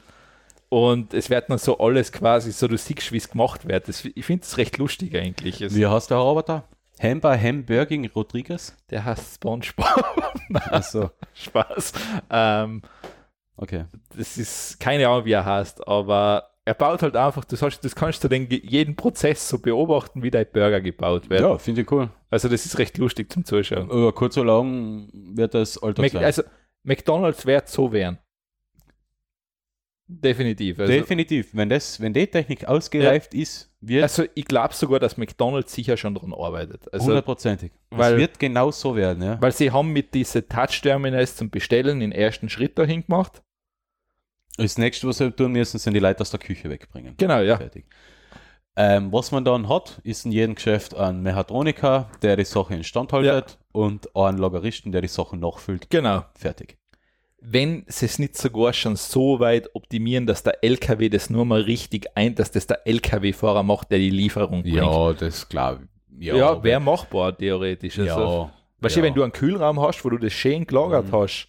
und es wird dann so alles quasi, so du siehst, wie es gemacht wird. Das, ich finde es recht lustig eigentlich. Es, Wie heißt der Roboter? Hamba Hamburging Rodriguez? Der heißt Spongebob. Achso, Spaß. Ähm, okay. das ist keine Ahnung, wie er heißt, aber er baut halt einfach, das, heißt, das kannst du den, jeden Prozess so beobachten, wie dein Burger gebaut wird. Ja, finde ich cool. Also das ist recht lustig zum Zuschauen. Über kurz oder lang wird das Alter Mac, sein. also McDonalds wird so werden. Definitiv. Also, Definitiv. Wenn, das, wenn die Technik ausgereift ist, wird also ich glaube sogar, dass McDonalds sicher schon daran arbeitet. Also, hundertprozentig. weil- es wird genau so werden, ja. weil sie haben mit diesen Touch-Terminals zum Bestellen den ersten Schritt dahin gemacht. Das nächste, was wir tun müssen, sind die Leute aus der Küche wegbringen. Genau, ja. Fertig. Ähm, was man dann hat, ist in jedem Geschäft ein Mechatroniker, der die Sache instand haltet und einen Lageristen, der die Sachen nachfüllt. Genau. Fertig. wenn sie es nicht sogar schon so weit optimieren, dass der LKW das nur mal richtig ein, dass das der LKW-Fahrer macht, der die Lieferung bringt. das ist klar. Ja, wäre machbar, theoretisch. Also, weißt du, wenn du einen Kühlraum hast, wo du das schön Mhm. gelagert hast,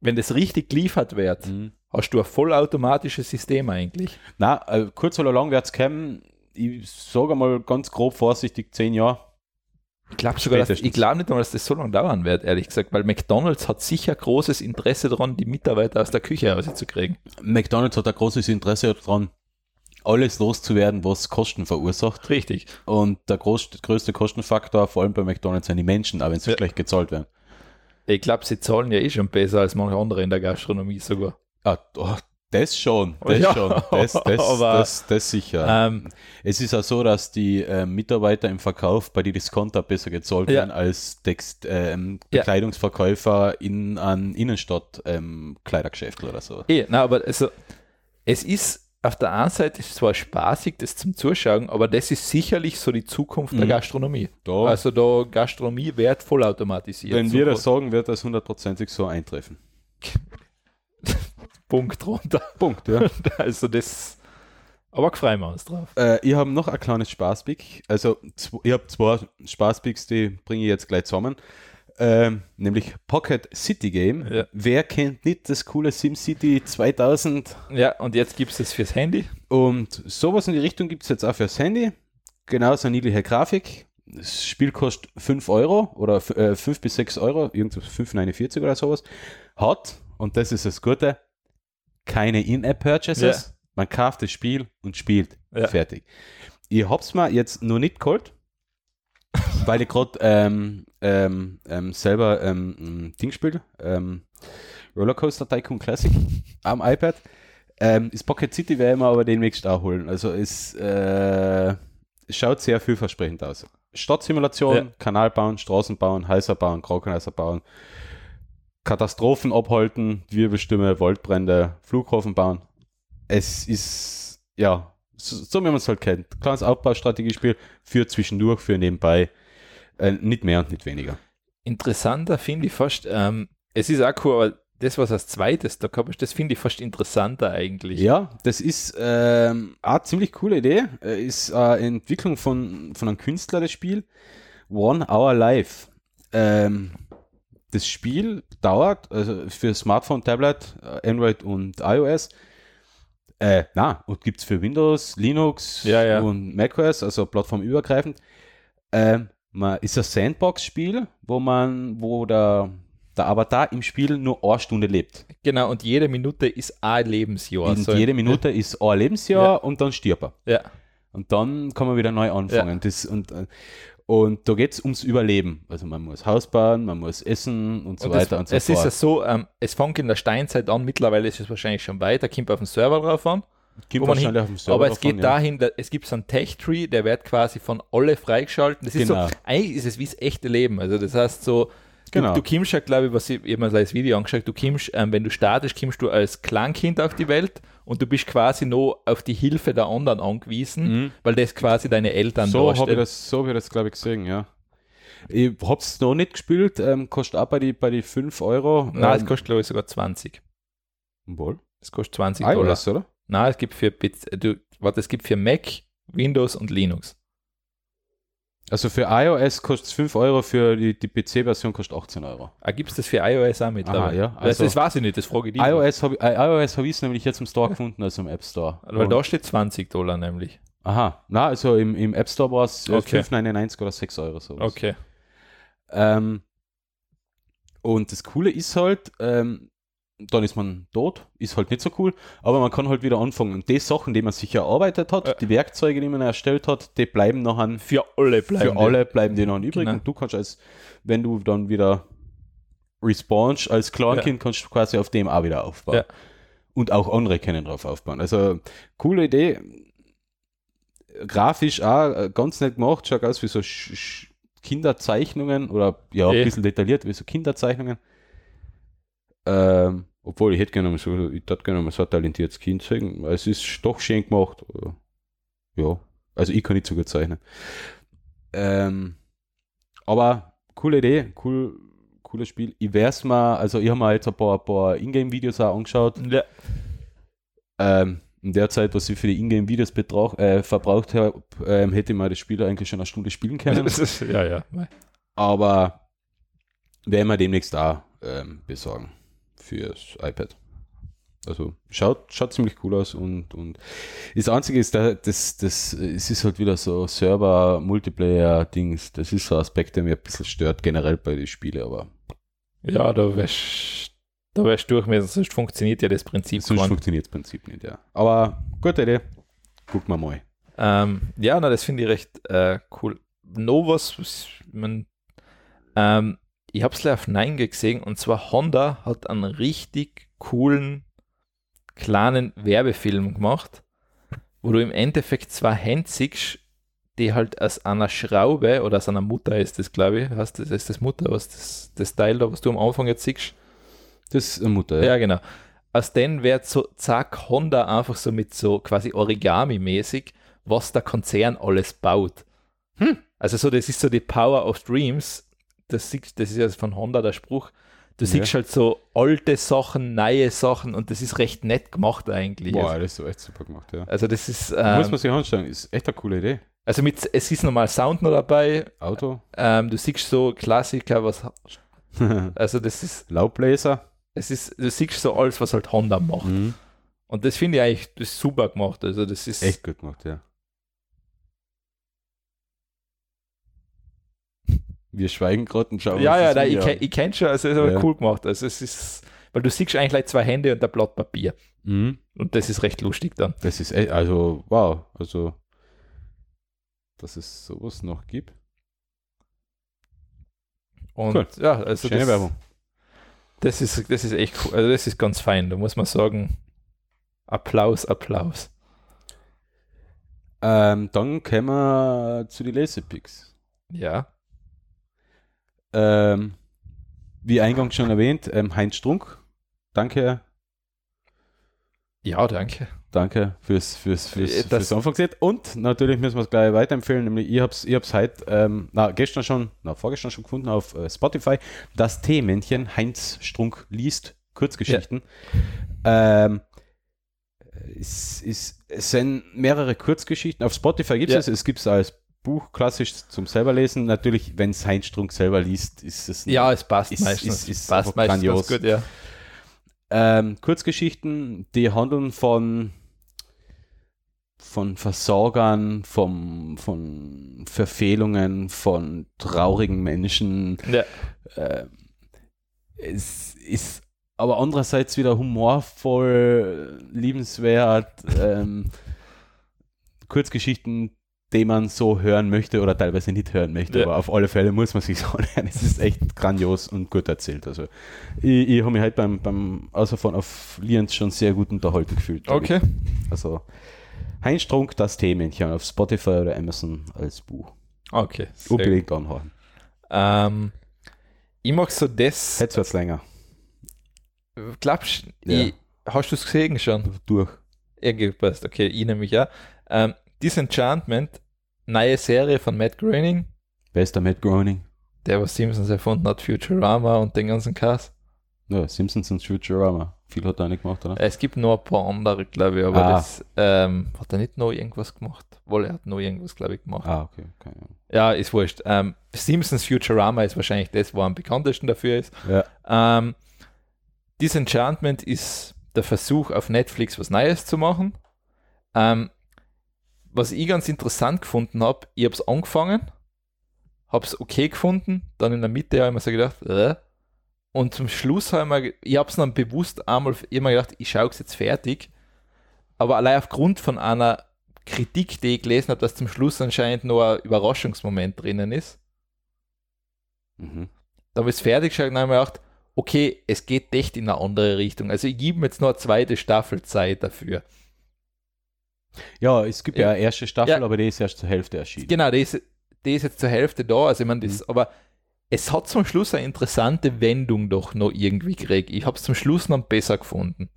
wenn das richtig geliefert wird, Mhm. hast du ein vollautomatisches System eigentlich. Na, äh, kurz oder lang wird es kommen. Ich sage mal ganz grob vorsichtig, zehn Jahre. Ich glaube sogar, dass, Spätestens. ich glaube nicht mal, dass das so lange dauern wird, ehrlich gesagt, weil McDonalds hat sicher großes Interesse daran, die Mitarbeiter aus der Küche rauszukriegen. McDonalds hat ein großes Interesse daran, alles loszuwerden, was Kosten verursacht. Richtig. Und der groß, größte Kostenfaktor, vor allem bei McDonalds, sind die Menschen, aber wenn sie Ja. schlecht gezahlt werden. Ich glaube, sie zahlen ja eh schon besser als manche andere in der Gastronomie sogar. Ah, oh, Das schon, das Ja, schon, das, das, das, aber- das, sicher. Ähm, es ist ja so, dass die äh, Mitarbeiter im Verkauf bei die Discounter besser gezollt Ja. werden als Text, ähm, Ja. Bekleidungsverkäufer in an Innenstadt ähm, Kleidergeschäft oder so. eh, na, aber also, es ist auf der einen Seite zwar spaßig, das zum Zuschauen, aber das ist sicherlich so die Zukunft der Mhm. Gastronomie. Da, Also da Gastronomie wird voll automatisiert. wenn wir Super. das sagen, wird das hundertprozentig so eintreffen. Punkt runter. Punkt, ja. Also das. Aber freuen wir uns drauf. Äh, ich habe noch ein kleines Spaßpick. Also, zw- ich habe zwei Spaßpicks, die bringe ich jetzt gleich zusammen. Ähm, nämlich Pocket City Game. Ja. Wer kennt nicht das coole SimCity 2000? Ja, und jetzt gibt es das fürs Handy. Und sowas in die Richtung gibt es jetzt auch fürs Handy. Genauso eine niedliche Grafik. Das Spiel kostet 5 Euro oder f- äh, 5 bis 6 Euro, irgendwas 5,49 oder sowas. Hat, und das ist das Gute, keine In-App-Purchases. Ja. Man kauft das Spiel und spielt. Ja. Fertig. Ich hab's mir jetzt noch nicht geholt, weil ich gerade ähm, ähm, ähm, selber ähm, ein Ding spiele. Ähm, Rollercoaster Tycoon Classic am iPad. Ähm, das Pocket City werde ich mir aber demnächst auch holen. Also es äh, schaut sehr vielversprechend aus. Stadtsimulation, Ja. Kanal bauen, Straßen bauen, Häuser bauen, Krankenhäuser bauen, Katastrophen abhalten, Wirbelstürme, Waldbrände, Flughafen bauen. Es ist, ja, so, so wie man es halt kennt. Kleines Aufbaustrategiespiel für zwischendurch, für nebenbei. Äh, nicht mehr und nicht weniger. Interessanter finde ich fast, ähm, es ist auch cool, aber das, was als zweites da kommt, das finde ich fast interessanter eigentlich. Ja, das ist ähm, eine ziemlich coole Idee. Äh, Ist eine Entwicklung von, von einem Künstler, das Spiel. One Hour Live. Ähm, das Spiel dauert also für Smartphone, Tablet, äh, Android und iOS. Äh, na, und gibt es für Windows, Linux Ja, ja. und macOS, also plattformübergreifend. Ähm, man ist ein Sandbox-Spiel, wo man, wo der, der Avatar im Spiel nur eine Stunde lebt. Genau, und jede Minute ist ein Lebensjahr. Und So- jede Minute ist ein Lebensjahr Ja. und dann stirbt er. Ja, Und dann kann man wieder neu anfangen. Das, und, äh, und da geht es ums Überleben. Also man muss Haus bauen, man muss essen und so und weiter das, und so es fort. ist ja so, ähm, es fängt in der Steinzeit an, mittlerweile ist es wahrscheinlich schon weiter, kommt auf den Server drauf an. Kommt wo man wahrscheinlich hin, auf dem Server aber es drauf geht an, ja. dahin, da, es gibt so einen Tech-Tree, der wird quasi von alle freigeschalten. Das Genau. ist so, eigentlich ist es wie das echte Leben. Also das heißt so, Genau. du, du kommst ja, glaube ich, was ich, ich hab mir das Video angeschaut, du kommst, ähm, wenn du startest, kommst du als Kleinkind auf die Welt und du bist quasi nur auf die Hilfe der anderen angewiesen, weil das quasi deine Eltern Mhm. So habe ich darstellen. das, so hab ich das glaube ich, gesehen, ja. Ich habe es noch nicht gespielt, ähm, kostet auch bei die, bei die 5 Euro. Nein, es ähm, kostet, glaube ich, sogar 20. wohl. Es kostet 20 Ah, Dollar. iOS, oder? Nein, es gibt für, Piz- äh, du, warte, es gibt für Mac, Windows und Linux. Also für iOS kostet es 5 Euro, für die, die PC-Version kostet 18 Euro. Ah, gibt es das für iOS auch mit? Aha, dabei? ja, das, also- das weiß ich nicht, das frage ich dich. iOS habe iOS hab ich es nämlich jetzt im Store gefunden, also im App Store. Weil Und- da steht 20 Dollar nämlich. Aha, na, also im, im App Store war es Okay. 5,99 oder 6 Euro so. Okay. Ähm, und das Coole ist halt, ähm, dann ist man tot, ist halt nicht so cool, aber man kann halt wieder anfangen. Und die Sachen, die man sich erarbeitet hat, Ja. die Werkzeuge, die man erstellt hat, die bleiben noch an, Für alle für bleiben. alle bleiben die noch übrig. Genau. Und du kannst als, wenn du dann wieder respawnst, als Kleinkind, kannst du quasi auf dem auch wieder aufbauen. Ja. Und auch andere können drauf aufbauen. Also, coole Idee. Grafisch auch äh, ganz nett gemacht, schaut aus wie so Sch Sch Kinderzeichnungen oder ja, Eh. ein bisschen detailliert, wie so Kinderzeichnungen. Ähm, obwohl ich hätte gerne mal so, ich hätte gerne mal so ein talentiertes Kind sehen. Es ist doch schön gemacht. Ja, also ich kann nicht so gut zeichnen. Ähm, aber coole Idee, cool, cooles Spiel. Ich wär's mal, also ich habe mir jetzt ein paar, paar Ingame-Videos auch angeschaut. Ja. Ähm, in der Zeit, was ich für die Ingame-Videos betrauch- äh, verbraucht habe, ähm, hätte ich mal das Spiel eigentlich schon eine Stunde spielen Also, können. ja, ja. aber werden wir demnächst da ähm, besorgen fürs iPad. Also schaut, schaut ziemlich cool aus und, und das Einzige ist, da, das, das, es ist halt wieder so Server-Multiplayer-Dings. Das ist so ein Aspekt, der mir ein bisschen stört, generell bei den Spielen, aber Ja, da wärst da wärst du durch gewesen, sonst funktioniert ja das Prinzip sonst gar nicht. funktioniert das Prinzip nicht, ja. Aber gute Idee. Gucken wir mal. Ähm, ja, na, das finde ich recht äh, cool. Noch was, was ich mein, ähm, ich habe es auf 9 gesehen und zwar Honda hat einen richtig coolen kleinen Werbefilm gemacht, wo du im Endeffekt zwei Hände siehst, die halt aus einer Schraube oder aus einer Mutter ist das, glaube ich. Heißt das, ist das Mutter, was das, das Teil da, was du am Anfang jetzt siehst? Das ist eine Mutter. Ja, genau. Aus denen wird so zack Honda einfach so mit so quasi Origami-mäßig, was der Konzern alles baut. Hm. Also so, das ist so die Power of Dreams. Das, siehst- das ist ja von Honda der Spruch. Du Ja. siehst halt so alte Sachen, neue Sachen und das ist recht nett gemacht eigentlich. Boah, das ist so echt super gemacht, ja. Also das ist, Muss ähm, man sich anschauen, ist echt eine coole Idee. also mit, es ist nochmal Sound noch dabei. Auto, Ähm, du siehst so Klassiker, was, also das ist, Laubbläser. es ist, du siehst so alles, was halt Honda macht. Mhm. Und das finde ich eigentlich das ist super gemacht. Also das ist, Echt gut gemacht, ja. Wir schweigen gerade und schauen ja, uns ja, das nein, ich, Video kenn- ich kenne schon, also es ist aber Ja. cool gemacht. Also es ist, weil du siehst eigentlich gleich zwei Hände und ein Blatt Papier. an. Mhm. Und das ist recht lustig dann. Das ist echt, also wow, also dass es sowas noch gibt. Und Cool. ja, also Schöne das, Werbung. Das ist, das ist echt cool. Also das ist ganz fein. Da muss man sagen, Applaus, Applaus. Ähm, dann kommen wir zu den Lesepicks. Ja. Ähm, wie eingangs schon erwähnt, ähm, Heinz Strunk, danke, Ja, danke. danke fürs, fürs, fürs, Äh, fürs, das- Anfangslied. Und natürlich müssen wir es gleich weiterempfehlen, nämlich ich habe es ich hab's heute, ähm, na, gestern schon, na, vorgestern schon gefunden auf äh, Spotify, das T-Männchen Heinz Strunk liest Kurzgeschichten. Ähm, es, ist, es sind mehrere Kurzgeschichten. Auf Spotify gibt Ja. es es, es gibt es als Buch klassisch zum selber lesen. Natürlich, wenn es Heinz Strunk selber liest, ist es Ja, es passt Ist- meistens. ist- ist passt einfach meistens grandios. ganz gut, ja. Ähm, Kurzgeschichten, die handeln von, von Versorgern, vom, von Verfehlungen, von traurigen Menschen. ja. Äh, Es ist aber andererseits wieder humorvoll, liebenswert. ähm, Kurzgeschichten, die man so hören möchte oder teilweise nicht hören möchte, Ja. aber auf alle Fälle muss man sich so anhören. Es ist echt grandios und gut erzählt. Also ich, ich habe mich halt beim, beim Außerfahren auf Lienz schon sehr gut unterhalten gefühlt. glaub ich. Okay. Also Heinz Strunk, das Themenchen auf Spotify oder Amazon als Buch. Okay. sehr gut. Unbedingt anhören. Ähm, ich mag so das. Jetzt wird es länger. Glaubst du, Ja. ich- hast du es gesehen schon? Durch. Ja, gepasst. Okay, ich nämlich ja. Ähm, Disenchantment, neue Serie von Matt Groening, Wer ist der Matt Groening? der was Simpsons erfunden hat, Futurama und den ganzen Cast. Ja, Ne, Simpsons und Futurama. Viel hat er nicht gemacht, oder? Es gibt noch ein paar andere, glaube ich, aber Ah. das ähm, hat er nicht noch irgendwas gemacht. Wohl, er hat noch irgendwas, glaube ich, gemacht. Ah, okay. Keine Ahnung. Ja, ist wurscht. Ähm, Simpsons Futurama ist wahrscheinlich das, wo er am bekanntesten dafür ist. Ja. Ähm, Disenchantment ist der Versuch, auf Netflix was Neues zu machen. Ähm, was ich ganz interessant gefunden habe, ich habe es angefangen, habe es okay gefunden, dann in der Mitte habe ich mir so gedacht, äh. und zum Schluss habe ich mir, ge- ich habe es dann bewusst einmal immer gedacht, ich schaue es jetzt fertig, aber allein aufgrund von einer Kritik, die ich gelesen habe, dass zum Schluss anscheinend noch ein Überraschungsmoment drinnen ist, Mhm. da habe ich es fertig geschaut und habe mir gedacht, okay, es geht echt in eine andere Richtung. Also ich gebe ihm jetzt noch eine zweite Staffel Zeit dafür. Ja, es gibt ja, Ja. eine erste Staffel, Ja. aber die ist erst zur Hälfte erschienen. Genau, die ist, die ist jetzt zur Hälfte da. Also ich meine, das, aber es hat zum Schluss eine interessante Wendung doch noch irgendwie gekriegt. Ich habe es zum Schluss noch besser gefunden.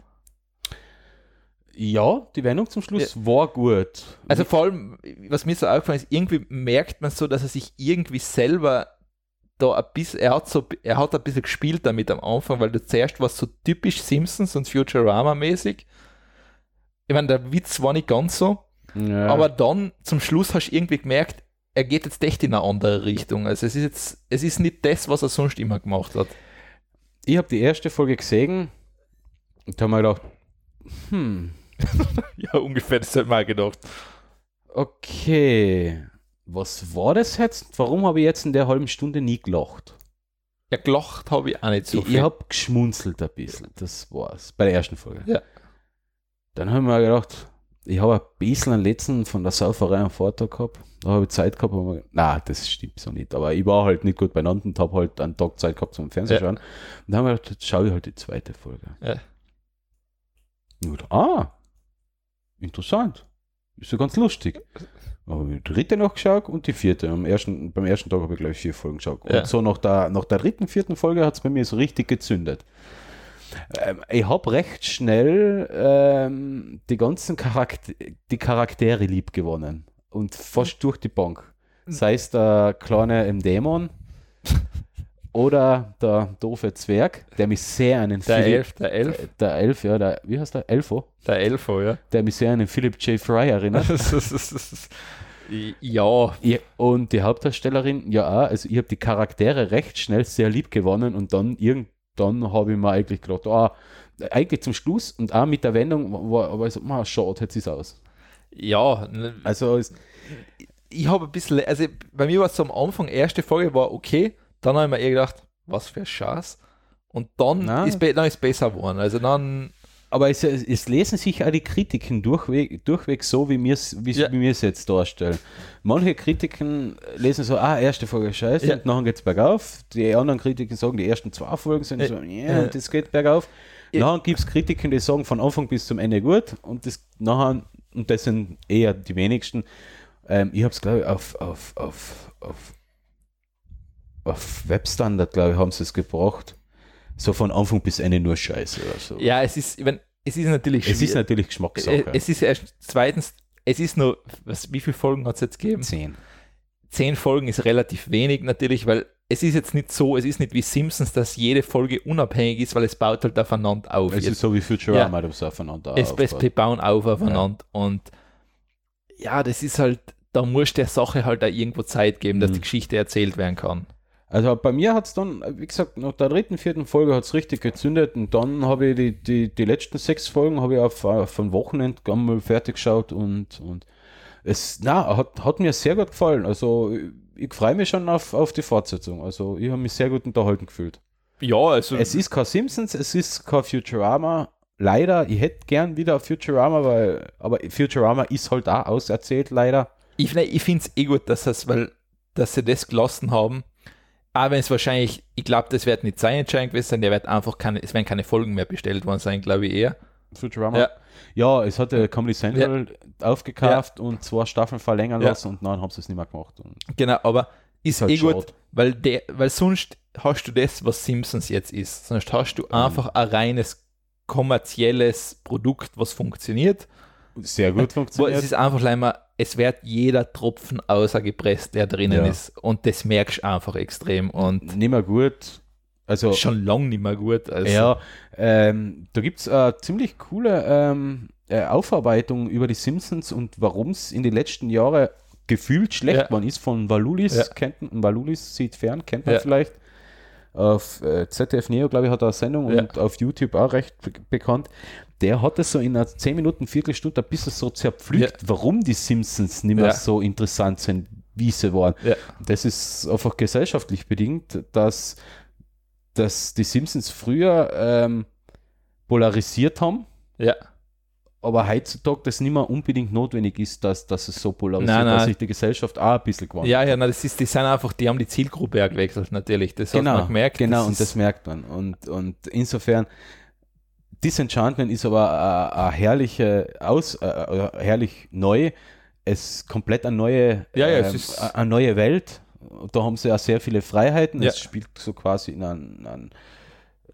Ja, die Wendung zum Schluss war gut. Also vor allem, was mir so aufgefallen ist, irgendwie merkt man so, dass er sich irgendwie selber da ein bisschen, er hat so, er hat ein bisschen gespielt damit am Anfang, weil du zuerst warst so typisch Simpsons und Futurama-mäßig. Ich meine, der Witz war nicht ganz so, ja. aber dann zum Schluss hast du irgendwie gemerkt, er geht jetzt echt in eine andere Richtung. Also es ist jetzt, es ist nicht das, was er sonst immer gemacht hat. ich habe die erste Folge gesehen und habe mir gedacht, hm, Ja, ungefähr, das hat mal gedacht. okay, was war das jetzt? Warum habe ich jetzt in der halben Stunde nie gelacht? Ja, gelacht habe ich auch nicht so ich ich habe geschmunzelt ein bisschen, das war's, bei der ersten Folge. Ja. Dann habe ich mir gedacht, ich habe ein bisschen einen letzten von der Sauferei am Vortag gehabt. Da habe ich Zeit gehabt, aber mir- na, das stimmt so nicht. Aber ich war halt nicht gut beieinander und habe halt einen Tag Zeit gehabt zum Fernsehen Ja. schauen. Und dann habe ich gedacht, jetzt schaue ich halt die zweite Folge. Ja. Nur da. ah, interessant. Ist ja ganz lustig. Aber die dritte noch geschaut und die vierte. Am ersten, beim ersten Tag habe ich, glaube ich, vier Folgen geschaut. Ja. Und so nach der, nach der dritten, vierten Folge hat es bei mir so richtig gezündet. Ähm, ich habe recht schnell ähm, die ganzen Charakter die Charaktere lieb gewonnen. Und fast durch die Bank. Sei es der kleine im Dämon oder der doofe Zwerg, der mich sehr an den Der Philipp- Elf, der Elf, der Elf, ja, der, wie heißt der? Elfo? der Elfo, ja. Der mich sehr an den Philip J. Fry erinnert. Das ist- das ist- das ist- ja, ja, und die Hauptdarstellerin, ja, auch, also ich habe die Charaktere recht schnell sehr lieb gewonnen und dann irgendwann habe ich mir eigentlich gedacht, ah, eigentlich zum Schluss und auch mit der Wendung war aber so, ma, schade, hätte sie es aus. ja. ne. Also es, Ich habe ein bisschen, also bei mir war es so am Anfang, erste Folge war okay, dann habe ich mir eher gedacht, was für ein Scheiß. Und dann Na. ist, be- dann ist besser geworden. Also dann, aber es, es, es lesen sich auch die Kritiken durchweg, durchweg so, wie mir es wie, Ja. wie mir's jetzt darstellen. Manche Kritiken lesen so, ah, erste Folge scheiße Ja. und nachher geht es bergauf. Die anderen Kritiken sagen, die ersten zwei Folgen sind Äh, so, äh. ja, und das geht bergauf. Ja. Nachher gibt es Kritiken, die sagen von Anfang bis zum Ende gut und das nachher, und das sind eher die wenigsten. Ähm, ich habe es, glaube ich, auf, auf, auf, auf, auf Webstandard, glaube ich, haben sie es gebracht. So von Anfang bis Ende nur Scheiße oder so. ja, es ist, ich mein, es ist natürlich Es ist schwierig. Äh, natürlich Geschmackssache. es ist erst, zweitens, es ist nur, was, wie viele Folgen hat es jetzt gegeben? Zehn. zehn Folgen ist relativ wenig natürlich, weil es ist jetzt nicht so, es ist nicht wie Simpsons, dass jede Folge unabhängig ist, weil es baut halt aufeinander auf. Es Jetzt- ist so wie Futurama, ja. das aufeinander es, es aufbaut. die bauen auf aufeinander und ja, das ist halt, da musst du der Sache halt auch irgendwo Zeit geben, dass die Geschichte erzählt werden kann. Also bei mir hat es dann, wie gesagt, nach der dritten, vierten Folge hat es richtig gezündet und dann habe ich die, die, die letzten sechs Folgen habe ich auf, äh, auf ein Wochenende einmal fertig geschaut und, und es na, hat, hat mir sehr gut gefallen. Also ich, ich freue mich schon auf, auf die Fortsetzung. Also ich habe mich sehr gut unterhalten gefühlt. Ja, also Es ist kein Simpsons, es ist kein Futurama. Leider, ich hätte gern wieder Futurama, weil, aber Futurama ist halt auch auserzählt, leider. ich, ne, ich finde es eh gut, dass, das, weil, dass sie das gelassen haben. Aber es wahrscheinlich, ich glaube, das wird nicht sein Entscheidung gewesen sein, der wird einfach keine, es werden keine Folgen mehr bestellt worden sein, glaube ich eher. Futurama. Ja. Ja, es hat äh, Comedy Central aufgekauft und zwei Staffeln verlängern Ja. lassen und dann haben sie es nicht mehr gemacht. Und Genau, aber ist halt eh gut, schade. weil, der, weil sonst hast du das, was Simpsons jetzt ist. Sonst hast du einfach ein reines kommerzielles Produkt, was funktioniert. sehr gut Wo es funktioniert. ist einfach einmal, es wird jeder Tropfen außergepresst, der drinnen Ja. ist. Und das merkst du einfach extrem. Und nicht mehr gut. Also, schon lange nicht mehr gut. Also. ja, ähm, da gibt es eine ziemlich coole ähm, äh, Aufarbeitung über die Simpsons und warum es in den letzten Jahren gefühlt schlecht Ja. geworden ist. Von Valulis, Ja. kennt man, Valulis sieht fern, kennt man Ja. vielleicht. Auf äh, ZDF Neo, glaube ich, hat er eine Sendung Ja. und auf YouTube auch recht be bekannt. Der hat das so in einer 10 Minuten, Viertelstunde ein bisschen so zerpflückt, warum die Simpsons nicht mehr Ja. so interessant sind, wie sie waren. Ja. Das ist einfach gesellschaftlich bedingt, dass, dass die Simpsons früher ähm, polarisiert haben, ja. aber heutzutage das nicht mehr unbedingt notwendig ist, dass, dass es so polarisiert, Nein, dass nein. sich die Gesellschaft auch ein bisschen gewandelt Ja, ja, na, das ist, die sind einfach, die haben die Zielgruppe auch gewechselt, natürlich. Das hat man gemerkt. Genau, und ist- das merkt man. Und, und insofern, Disenchantment ist aber eine herrliche Aus, äh, äh, herrlich neu. Es komplett eine neue, Ja, ja, ähm, es ist- eine neue Welt. Da haben sie ja sehr viele Freiheiten. Ja. Es spielt so quasi in einem, einem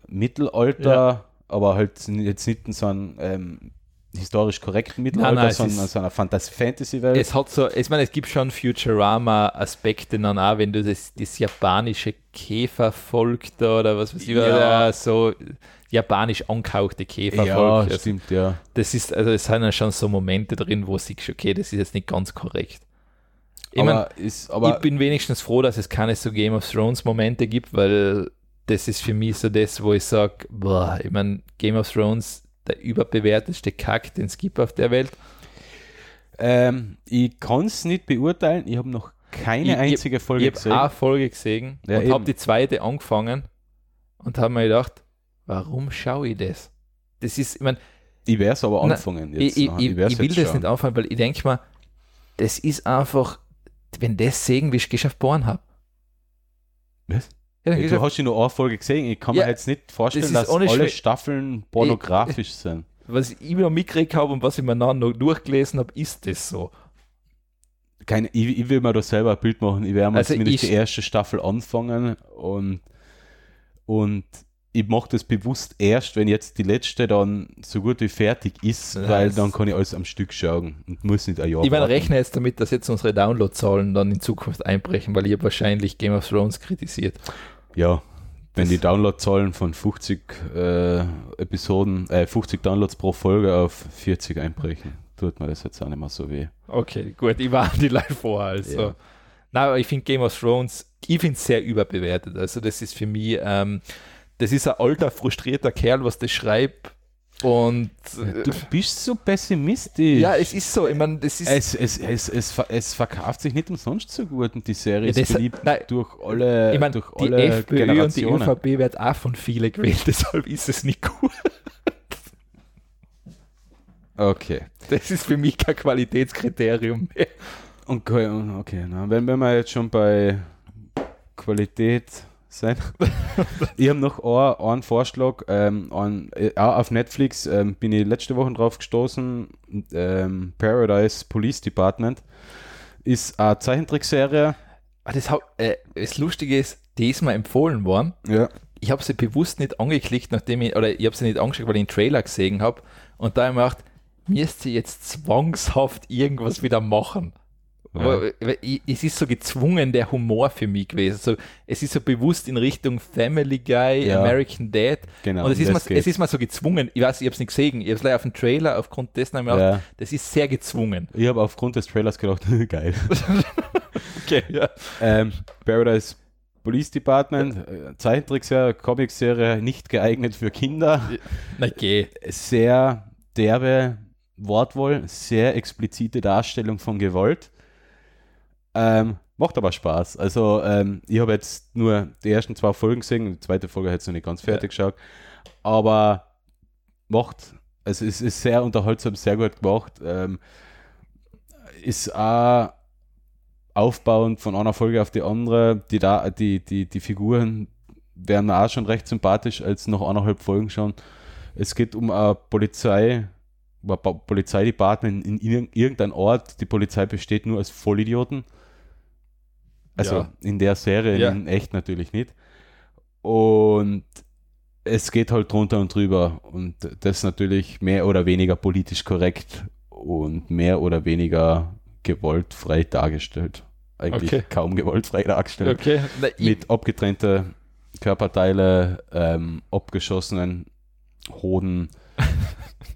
Mittelalter, aber halt jetzt nicht in so einem ähm, historisch korrekten Mittelalter, nein, es sondern in ist- so einer Fantas- Fantasy-Welt. Es hat so, ich meine, es gibt schon Futurama-Aspekte dann auch, wenn du das, das japanische Käfervolk da oder was weiß ich, Ja. oder so japanisch angehauchte ja, Käfervolk. also, stimmt, ja. das ist, also es sind ja schon so Momente drin, wo du siehst, okay, das ist jetzt nicht ganz korrekt. Ich, mein, aber, ist, aber ich bin wenigstens froh, dass es keine so Game of Thrones-Momente gibt, weil das ist für mich so das, wo ich sage, ich meine, Game of Thrones, der überbewertetste Kack, den es gibt auf der Welt. Ähm, ich kann es nicht beurteilen. Ich habe noch keine Ich- ich- einzige Folge Ich gesehen. habe eine Folge gesehen Ja, und habe eben. die zweite angefangen und habe mir gedacht, warum schaue ich das? Das ist, ich meine, ich werde es aber Nein, anfangen ich, jetzt. ich, Aha, ich, werd's ich will jetzt das schauen. nicht anfangen, weil ich denke mal, das ist einfach, wenn das sehen, wie ich geschafft geboren habe. Was? Ja, dann Ey, gehst Du du hast ja nur eine Folge gesehen. Ich kann Ja, mir jetzt nicht vorstellen, ist dass ohne alle Schwe- Staffeln pornografisch sind. was ich noch mitgekriegt habe und was ich mir dann noch durchgelesen habe, ist das so. Keine, ich, ich will mir da selber ein Bild machen. Ich werde mir Also zumindest ich- die erste Staffel anfangen und, und ich mache das bewusst erst, wenn jetzt die letzte dann so gut wie fertig ist, Nice. weil dann kann ich alles am Stück schauen und muss nicht ein Jahr Ich meine, warten. rechne jetzt damit, dass jetzt unsere Downloadzahlen dann in Zukunft einbrechen, weil ihr wahrscheinlich Game of Thrones kritisiert. Ja, wenn Das- die Downloadzahlen von 50 äh, Episoden, äh, 50 Downloads pro Folge auf 40 einbrechen, tut mir das jetzt auch nicht mehr so weh. Okay, gut, ich war die Leute vor, also. Ja. Nein, aber ich finde Game of Thrones, ich finde es sehr überbewertet. Also, das ist für mich, ähm, das ist ein alter, frustrierter Kerl, was das schreibt. Und äh, Du bist so pessimistisch. ja, es ist so, ich meine, das ist. es, es, es, es, ver- es verkauft sich nicht umsonst so gut und die Serie Ja, ist das- äh, beliebt nein, durch alle, ich meine, durch die alle FPÖ und die Generationen. ÖVP wird auch von vielen gewählt, deshalb ist es nicht gut. okay. Das ist für mich kein Qualitätskriterium mehr. Und okay, und- okay na, wenn, wenn wir jetzt schon bei Qualität sein. ich habe noch ein- einen Vorschlag. Ähm, an, äh, auch auf Netflix ähm, bin ich letzte Woche drauf gestoßen. Ähm, Paradise Police Department ist eine Zeichentrickserie. Ah, Das, hau- äh, das Lustige ist, die ist mir empfohlen worden. Ja. Ich habe sie bewusst nicht angeklickt, nachdem ich, oder ich habe sie nicht angeschaut, weil ich den Trailer gesehen habe. Und da habe ich mir gedacht, müsst sie jetzt zwangshaft irgendwas wieder machen. Weil- weil ich- Es ist so gezwungen der Humor für mich gewesen. So, es ist so bewusst in Richtung Family Guy, Ja. American Dad. Genau, und es um ist, das mal, es geht's. ist mal so gezwungen. Ich weiß, ich habe es nicht gesehen. Ich habe es leider auf dem Trailer, aufgrund dessen habe ich mir gedacht, Ja. das ist sehr gezwungen. Ich habe aufgrund des Trailers gedacht, geil. Okay, ja. Ähm, Paradise Police Department, äh, Zeichentrickserie, Comicserie, nicht geeignet für Kinder. Na geh. Sehr derbe Wortwohl, sehr explizite Darstellung von Gewalt. Ähm, macht aber Spaß. Also, ähm, ich habe jetzt nur die ersten zwei Folgen gesehen, die zweite Folge hat es noch nicht ganz fertig geschaut. Aber macht, also es ist sehr unterhaltsam, sehr gut gemacht. Ähm, ist auch aufbauend von einer Folge auf die andere. Die, da, die, die, die Figuren werden mir auch schon recht sympathisch, als noch anderthalb Folgen schon. Es geht um eine Polizei, um ein Pa- Polizeidepartement in ir- irgendeinem Ort. Die Polizei besteht nur aus Vollidioten. Also Ja. in der Serie, Ja. in echt natürlich nicht. Und es geht halt drunter und drüber. Und das natürlich mehr oder weniger politisch korrekt und mehr oder weniger gewaltfrei dargestellt. Eigentlich Okay. kaum gewaltfrei dargestellt. Okay. Na, ich, Mit abgetrennte Körperteile, ähm, abgeschossenen Hoden,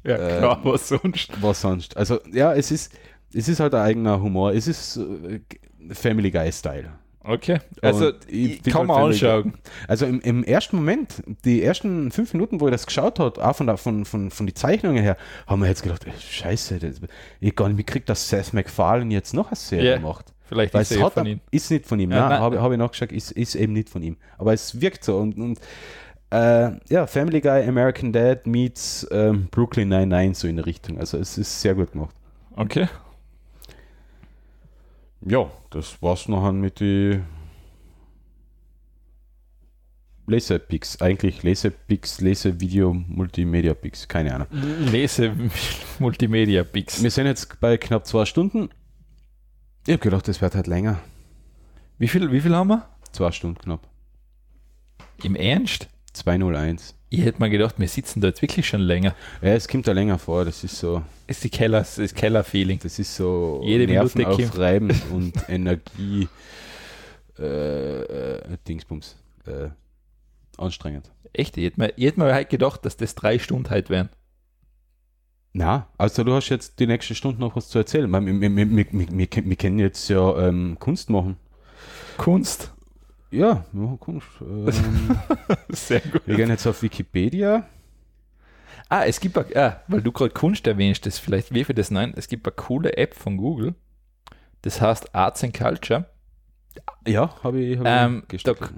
ja, äh, klar, was sonst. was sonst. Also ja, es ist, es ist halt ein eigener Humor. Es ist äh, Family Guy Style. Okay. Also, Und ich ich bin kann man halt völlig- anschauen. Also im, im ersten Moment, die ersten fünf Minuten, wo ich das geschaut habe, auch von, der, von, von, von den Zeichnungen her, haben wir jetzt gedacht, ey, scheiße, das, ich hab gar nicht mitkriegt, dass Seth MacFarlane jetzt noch eine Serie Ja. macht. Vielleicht Weil ist es er ja hat von am- ihm. ist nicht von ihm, Ja, nein, nein. habe habe ich nachgeschaut, ist, ist eben nicht von ihm. Aber es wirkt so und, und äh, ja, Family Guy, American Dad meets ähm, Brooklyn 99 so in der Richtung. Also es ist sehr gut gemacht. Okay. Ja, das war's noch mit die Laserpix. Eigentlich Laserpix, Laservideo, Multimedia-Pix. Keine Ahnung. Lese Multimedia Pix. Wir sind jetzt bei knapp zwei Stunden. Ich habe gedacht, das wird halt länger. Wie viel, wie viel haben wir? Zwei Stunden knapp. Im Ernst? 201. Ich hätte mal gedacht, wir sitzen da jetzt wirklich schon länger. Ja, es kommt da länger vor. Das ist so, Ist die Keller, ist Keller-Feeling. das ist so Jede Minute nervenaufreibend und Energie äh, äh, Dingsbums. Äh, anstrengend. Echt? Ich hätte mir, ich hätte mir halt gedacht, dass das drei Stunden halt wären. Na, also du hast jetzt die nächste Stunde noch was zu erzählen. Wir, wir, wir, wir, wir, wir, wir können jetzt ja ähm, Kunst machen. Kunst. Ja, wir machen Kunst. Ähm, Sehr gut. wir gehen jetzt auf Wikipedia. Ah, es gibt, eine- ah, weil du gerade Kunst erwähnst, das vielleicht wirf ich das nein. Es gibt eine coole App von Google. Das heißt Arts and Culture. Ja, habe ich, hab Ähm, ich gestartet.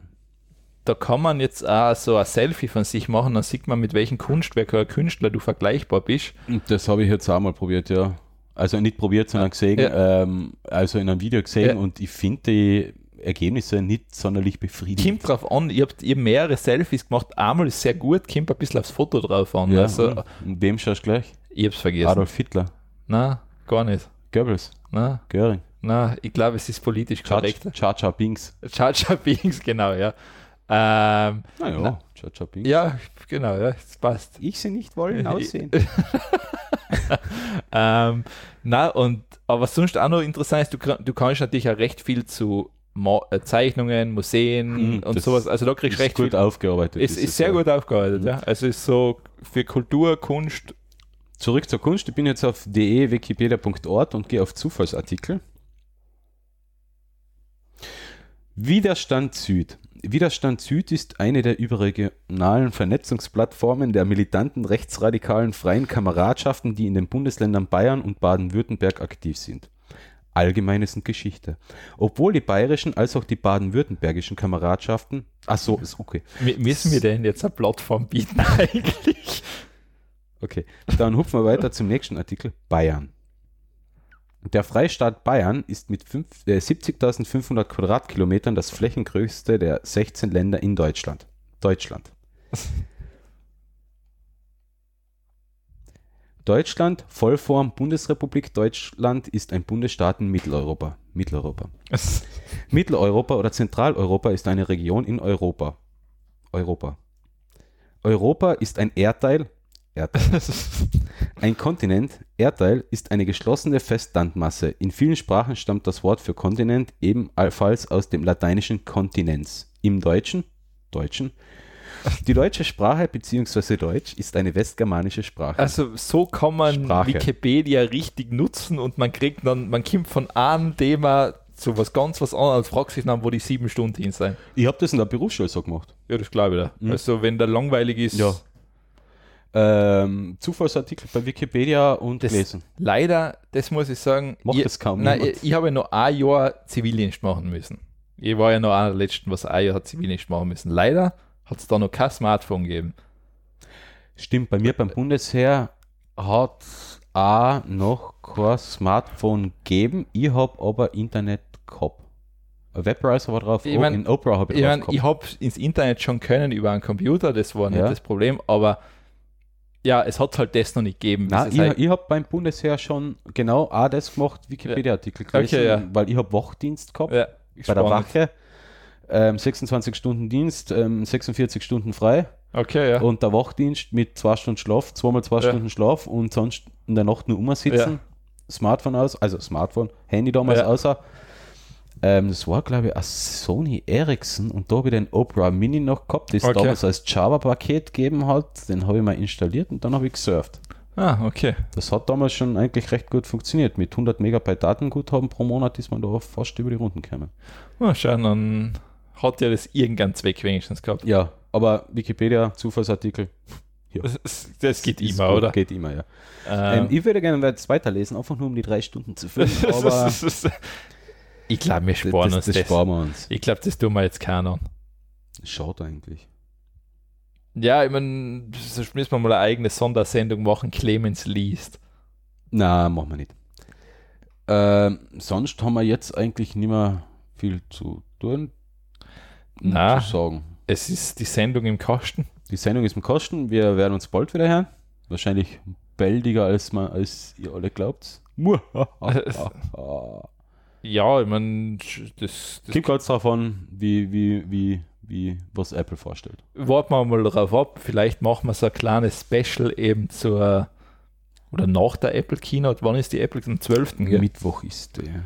Da kann man jetzt auch so ein Selfie von sich machen, dann sieht man, mit welchem Kunstwerk oder Künstler du vergleichbar bist. Das habe ich jetzt auch mal probiert, ja. Also nicht probiert, sondern gesehen. Ähm, also in einem Video gesehen Ja. und ich finde die Ergebnisse nicht sonderlich befriedigend. Kommt drauf an, ihr habt ihr mehrere Selfies gemacht. Einmal ist sehr gut, kommt ein bisschen aufs Foto drauf an. ja, Also, und wem schaust du gleich? ich hab's vergessen. Adolf Hitler, Nein, gar nicht. Goebbels, Nein, Göring, nein, ich glaube, es ist politisch korrekt. Chacha Binks. Chacha Bings, genau, ja. Ähm, Naja, Na- Chacha Binks. ja, genau, ja, das passt. Ich sie nicht wollen aussehen. Ähm, na und aber was sonst auch noch interessant ist, du, kann- du kannst natürlich auch recht viel zu Mo äh, Zeichnungen, Museen Mhm, und das sowas. Also da kriegst Ist du recht gut viel. aufgearbeitet. Es ist, sehr ja. gut aufgearbeitet, ja. Also ist so für Kultur, Kunst. Zurück zur Kunst. Ich bin jetzt auf de wikipedia.org und gehe auf Zufallsartikel. Widerstand Süd. Widerstand Süd ist eine der überregionalen Vernetzungsplattformen der militanten rechtsradikalen freien Kameradschaften, die in den Bundesländern Bayern und Baden-Württemberg aktiv sind. Allgemeines und Geschichte. Obwohl die bayerischen als auch die baden-württembergischen Kameradschaften. Ach so, ist okay. M- Müssen wir denn jetzt eine Plattform bieten eigentlich? Okay, dann hupfen wir weiter zum nächsten Artikel. Bayern. Der Freistaat Bayern ist mit fünf- äh, 70.500 Quadratkilometern das flächengrößte der 16 Länder in Deutschland. Deutschland. Deutschland, Vollform Bundesrepublik Deutschland, ist ein Bundesstaat in Mitteleuropa. Mitteleuropa. Mitteleuropa oder Zentraleuropa ist eine Region in Europa. Europa. Europa ist ein Erdteil. Erdteil. Ein Kontinent, Erdteil, ist eine geschlossene Festlandmasse. In vielen Sprachen stammt das Wort für Kontinent ebenfalls aus dem lateinischen Kontinens. Im Deutschen, Deutschen. Die deutsche Sprache bzw. Deutsch ist eine westgermanische Sprache. Also so kann man Sprache. Wikipedia richtig nutzen und man kriegt dann, man kommt von einem Thema zu was ganz was anderem und fragt sich dann, wo die sieben Stunden hin sind. ich habe das in der Berufsschule so gemacht. Ja, das glaube ich da. Also wenn der langweilig ist, Ja. Ähm, Zufallsartikel bei Wikipedia und Das- lesen. leider, das muss ich sagen. Macht ich, das kaum Nein, jemand. ich, ich habe noch ein Jahr Zivildienst machen müssen. Ich war ja noch einer der letzten, was ein Jahr hat Zivildienst machen müssen. Leider hat es da noch kein Smartphone gegeben. Stimmt, bei mir beim Bundesheer hat auch noch kein Smartphone gegeben. Ich habe aber Internet gehabt. Ein Webbrowser war drauf, Ich mein- in Opera habe ich, Ich, drauf mein, gehabt. ich habe ins Internet schon können über einen Computer, das war nicht Ja. das Problem, aber ja, es hat halt das noch nicht gegeben. bis Nein, es ich, halt- ich habe beim Bundesheer schon genau auch das gemacht, Wikipedia-Artikel Okay, gelesen, ja. weil ich habe Wachdienst gehabt ja, bei der spannend. Wache. Ähm, 26 Stunden Dienst, ähm, 46 Stunden frei Okay, ja. und der Wachdienst mit zwei Stunden Schlaf, zweimal zwei Ja. Stunden Schlaf und sonst in der Nacht nur umsitzen, Ja. Smartphone aus, also Smartphone, Handy damals Ja. außer. Ähm, das war, glaube ich, ein Sony Ericsson und da habe ich den Opera Mini noch gehabt, das Okay. damals als Java-Paket gegeben hat. Den habe ich mal installiert und dann habe ich gesurft. Ah, okay. Das hat damals schon eigentlich recht gut funktioniert. Mit 100 Megabyte Datenguthaben pro Monat ist man da fast über die Runden gekommen. Na, schauen, dann hat ja das irgendeinen Zweck wenigstens gehabt. Ja, aber Wikipedia, Zufallsartikel. Das, das geht ist immer, gut, oder? Geht immer, ja. Ähm, Ähm, ich würde gerne jetzt weiterlesen, einfach nur um die drei Stunden zu füllen, aber das, ich glaube, wir sparen das, uns das. sparen wir uns. Ich glaube, das tun wir jetzt keiner. Schaut eigentlich. Ja, ich meine, das müssen wir mal eine eigene Sondersendung machen. Clemens liest. Na, machen wir nicht. Ähm, sonst haben wir jetzt eigentlich nicht mehr viel zu tun. und Na. Zu sagen. Es ist die Sendung im Kasten. Die Sendung ist im Kosten. Wir werden uns bald wieder hören. Wahrscheinlich bäldiger, als, man, als ihr alle glaubt. Ah, Muhahaha. Ja, ich meine, das, das Gibt ganz davon, wie, wie, wie, wie, was Apple vorstellt. warten wir mal drauf ab. Vielleicht machen wir so ein kleines Special eben zur oder nach der Apple Keynote. Wann ist die Apple? Am 12. gell? Mittwoch ist der.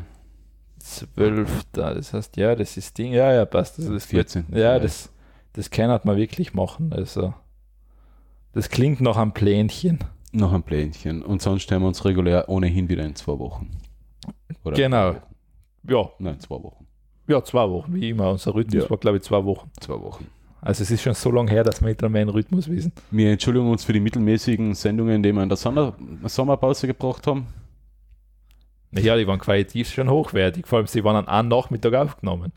12. Das heißt, ja, das ist Ding. Ja, ja, passt. Also das wird- 14. Ja, das, das kann halt man wirklich machen. Also, das klingt nach einem Plänchen. Noch ein Plänchen. Und sonst hören wir uns regulär ohnehin wieder in zwei Wochen. Oder Genau. drei Wochen. Ja, Nein, zwei Wochen. ja, zwei Wochen, wie immer. Unser Rhythmus Ja. war, glaube ich, zwei Wochen. Zwei Wochen. Also es ist schon so lange her, dass wir nicht mehr einen Rhythmus wissen. Wir entschuldigen uns für die mittelmäßigen Sendungen, die wir in der Sonder Sommerpause gebracht haben. Ja, die waren qualitativ schon hochwertig. Vor allem, sie waren an einem Nachmittag aufgenommen.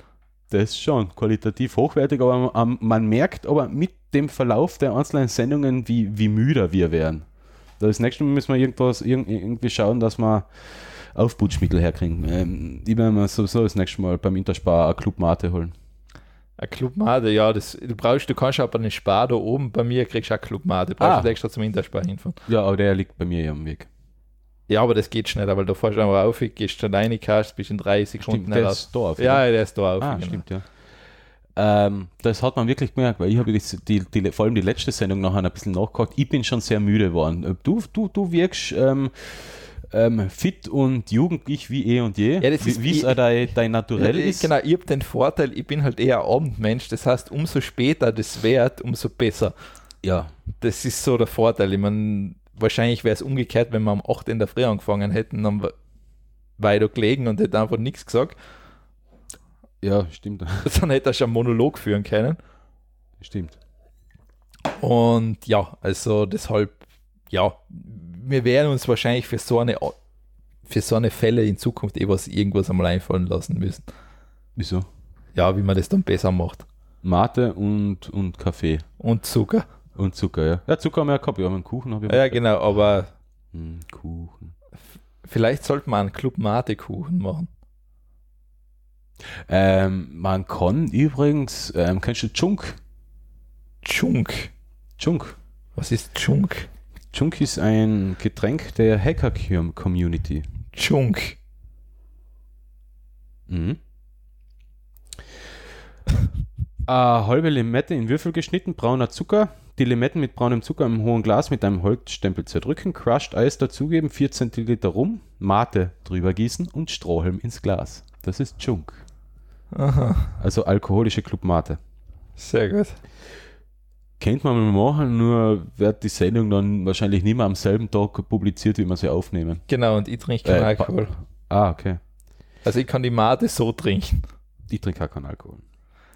Das ist schon qualitativ hochwertig, aber man- am- man merkt aber mit dem Verlauf der einzelnen Sendungen, wie, wie müder wir werden. Das nächste Mal müssen wir irgendwas, irg irgendwie schauen, dass wir Aufputschmittel herkriegen. Ähm, ich werde mir sowieso das nächste Mal beim Interspar eine Clubmate holen. Eine Clubmade, ja, das, du brauchst, du kannst aber einen Spar da oben bei mir, kriegst du auch Clubmade, brauchst Ah. du extra zum Interspar hinfahren. Ja, aber der liegt bei mir ja am Weg. Ja, aber das geht schneller, weil du fährst einfach auf, gehst dann rein, kannst, bist in 30 Sekunden Stimmt, der heraus. ist da auf. Ja, der ist da auf. Ah, genau. stimmt, ja. Ähm, das hat man wirklich gemerkt, weil ich habe die, die, die, vor allem die letzte Sendung nachher ein bisschen nachgehakt. Ich bin schon sehr müde geworden. Du, du, du wirkst ähm, ähm, fit und jugendlich wie eh und je. Ja, das ist- wie es ich- auch dein, dein Naturell Ja, ich- ist. Genau, ich habe den Vorteil, ich bin halt eher Abendmensch, das heißt, umso später das wird, umso besser. Ja, Das ist so der Vorteil. Ich meine, wahrscheinlich wäre es umgekehrt, wenn wir um 8 in der Früh angefangen hätten, dann w- war ich da gelegen und hätte einfach nichts gesagt, ja, stimmt. dann hätte er schon einen Monolog führen können. stimmt. Und ja, also deshalb, ja, wir werden uns wahrscheinlich für so eine für so eine Fälle in Zukunft eh was irgendwas einmal einfallen lassen müssen. Wieso? Ja, wie man das dann besser macht. Mate und, und Kaffee Und Zucker. und Zucker, ja. Ja, Zucker haben wir ja gehabt. Ja, einen Kuchen habe ich Ja, genau, aber Hm, Kuchen. Vielleicht sollte man einen Club Mate-Kuchen machen. Ähm, man kann übrigens, ähm, kennst du Chunk? Chunk. Chunk. Was ist Chunk? Chunk ist ein Getränk der Hacker-Community. Chunk. Mhm. Eine halbe Limette in Würfel geschnitten, brauner Zucker. Die Limetten mit braunem Zucker im hohen Glas mit einem Holzstempel zerdrücken, Crushed Eis dazugeben, 4 Zentiliter rum, Mate drüber gießen und Strohhalm ins Glas. Das ist Chunk. Aha, Also alkoholische Clubmate. sehr gut. Kennt man mal machen, nur wird die Sendung dann wahrscheinlich nicht mehr am selben Tag publiziert, wie wir sie aufnehmen. Genau, und ich trinke keinen Äh, pa- Alkohol. Ah, okay. Also ich kann die Mate so trinken. Ich trinke auch keinen Alkohol.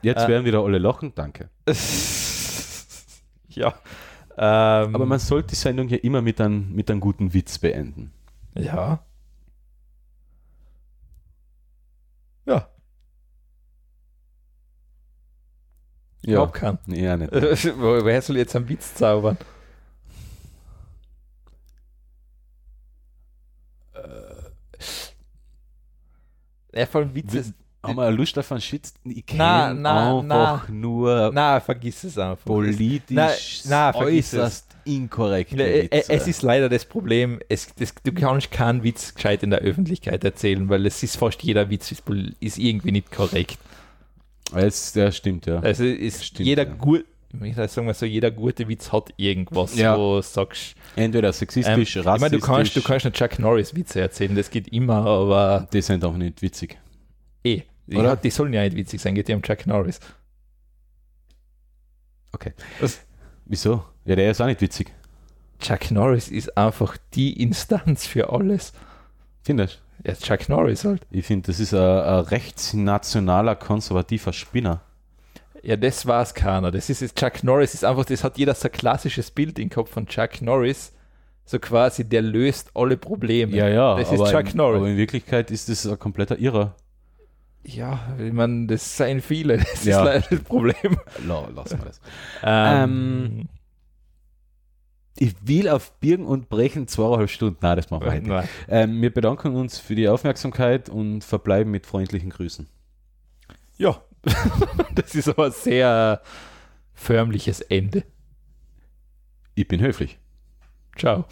Jetzt Äh. werden wieder alle lachen, danke. ja. Ähm, Aber man sollte die Sendung ja immer mit einem, mit einem guten Witz beenden. Ja. Ja, ich ja. glaube keinen. Nee, ja, nicht. Wo- Wer soll jetzt einen Witz zaubern? Äh. Ja, voll Witz Wi- ist. Haben wir Lust auf einen Shit? Ich Na, kenne na, einfach nur Na, vergiss es einfach. politisch Na, na, vergiss äußerst inkorrekte Äh, äh, Witze. Es ist leider das Problem, es, das, du kannst keinen Witz gescheit in der Öffentlichkeit erzählen, weil es ist fast jeder Witz ist, pol- ist irgendwie nicht korrekt. es, ja, stimmt, ja. Also ist Stimmt, jeder ja. gut, ich sag sagen wir so, jeder gute Witz hat irgendwas, Ja. wo du sagst, Entweder Ähm, sexistisch, ich meine, rassistisch. Ah, du kannst, du kannst nicht Chuck Norris Witze erzählen, das geht immer, aber Die sind auch nicht witzig. eh. Oder? Ja, die sollen ja nicht witzig sein, geht ja um Chuck Norris. Okay. Wieso? Ja, der ist auch nicht witzig. Chuck Norris ist einfach die Instanz für alles. Findest du? Ja, Chuck Norris halt. Ich finde, das ist ein, ein rechtsnationaler, konservativer Spinner. Ja, das war's keiner. Das ist jetzt Chuck Norris ist einfach, das hat jeder so ein klassisches Bild im Kopf von Chuck Norris. So quasi, der löst alle Probleme. Ja, ja. Das ist Chuck in, Norris. Aber in Wirklichkeit ist das ein kompletter Irrer. Ja, ich meine, das seien viele. Das Ja. ist leider das Problem. La, lassen wir das. Ähm, Ich will auf Birgen und Brechen zweieinhalb Stunden. Nein, das machen wir nicht. nein. Ähm, wir bedanken uns für die Aufmerksamkeit und verbleiben mit freundlichen Grüßen. Ja, das ist aber ein sehr förmliches Ende. Ich bin höflich. Ciao.